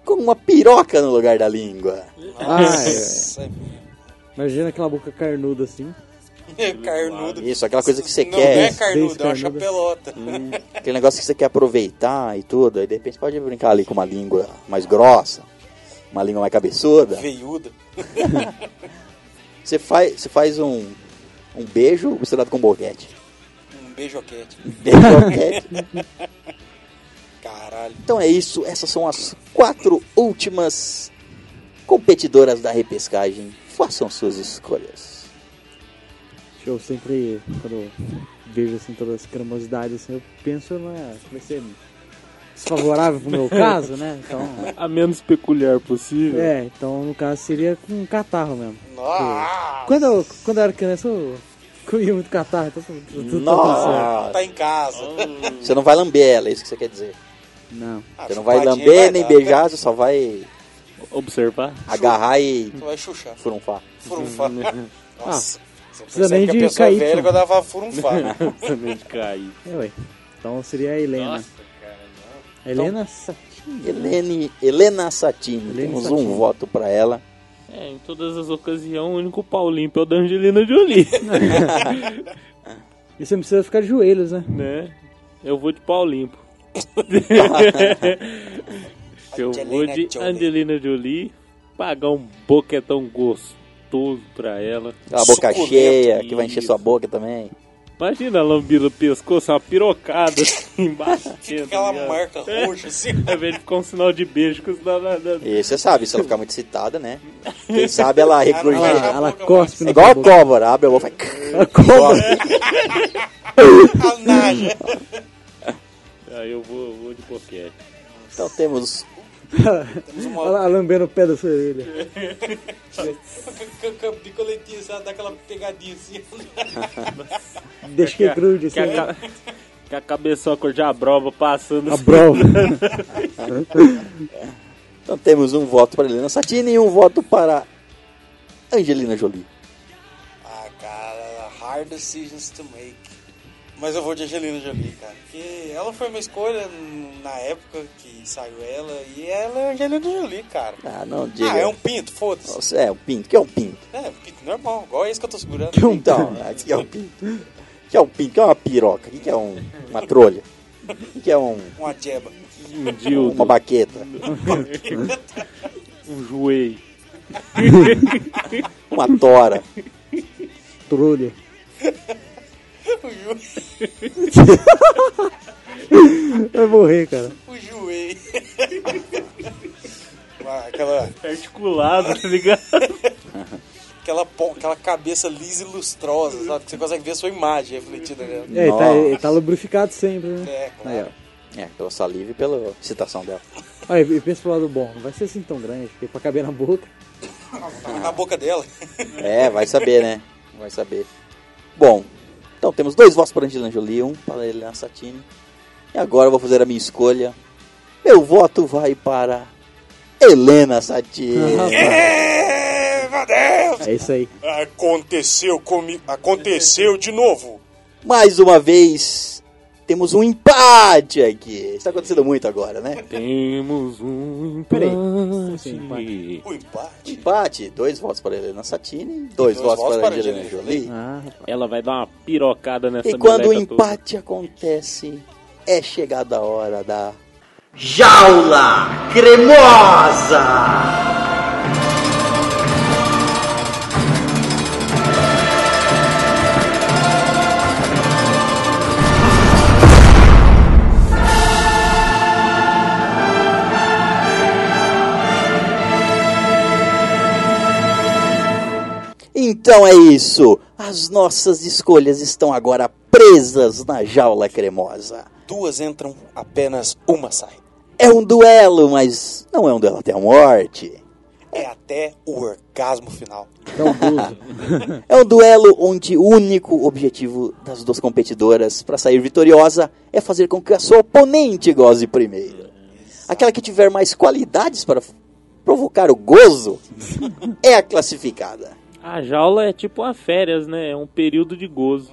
Speaker 2: com uma piroca no lugar da língua. Ah, é.
Speaker 3: Nossa. é
Speaker 4: Imagina aquela boca carnuda assim.
Speaker 3: carnudo.
Speaker 2: Isso, aquela coisa que você
Speaker 3: não
Speaker 2: quer,
Speaker 3: é carnudo, é uma
Speaker 4: Descarnudo.
Speaker 3: chapelota.
Speaker 4: Hum,
Speaker 2: aquele negócio que você quer aproveitar e tudo. Aí de repente pode brincar ali com uma língua mais grossa, uma língua mais cabeçuda.
Speaker 4: tá.
Speaker 3: Veiuda.
Speaker 2: Você faz, você faz um, um beijo misturado com boquete.
Speaker 3: Um beijoquete.
Speaker 2: Beijo boquete.
Speaker 3: Caralho.
Speaker 2: Então é isso, essas são as quatro últimas competidoras da repescagem. Façam suas escolhas.
Speaker 4: Eu sempre, quando eu vejo assim, todas as cremosidades, assim, eu penso na. é que vai ser desfavorável pro meu caso, né? Então.
Speaker 5: A menos peculiar possível.
Speaker 4: É, então no caso seria com catarro mesmo.
Speaker 3: Nossa.
Speaker 4: Quando eu, quando eu era criança, eu comia muito catarro, então tudo tudo- tudo certo.
Speaker 2: Nossa!
Speaker 3: Tá em casa.
Speaker 4: Hum.
Speaker 2: Você não vai lamber ela, é isso que você quer dizer.
Speaker 4: Não.
Speaker 3: Ah,
Speaker 2: Você não vai
Speaker 3: chupadinha
Speaker 2: lamber nem
Speaker 3: dar,
Speaker 2: beijar, você só vai
Speaker 5: Observar.
Speaker 2: agarrar e
Speaker 3: Tu vai chuchar.
Speaker 2: furunfar.
Speaker 3: Furunfá. Nossa. Você
Speaker 4: Ah, precisa nem
Speaker 3: percebe que
Speaker 4: de
Speaker 3: a pessoa é
Speaker 4: cair,
Speaker 3: velha
Speaker 4: tio.
Speaker 3: quando ela fala furunfá.
Speaker 5: Também de cair.
Speaker 4: É, ué. Então seria a Helena. A Helena
Speaker 2: então
Speaker 4: Satinha.
Speaker 2: Helene, Helena Satini,
Speaker 4: Helene
Speaker 2: temos
Speaker 4: Satini.
Speaker 2: um voto pra ela.
Speaker 5: É, em todas as ocasiões, o único pau limpo é o da Angelina Jolie,
Speaker 4: E você não precisa ficar de joelhos, né?
Speaker 5: né? Eu vou de pau limpo. Eu vou
Speaker 3: Angelina
Speaker 5: de
Speaker 3: Jolie.
Speaker 5: Angelina Jolie pagar um boquetão gostoso pra ela.
Speaker 2: Aquela boca
Speaker 3: Suculento,
Speaker 2: cheia, que vai encher
Speaker 5: isso.
Speaker 2: sua boca também.
Speaker 5: Imagina a lambida do pescoço, uma pirocada assim, embaixo.
Speaker 3: Fica aquela
Speaker 5: né?
Speaker 3: marca roxa assim.
Speaker 5: Às vezes fica um sinal de beijo que o sinal da- da-
Speaker 2: E você sabe, se ela ficar muito excitada, né? Quem sabe ela
Speaker 4: Ela,
Speaker 2: regurgita.
Speaker 3: Ela-
Speaker 4: ela cospe
Speaker 2: É
Speaker 4: na
Speaker 2: igual
Speaker 4: tua
Speaker 2: a
Speaker 4: boca.
Speaker 2: cobra, abre a boca e
Speaker 4: A cobra.
Speaker 3: A naja.
Speaker 5: Aí eu vou, eu vou de boquete.
Speaker 2: Então temos
Speaker 4: Ela lambendo o pé da sua orelha.
Speaker 3: Bicoletinha, sabe? Dá aquela pegadinha assim.
Speaker 4: Deixa que grude assim.
Speaker 5: Que a, ca- que a cabeção a cor de abroba passando. assim
Speaker 4: A brova.
Speaker 2: Então temos um voto para Helena Satini e um voto para Angelina Jolie.
Speaker 3: Ah, cara, hard decisions to make. Mas eu vou de Angelina Jolie, cara. Porque ela foi uma escolha n- na época que saiu ela. E ela é Angelina Jolie, cara.
Speaker 2: Ah, não diga.
Speaker 3: Ah, é um pinto, foda-se.
Speaker 2: Nossa, é um pinto. que é um pinto?
Speaker 3: É, um pinto normal, igual esse que eu tô segurando.
Speaker 2: então, é, que é um pinto? que é um pinto? que é uma piroca? que que é um, uma trolha? que que é um,
Speaker 3: Uma jeba.
Speaker 5: Um dildo,
Speaker 2: uma baqueta?
Speaker 5: um joelho.
Speaker 2: Uma tora?
Speaker 4: Trolha.
Speaker 3: O, ju...
Speaker 4: Vai morrer, cara.
Speaker 3: o joelho. Uma- aquela,
Speaker 5: Articulado, tá ligado?
Speaker 3: aquela, pon- aquela cabeça lisa e lustrosa, sabe? Que você consegue ver a sua imagem refletida nela.
Speaker 4: É, ele tá,
Speaker 2: Nossa.
Speaker 4: ele tá lubrificado sempre, né?
Speaker 3: É,
Speaker 4: Aí,
Speaker 3: claro.
Speaker 4: ó.
Speaker 2: É, pela saliva e pela excitação dela.
Speaker 4: Aí, e pensa pro lado bom. Não vai ser assim tão grande, porque pra caber na boca.
Speaker 3: Na boca dela.
Speaker 2: É, vai saber, né? Vai saber. Bom, então temos dois votos para Angelina Jolie, um para Helena Satini. E agora eu vou fazer a minha escolha. Meu voto vai para Helena Satini.
Speaker 3: É, meu Deus!
Speaker 4: É isso aí.
Speaker 3: Aconteceu comigo. Aconteceu de novo.
Speaker 2: Mais uma vez, temos um empate aqui. Está acontecendo muito agora, né?
Speaker 5: Temos um
Speaker 4: Peraí.
Speaker 5: empate.
Speaker 3: O empate.
Speaker 2: Empate, dois votos para Helena Satini, dois, votos, para, Angelina Jolie.
Speaker 4: Ah, rapaz.
Speaker 5: Ela vai dar uma pirocada nessa
Speaker 2: E quando o
Speaker 5: meleca tá toda.
Speaker 2: empate acontece, é chegada a hora da
Speaker 7: Jaula cremosa.
Speaker 6: Jaula
Speaker 2: Então é isso. As nossas escolhas estão agora presas na jaula cremosa.
Speaker 3: Duas entram, apenas uma sai.
Speaker 2: É um duelo, mas não é um duelo até a morte.
Speaker 3: É até o orgasmo final.
Speaker 4: Então, Buzo.
Speaker 2: É um duelo onde o único objetivo das duas competidoras para sair vitoriosa é fazer com que a sua oponente goze primeiro. Aquela que tiver mais qualidades para provocar o gozo é a classificada.
Speaker 5: A jaula é tipo uma férias, né? É um período de gozo.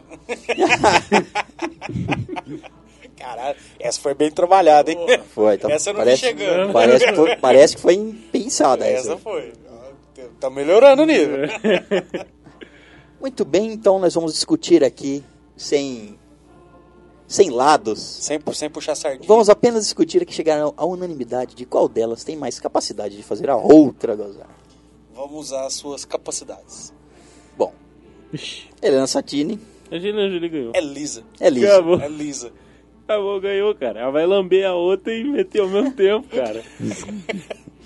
Speaker 3: Caralho, essa foi bem trabalhada, hein?
Speaker 2: Foi, tá,
Speaker 3: Essa eu não vi
Speaker 2: parece,
Speaker 3: chegando.
Speaker 2: Parece, que foi, parece que foi pensada essa.
Speaker 3: Essa foi. Tá melhorando o nível.
Speaker 2: Muito bem, então nós vamos discutir aqui sem sem lados.
Speaker 3: Sem, pu- sem puxar sardinha.
Speaker 2: Vamos apenas discutir aqui chegar à unanimidade de qual delas tem mais capacidade de fazer a outra gozar.
Speaker 3: Vamos usar as suas capacidades.
Speaker 2: Bom, Helena Satini
Speaker 5: Angelina Jolie ganhou.
Speaker 3: É lisa.
Speaker 2: é lisa.
Speaker 5: Acabou.
Speaker 3: É lisa.
Speaker 5: Acabou, ganhou, cara. Ela vai lamber a outra e meter ao mesmo tempo, cara.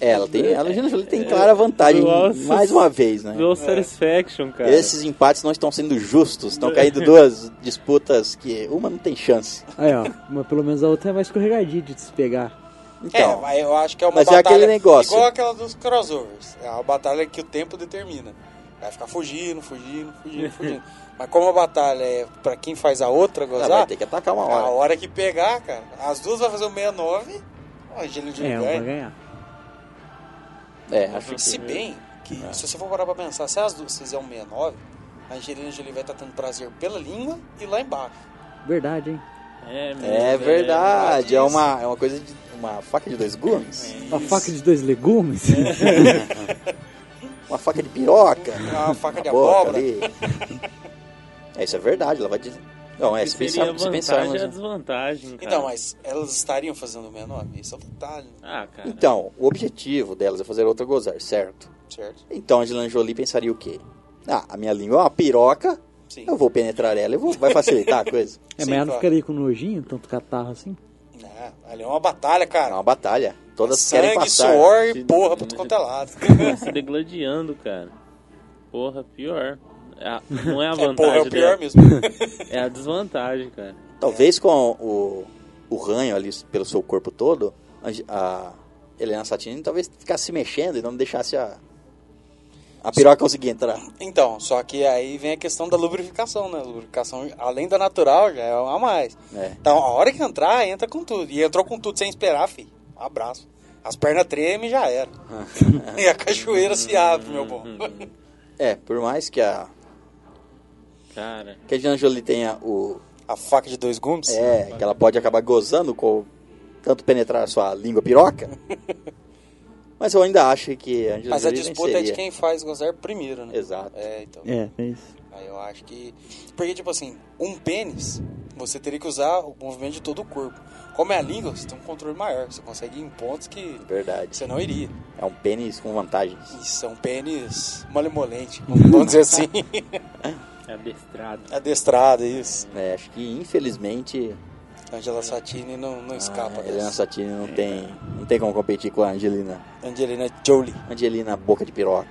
Speaker 2: É, Ela tem, a Angelina Jolie tem clara vantagem
Speaker 5: É. Nossa.
Speaker 2: mais uma vez, né?
Speaker 5: Deu
Speaker 3: É.
Speaker 5: satisfaction, cara. É.
Speaker 2: Esses empates não estão sendo justos, estão caindo duas disputas que uma não tem chance.
Speaker 4: Aí, ó. Mas pelo menos a outra é mais escorregadinha de despegar.
Speaker 3: É,
Speaker 2: Então,
Speaker 3: mas eu acho que é uma
Speaker 2: Mas é
Speaker 3: batalha
Speaker 2: aquele negócio.
Speaker 3: igual aquela dos crossovers. É uma batalha que o tempo determina. Vai ficar fugindo, fugindo, fugindo, fugindo. mas como a batalha é pra quem faz a outra
Speaker 2: ela
Speaker 3: gozar,
Speaker 2: Ah, vai ter que atacar uma
Speaker 3: a
Speaker 2: hora.
Speaker 3: hora que pegar, cara, as duas vai fazer o 69, ó, a Angelina Jolie
Speaker 4: É, uma vai
Speaker 3: ganha.
Speaker 4: ganhar.
Speaker 2: É, acho que
Speaker 3: Se bem que,
Speaker 4: É.
Speaker 3: se você for parar pra pensar, se as duas fizer um 69, a Angelina Jolie vai estar tendo prazer pela língua e lá embaixo.
Speaker 4: Verdade, hein?
Speaker 5: É, mesmo,
Speaker 2: é verdade,
Speaker 3: é
Speaker 2: é uma, é uma coisa de uma faca de dois gumes,
Speaker 4: Uma faca de dois legumes?
Speaker 2: uma faca de piroca.
Speaker 3: Uma faca de
Speaker 2: boca
Speaker 3: abóbora.
Speaker 2: ali. é, isso é verdade, ela vai de... Não, é,
Speaker 5: Que
Speaker 2: se
Speaker 5: seria a
Speaker 2: pensar, se pensar,
Speaker 5: vantagem é e a
Speaker 2: mas...
Speaker 5: desvantagem, cara.
Speaker 3: né? Então, mas elas estariam fazendo o 69? Isso é um detalhe,
Speaker 5: Ah, cara.
Speaker 2: Então, o objetivo delas é fazer a outra gozar, certo?
Speaker 3: certo?
Speaker 2: Então, a Angelina Jolie pensaria o quê? Ah, a minha língua é uma piroca,
Speaker 3: Sim.
Speaker 2: eu vou penetrar ela, eu vou... vai facilitar a coisa.
Speaker 4: É,
Speaker 3: Sim,
Speaker 4: mas ela não
Speaker 3: claro.
Speaker 4: ficaria com nojinho, tanto catarro assim?
Speaker 3: Não, ali é uma batalha,
Speaker 2: É
Speaker 3: cara.
Speaker 2: uma batalha, todas querem
Speaker 3: Sangue,
Speaker 2: passar.
Speaker 3: suor e porra pra tu quanto é lado.
Speaker 5: Tá se degladiando, cara. Porra, pior. É a- não é a
Speaker 3: É, porra, é
Speaker 5: vantagem
Speaker 3: o
Speaker 2: né?
Speaker 3: pior
Speaker 5: dela,
Speaker 3: mesmo.
Speaker 5: é a desvantagem, cara.
Speaker 2: Talvez com o, o ranho ali pelo seu corpo todo, a Ange- a Helena Satini talvez ficasse se mexendo e não deixasse a, a piroca conseguir entrar.
Speaker 3: Então, só que aí vem a questão da lubrificação, né? Lubrificação, além da natural, já é uma a mais.
Speaker 2: É.
Speaker 3: Então, a hora que entrar, entra com tudo. E entrou com tudo sem esperar, filho. Um abraço. As pernas tremem e já era. e a cachoeira se abre, meu bom.
Speaker 2: É, por mais que a
Speaker 5: Cara,
Speaker 2: que a Angelina Jolie tenha o
Speaker 3: a faca de dois gumes?
Speaker 2: é que ela pode acabar gozando com tanto penetrar a sua língua piroca. mas eu ainda acho que a Angelina
Speaker 3: Mas a
Speaker 2: Jolie
Speaker 3: disputa é de
Speaker 2: venceria.
Speaker 3: quem faz gozar primeiro, né?
Speaker 2: Exato.
Speaker 3: É, então.
Speaker 4: É, é isso.
Speaker 3: Aí eu acho que. Porque, tipo assim, um pênis, você teria que usar o movimento de todo o corpo. Como é a língua, você tem um controle maior. Você consegue ir em pontos que
Speaker 2: Verdade.
Speaker 3: você não iria.
Speaker 2: É um pênis com vantagens.
Speaker 3: Isso é um pênis malemolente, vamos dizer assim.
Speaker 5: é adestrado.
Speaker 3: Adestrado, isso.
Speaker 2: É, acho que infelizmente
Speaker 3: Angela Satini não,
Speaker 2: Ah,
Speaker 3: não escapa
Speaker 2: a Helena
Speaker 3: dessa.
Speaker 2: Satini
Speaker 4: É.
Speaker 2: não tem não tem como competir com a Angelina.
Speaker 3: Angelina Jolie.
Speaker 2: Angelina Boca de Piroca.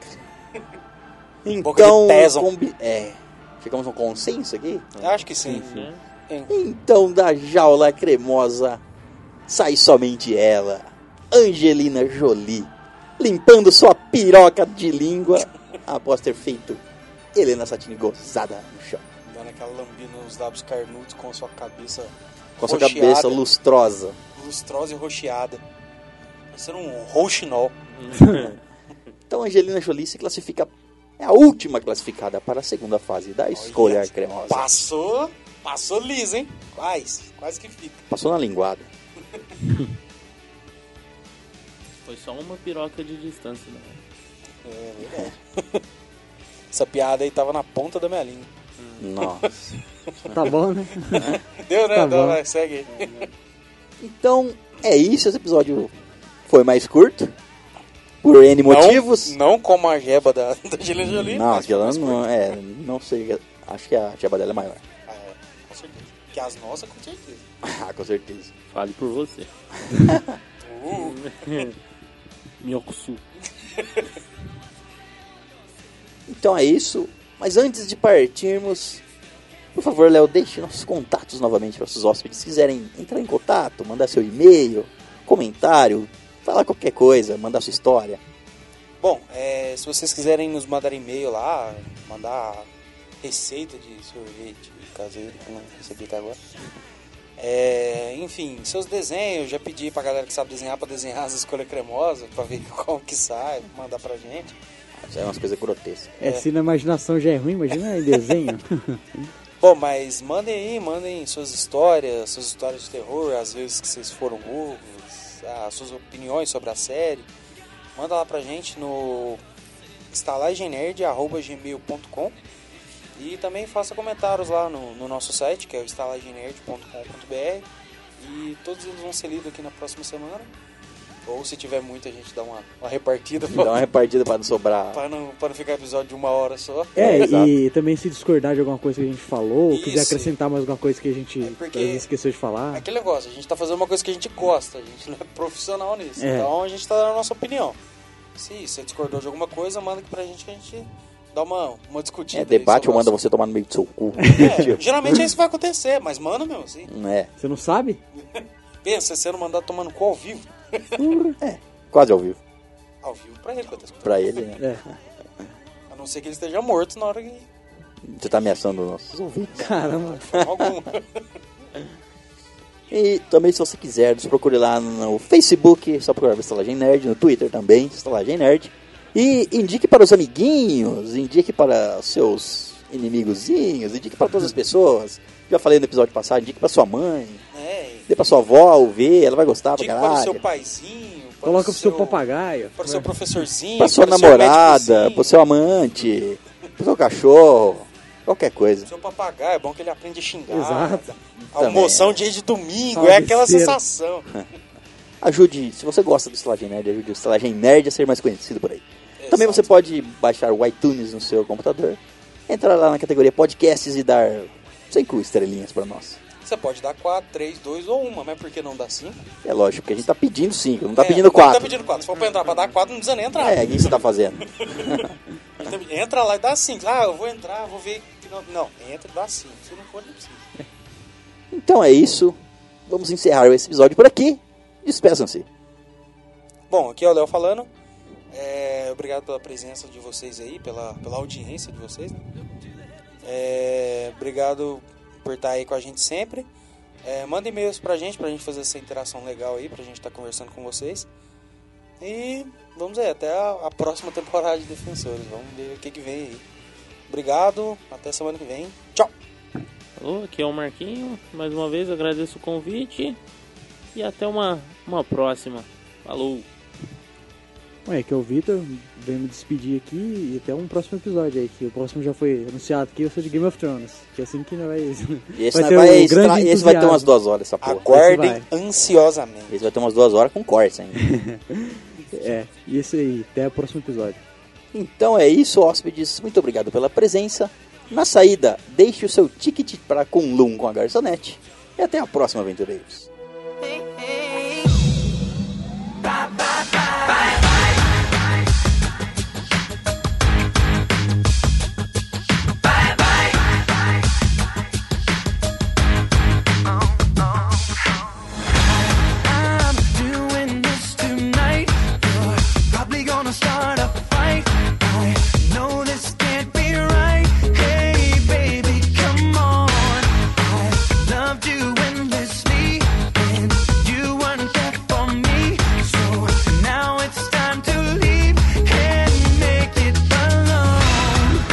Speaker 2: Então,
Speaker 3: Boca de Tesla.
Speaker 2: combi- é, ficamos um consenso aqui?
Speaker 3: Acho que sim.
Speaker 5: Né?
Speaker 2: Então, da jaula cremosa, sai somente ela, Angelina Jolie, limpando sua piroca de língua após ter feito Helena Satini gozada no chão.
Speaker 3: Dando aquela lambida nos lábios carnudos com sua cabeça
Speaker 2: Com sua
Speaker 3: Rocheada.
Speaker 2: cabeça lustrosa.
Speaker 3: lustrosa e rocheada. Parecendo um roxinol.
Speaker 2: Então, Angelina Jolie se classifica, é a última classificada para a segunda fase da escolha
Speaker 3: Olha,
Speaker 2: cremosa.
Speaker 3: Passou, passou liso, hein? Quase, quase que fica.
Speaker 2: Passou na linguada.
Speaker 5: Foi só uma piroca de distância, né?
Speaker 3: Essa piada aí tava na ponta da minha língua.
Speaker 2: Nossa.
Speaker 4: Tá bom, né?
Speaker 3: Deu, né?
Speaker 4: Tá
Speaker 3: Deu,
Speaker 4: bom.
Speaker 3: vai, segue aí.
Speaker 2: Então, é isso. Esse episódio foi mais curto. Por N
Speaker 3: Não-
Speaker 2: motivos.
Speaker 3: Não, como a jeba da, da Angelina Jolie.
Speaker 2: Não,
Speaker 3: mas-
Speaker 2: aquela
Speaker 3: mas
Speaker 2: não é. Não sei. Acho que a chapa dela é maior.
Speaker 3: Ah, é, com certeza. Que as nossas, com certeza.
Speaker 2: Ah, com certeza.
Speaker 5: Fale por você. Miokusu.
Speaker 2: Então é isso. Mas antes de partirmos, por favor, Léo, deixe nossos contatos novamente para os hóspedes. Se quiserem entrar em contato, mandar seu e-mail, comentário, falar qualquer coisa, mandar sua história.
Speaker 3: Bom, é, se vocês quiserem nos mandar e-mail lá, mandar receita de sorvete caseiro, que eu não recebi até agora. É, enfim, seus desenhos, já pedi pra galera que sabe desenhar pra desenhar as escolhas cremosas, pra ver como que sai, mandar pra gente.
Speaker 2: Isso é umas coisas grotescas.
Speaker 4: É, se na imaginação já é ruim, imagina em desenho.
Speaker 3: Bom, mas mandem aí, mandem suas histórias, suas histórias de terror, às vezes que vocês foram burros, as suas opiniões sobre a série. Manda lá pra gente no estalagenerd.gmail.com e também faça comentários lá no, no nosso site, que é o estalagenerd.com.br e todos eles vão ser lidos aqui na próxima semana. Ou se tiver muito, a gente dá uma, uma repartida
Speaker 2: Dá uma
Speaker 3: pra,
Speaker 2: repartida para é não sobrar.
Speaker 3: pra não, pra não ficar episódio de uma hora só.
Speaker 4: É,
Speaker 2: Exato.
Speaker 4: e também se discordar de alguma coisa que a gente falou, ou quiser
Speaker 3: Isso.
Speaker 4: acrescentar mais alguma coisa que a gente
Speaker 3: É porque-
Speaker 4: às vezes esqueceu de falar.
Speaker 3: Aquele negócio, a gente tá fazendo uma coisa que a gente gosta, a gente não é profissional nisso.
Speaker 4: É.
Speaker 3: Então a gente tá dando a nossa opinião. Se você discordou de alguma coisa, manda aqui pra gente que a gente dá uma, uma discutida.
Speaker 2: É, debate
Speaker 3: aí
Speaker 2: ou
Speaker 3: sobre
Speaker 2: manda
Speaker 3: o
Speaker 2: você tomar no meio do seu cu.
Speaker 3: assunto. É, geralmente é isso que vai acontecer, mas manda mesmo, sim.
Speaker 2: É,
Speaker 4: Você não sabe?
Speaker 3: Pensa, se você não mandar tomando cu ao vivo,
Speaker 2: É, quase ao vivo.
Speaker 3: ao vivo pra ele, que eu tô escutando.
Speaker 2: Pra ele, né?
Speaker 4: É.
Speaker 3: A não ser que ele esteja morto na hora que.
Speaker 2: Você tá ameaçando nossos ouvintes.
Speaker 4: Caramba.
Speaker 3: de forma alguma.
Speaker 2: E também, se você quiser, nos procure lá no Facebook, só procurar por Estalagem Nerd, no Twitter também, Estalagem Nerd. E indique para os amiguinhos, indique para seus inimigozinhos, indique para todas as pessoas. Já falei no episódio passado, indique para sua mãe,
Speaker 3: É,
Speaker 2: dê para sua avó ouvir, ela vai gostar pra
Speaker 3: dica para o
Speaker 2: caralho.
Speaker 3: seu paizinho. para
Speaker 4: Coloca
Speaker 3: o
Speaker 4: pro seu papagaio.
Speaker 3: Para o seu professorzinho.
Speaker 2: Pra sua
Speaker 3: para o seu
Speaker 2: namorada,
Speaker 3: médicozinho,
Speaker 2: pro seu amante, pro seu cachorro, qualquer coisa.
Speaker 3: Seu papagaio, é bom que ele aprende a xingar.
Speaker 4: Exato.
Speaker 3: A Almoção dia de domingo,
Speaker 4: Ah,
Speaker 3: é aquela
Speaker 4: besteira.
Speaker 3: sensação.
Speaker 2: Ajude, se você gosta do Estalagem Nerd, ajude o Estalagem Nerd a ser mais conhecido por aí. Também você
Speaker 3: Exato.
Speaker 2: pode baixar o iTunes no seu computador, entrar lá na categoria podcasts e dar cinco estrelinhas pra nós.
Speaker 3: Você pode dar 4, 3, 2 ou 1, mas por que não dar 5?
Speaker 2: É lógico, que a gente tá pedindo cinco, não tá
Speaker 3: É,
Speaker 2: pedindo
Speaker 3: Não tá
Speaker 2: quatro.
Speaker 3: pedindo 4. Se for pra entrar pra dar 4, não precisa nem entrar.
Speaker 2: É, o que você tá fazendo?
Speaker 3: Ele tá pedindo, Entra lá e dá 5. Ah, eu vou entrar, vou ver. que Não, não entra e dá 5. Se não for, não precisa.
Speaker 2: Então é isso. Vamos encerrar esse episódio por aqui. Despeçam-se.
Speaker 3: Bom, aqui é o Léo falando. É, obrigado pela presença de vocês aí, pela, pela audiência de vocês. Né? É, obrigado por estar aí com a gente sempre. É, manda e-mails pra gente, pra gente fazer essa interação legal aí, pra gente estar conversando com vocês. E vamos aí, até a, a próxima temporada de Defensores. Vamos ver o que, que vem aí. Obrigado, até semana que vem. Tchau!
Speaker 5: Alô, aqui é o Marquinho. Mais uma vez agradeço o convite. E até uma, uma próxima. Falou!
Speaker 4: Ué, que é o Vitor, venho me despedir aqui e até um próximo episódio aí, que o próximo já foi anunciado aqui, eu sou de Game of Thrones, que é assim que não vai...
Speaker 2: E esse vai,
Speaker 4: vai ter um
Speaker 2: vai,
Speaker 4: grande
Speaker 2: estra... esse vai ter
Speaker 4: entusiasmo.
Speaker 2: umas duas horas, essa porra.
Speaker 3: Aguardem
Speaker 4: vai.
Speaker 3: ansiosamente.
Speaker 2: Esse vai ter umas duas horas com corte ainda.
Speaker 4: É, e esse aí, até o próximo episódio.
Speaker 2: Então é isso, hóspedes. Muito obrigado pela presença. Na saída, deixe o seu ticket para Kunlun com a garçonete. E até a próxima, aventureiros.
Speaker 6: I'm doing this tonight. You're probably gonna start a fight. I know this can't be right. Hey, baby, come on. I loved you endlessly, and you weren't there for me. So now it's time to leave and make it alone. I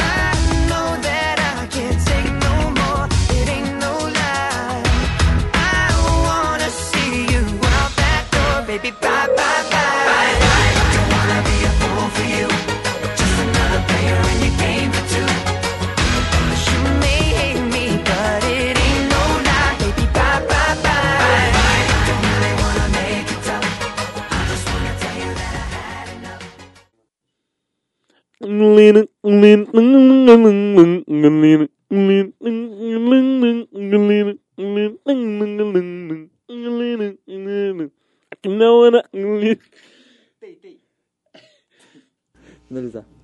Speaker 6: know that I can't take no more. It ain't no lie. I wanna see you out that door, baby. Bye bye bye. Bye bye. Don't wanna be a fool for you. Just another player in your game for two. You may hate me, but it ain't no lie, baby. Bye bye bye. Bye bye. Don't really wanna make it tough. I just wanna tell you that I had enough.
Speaker 5: Não,
Speaker 4: Finalizar.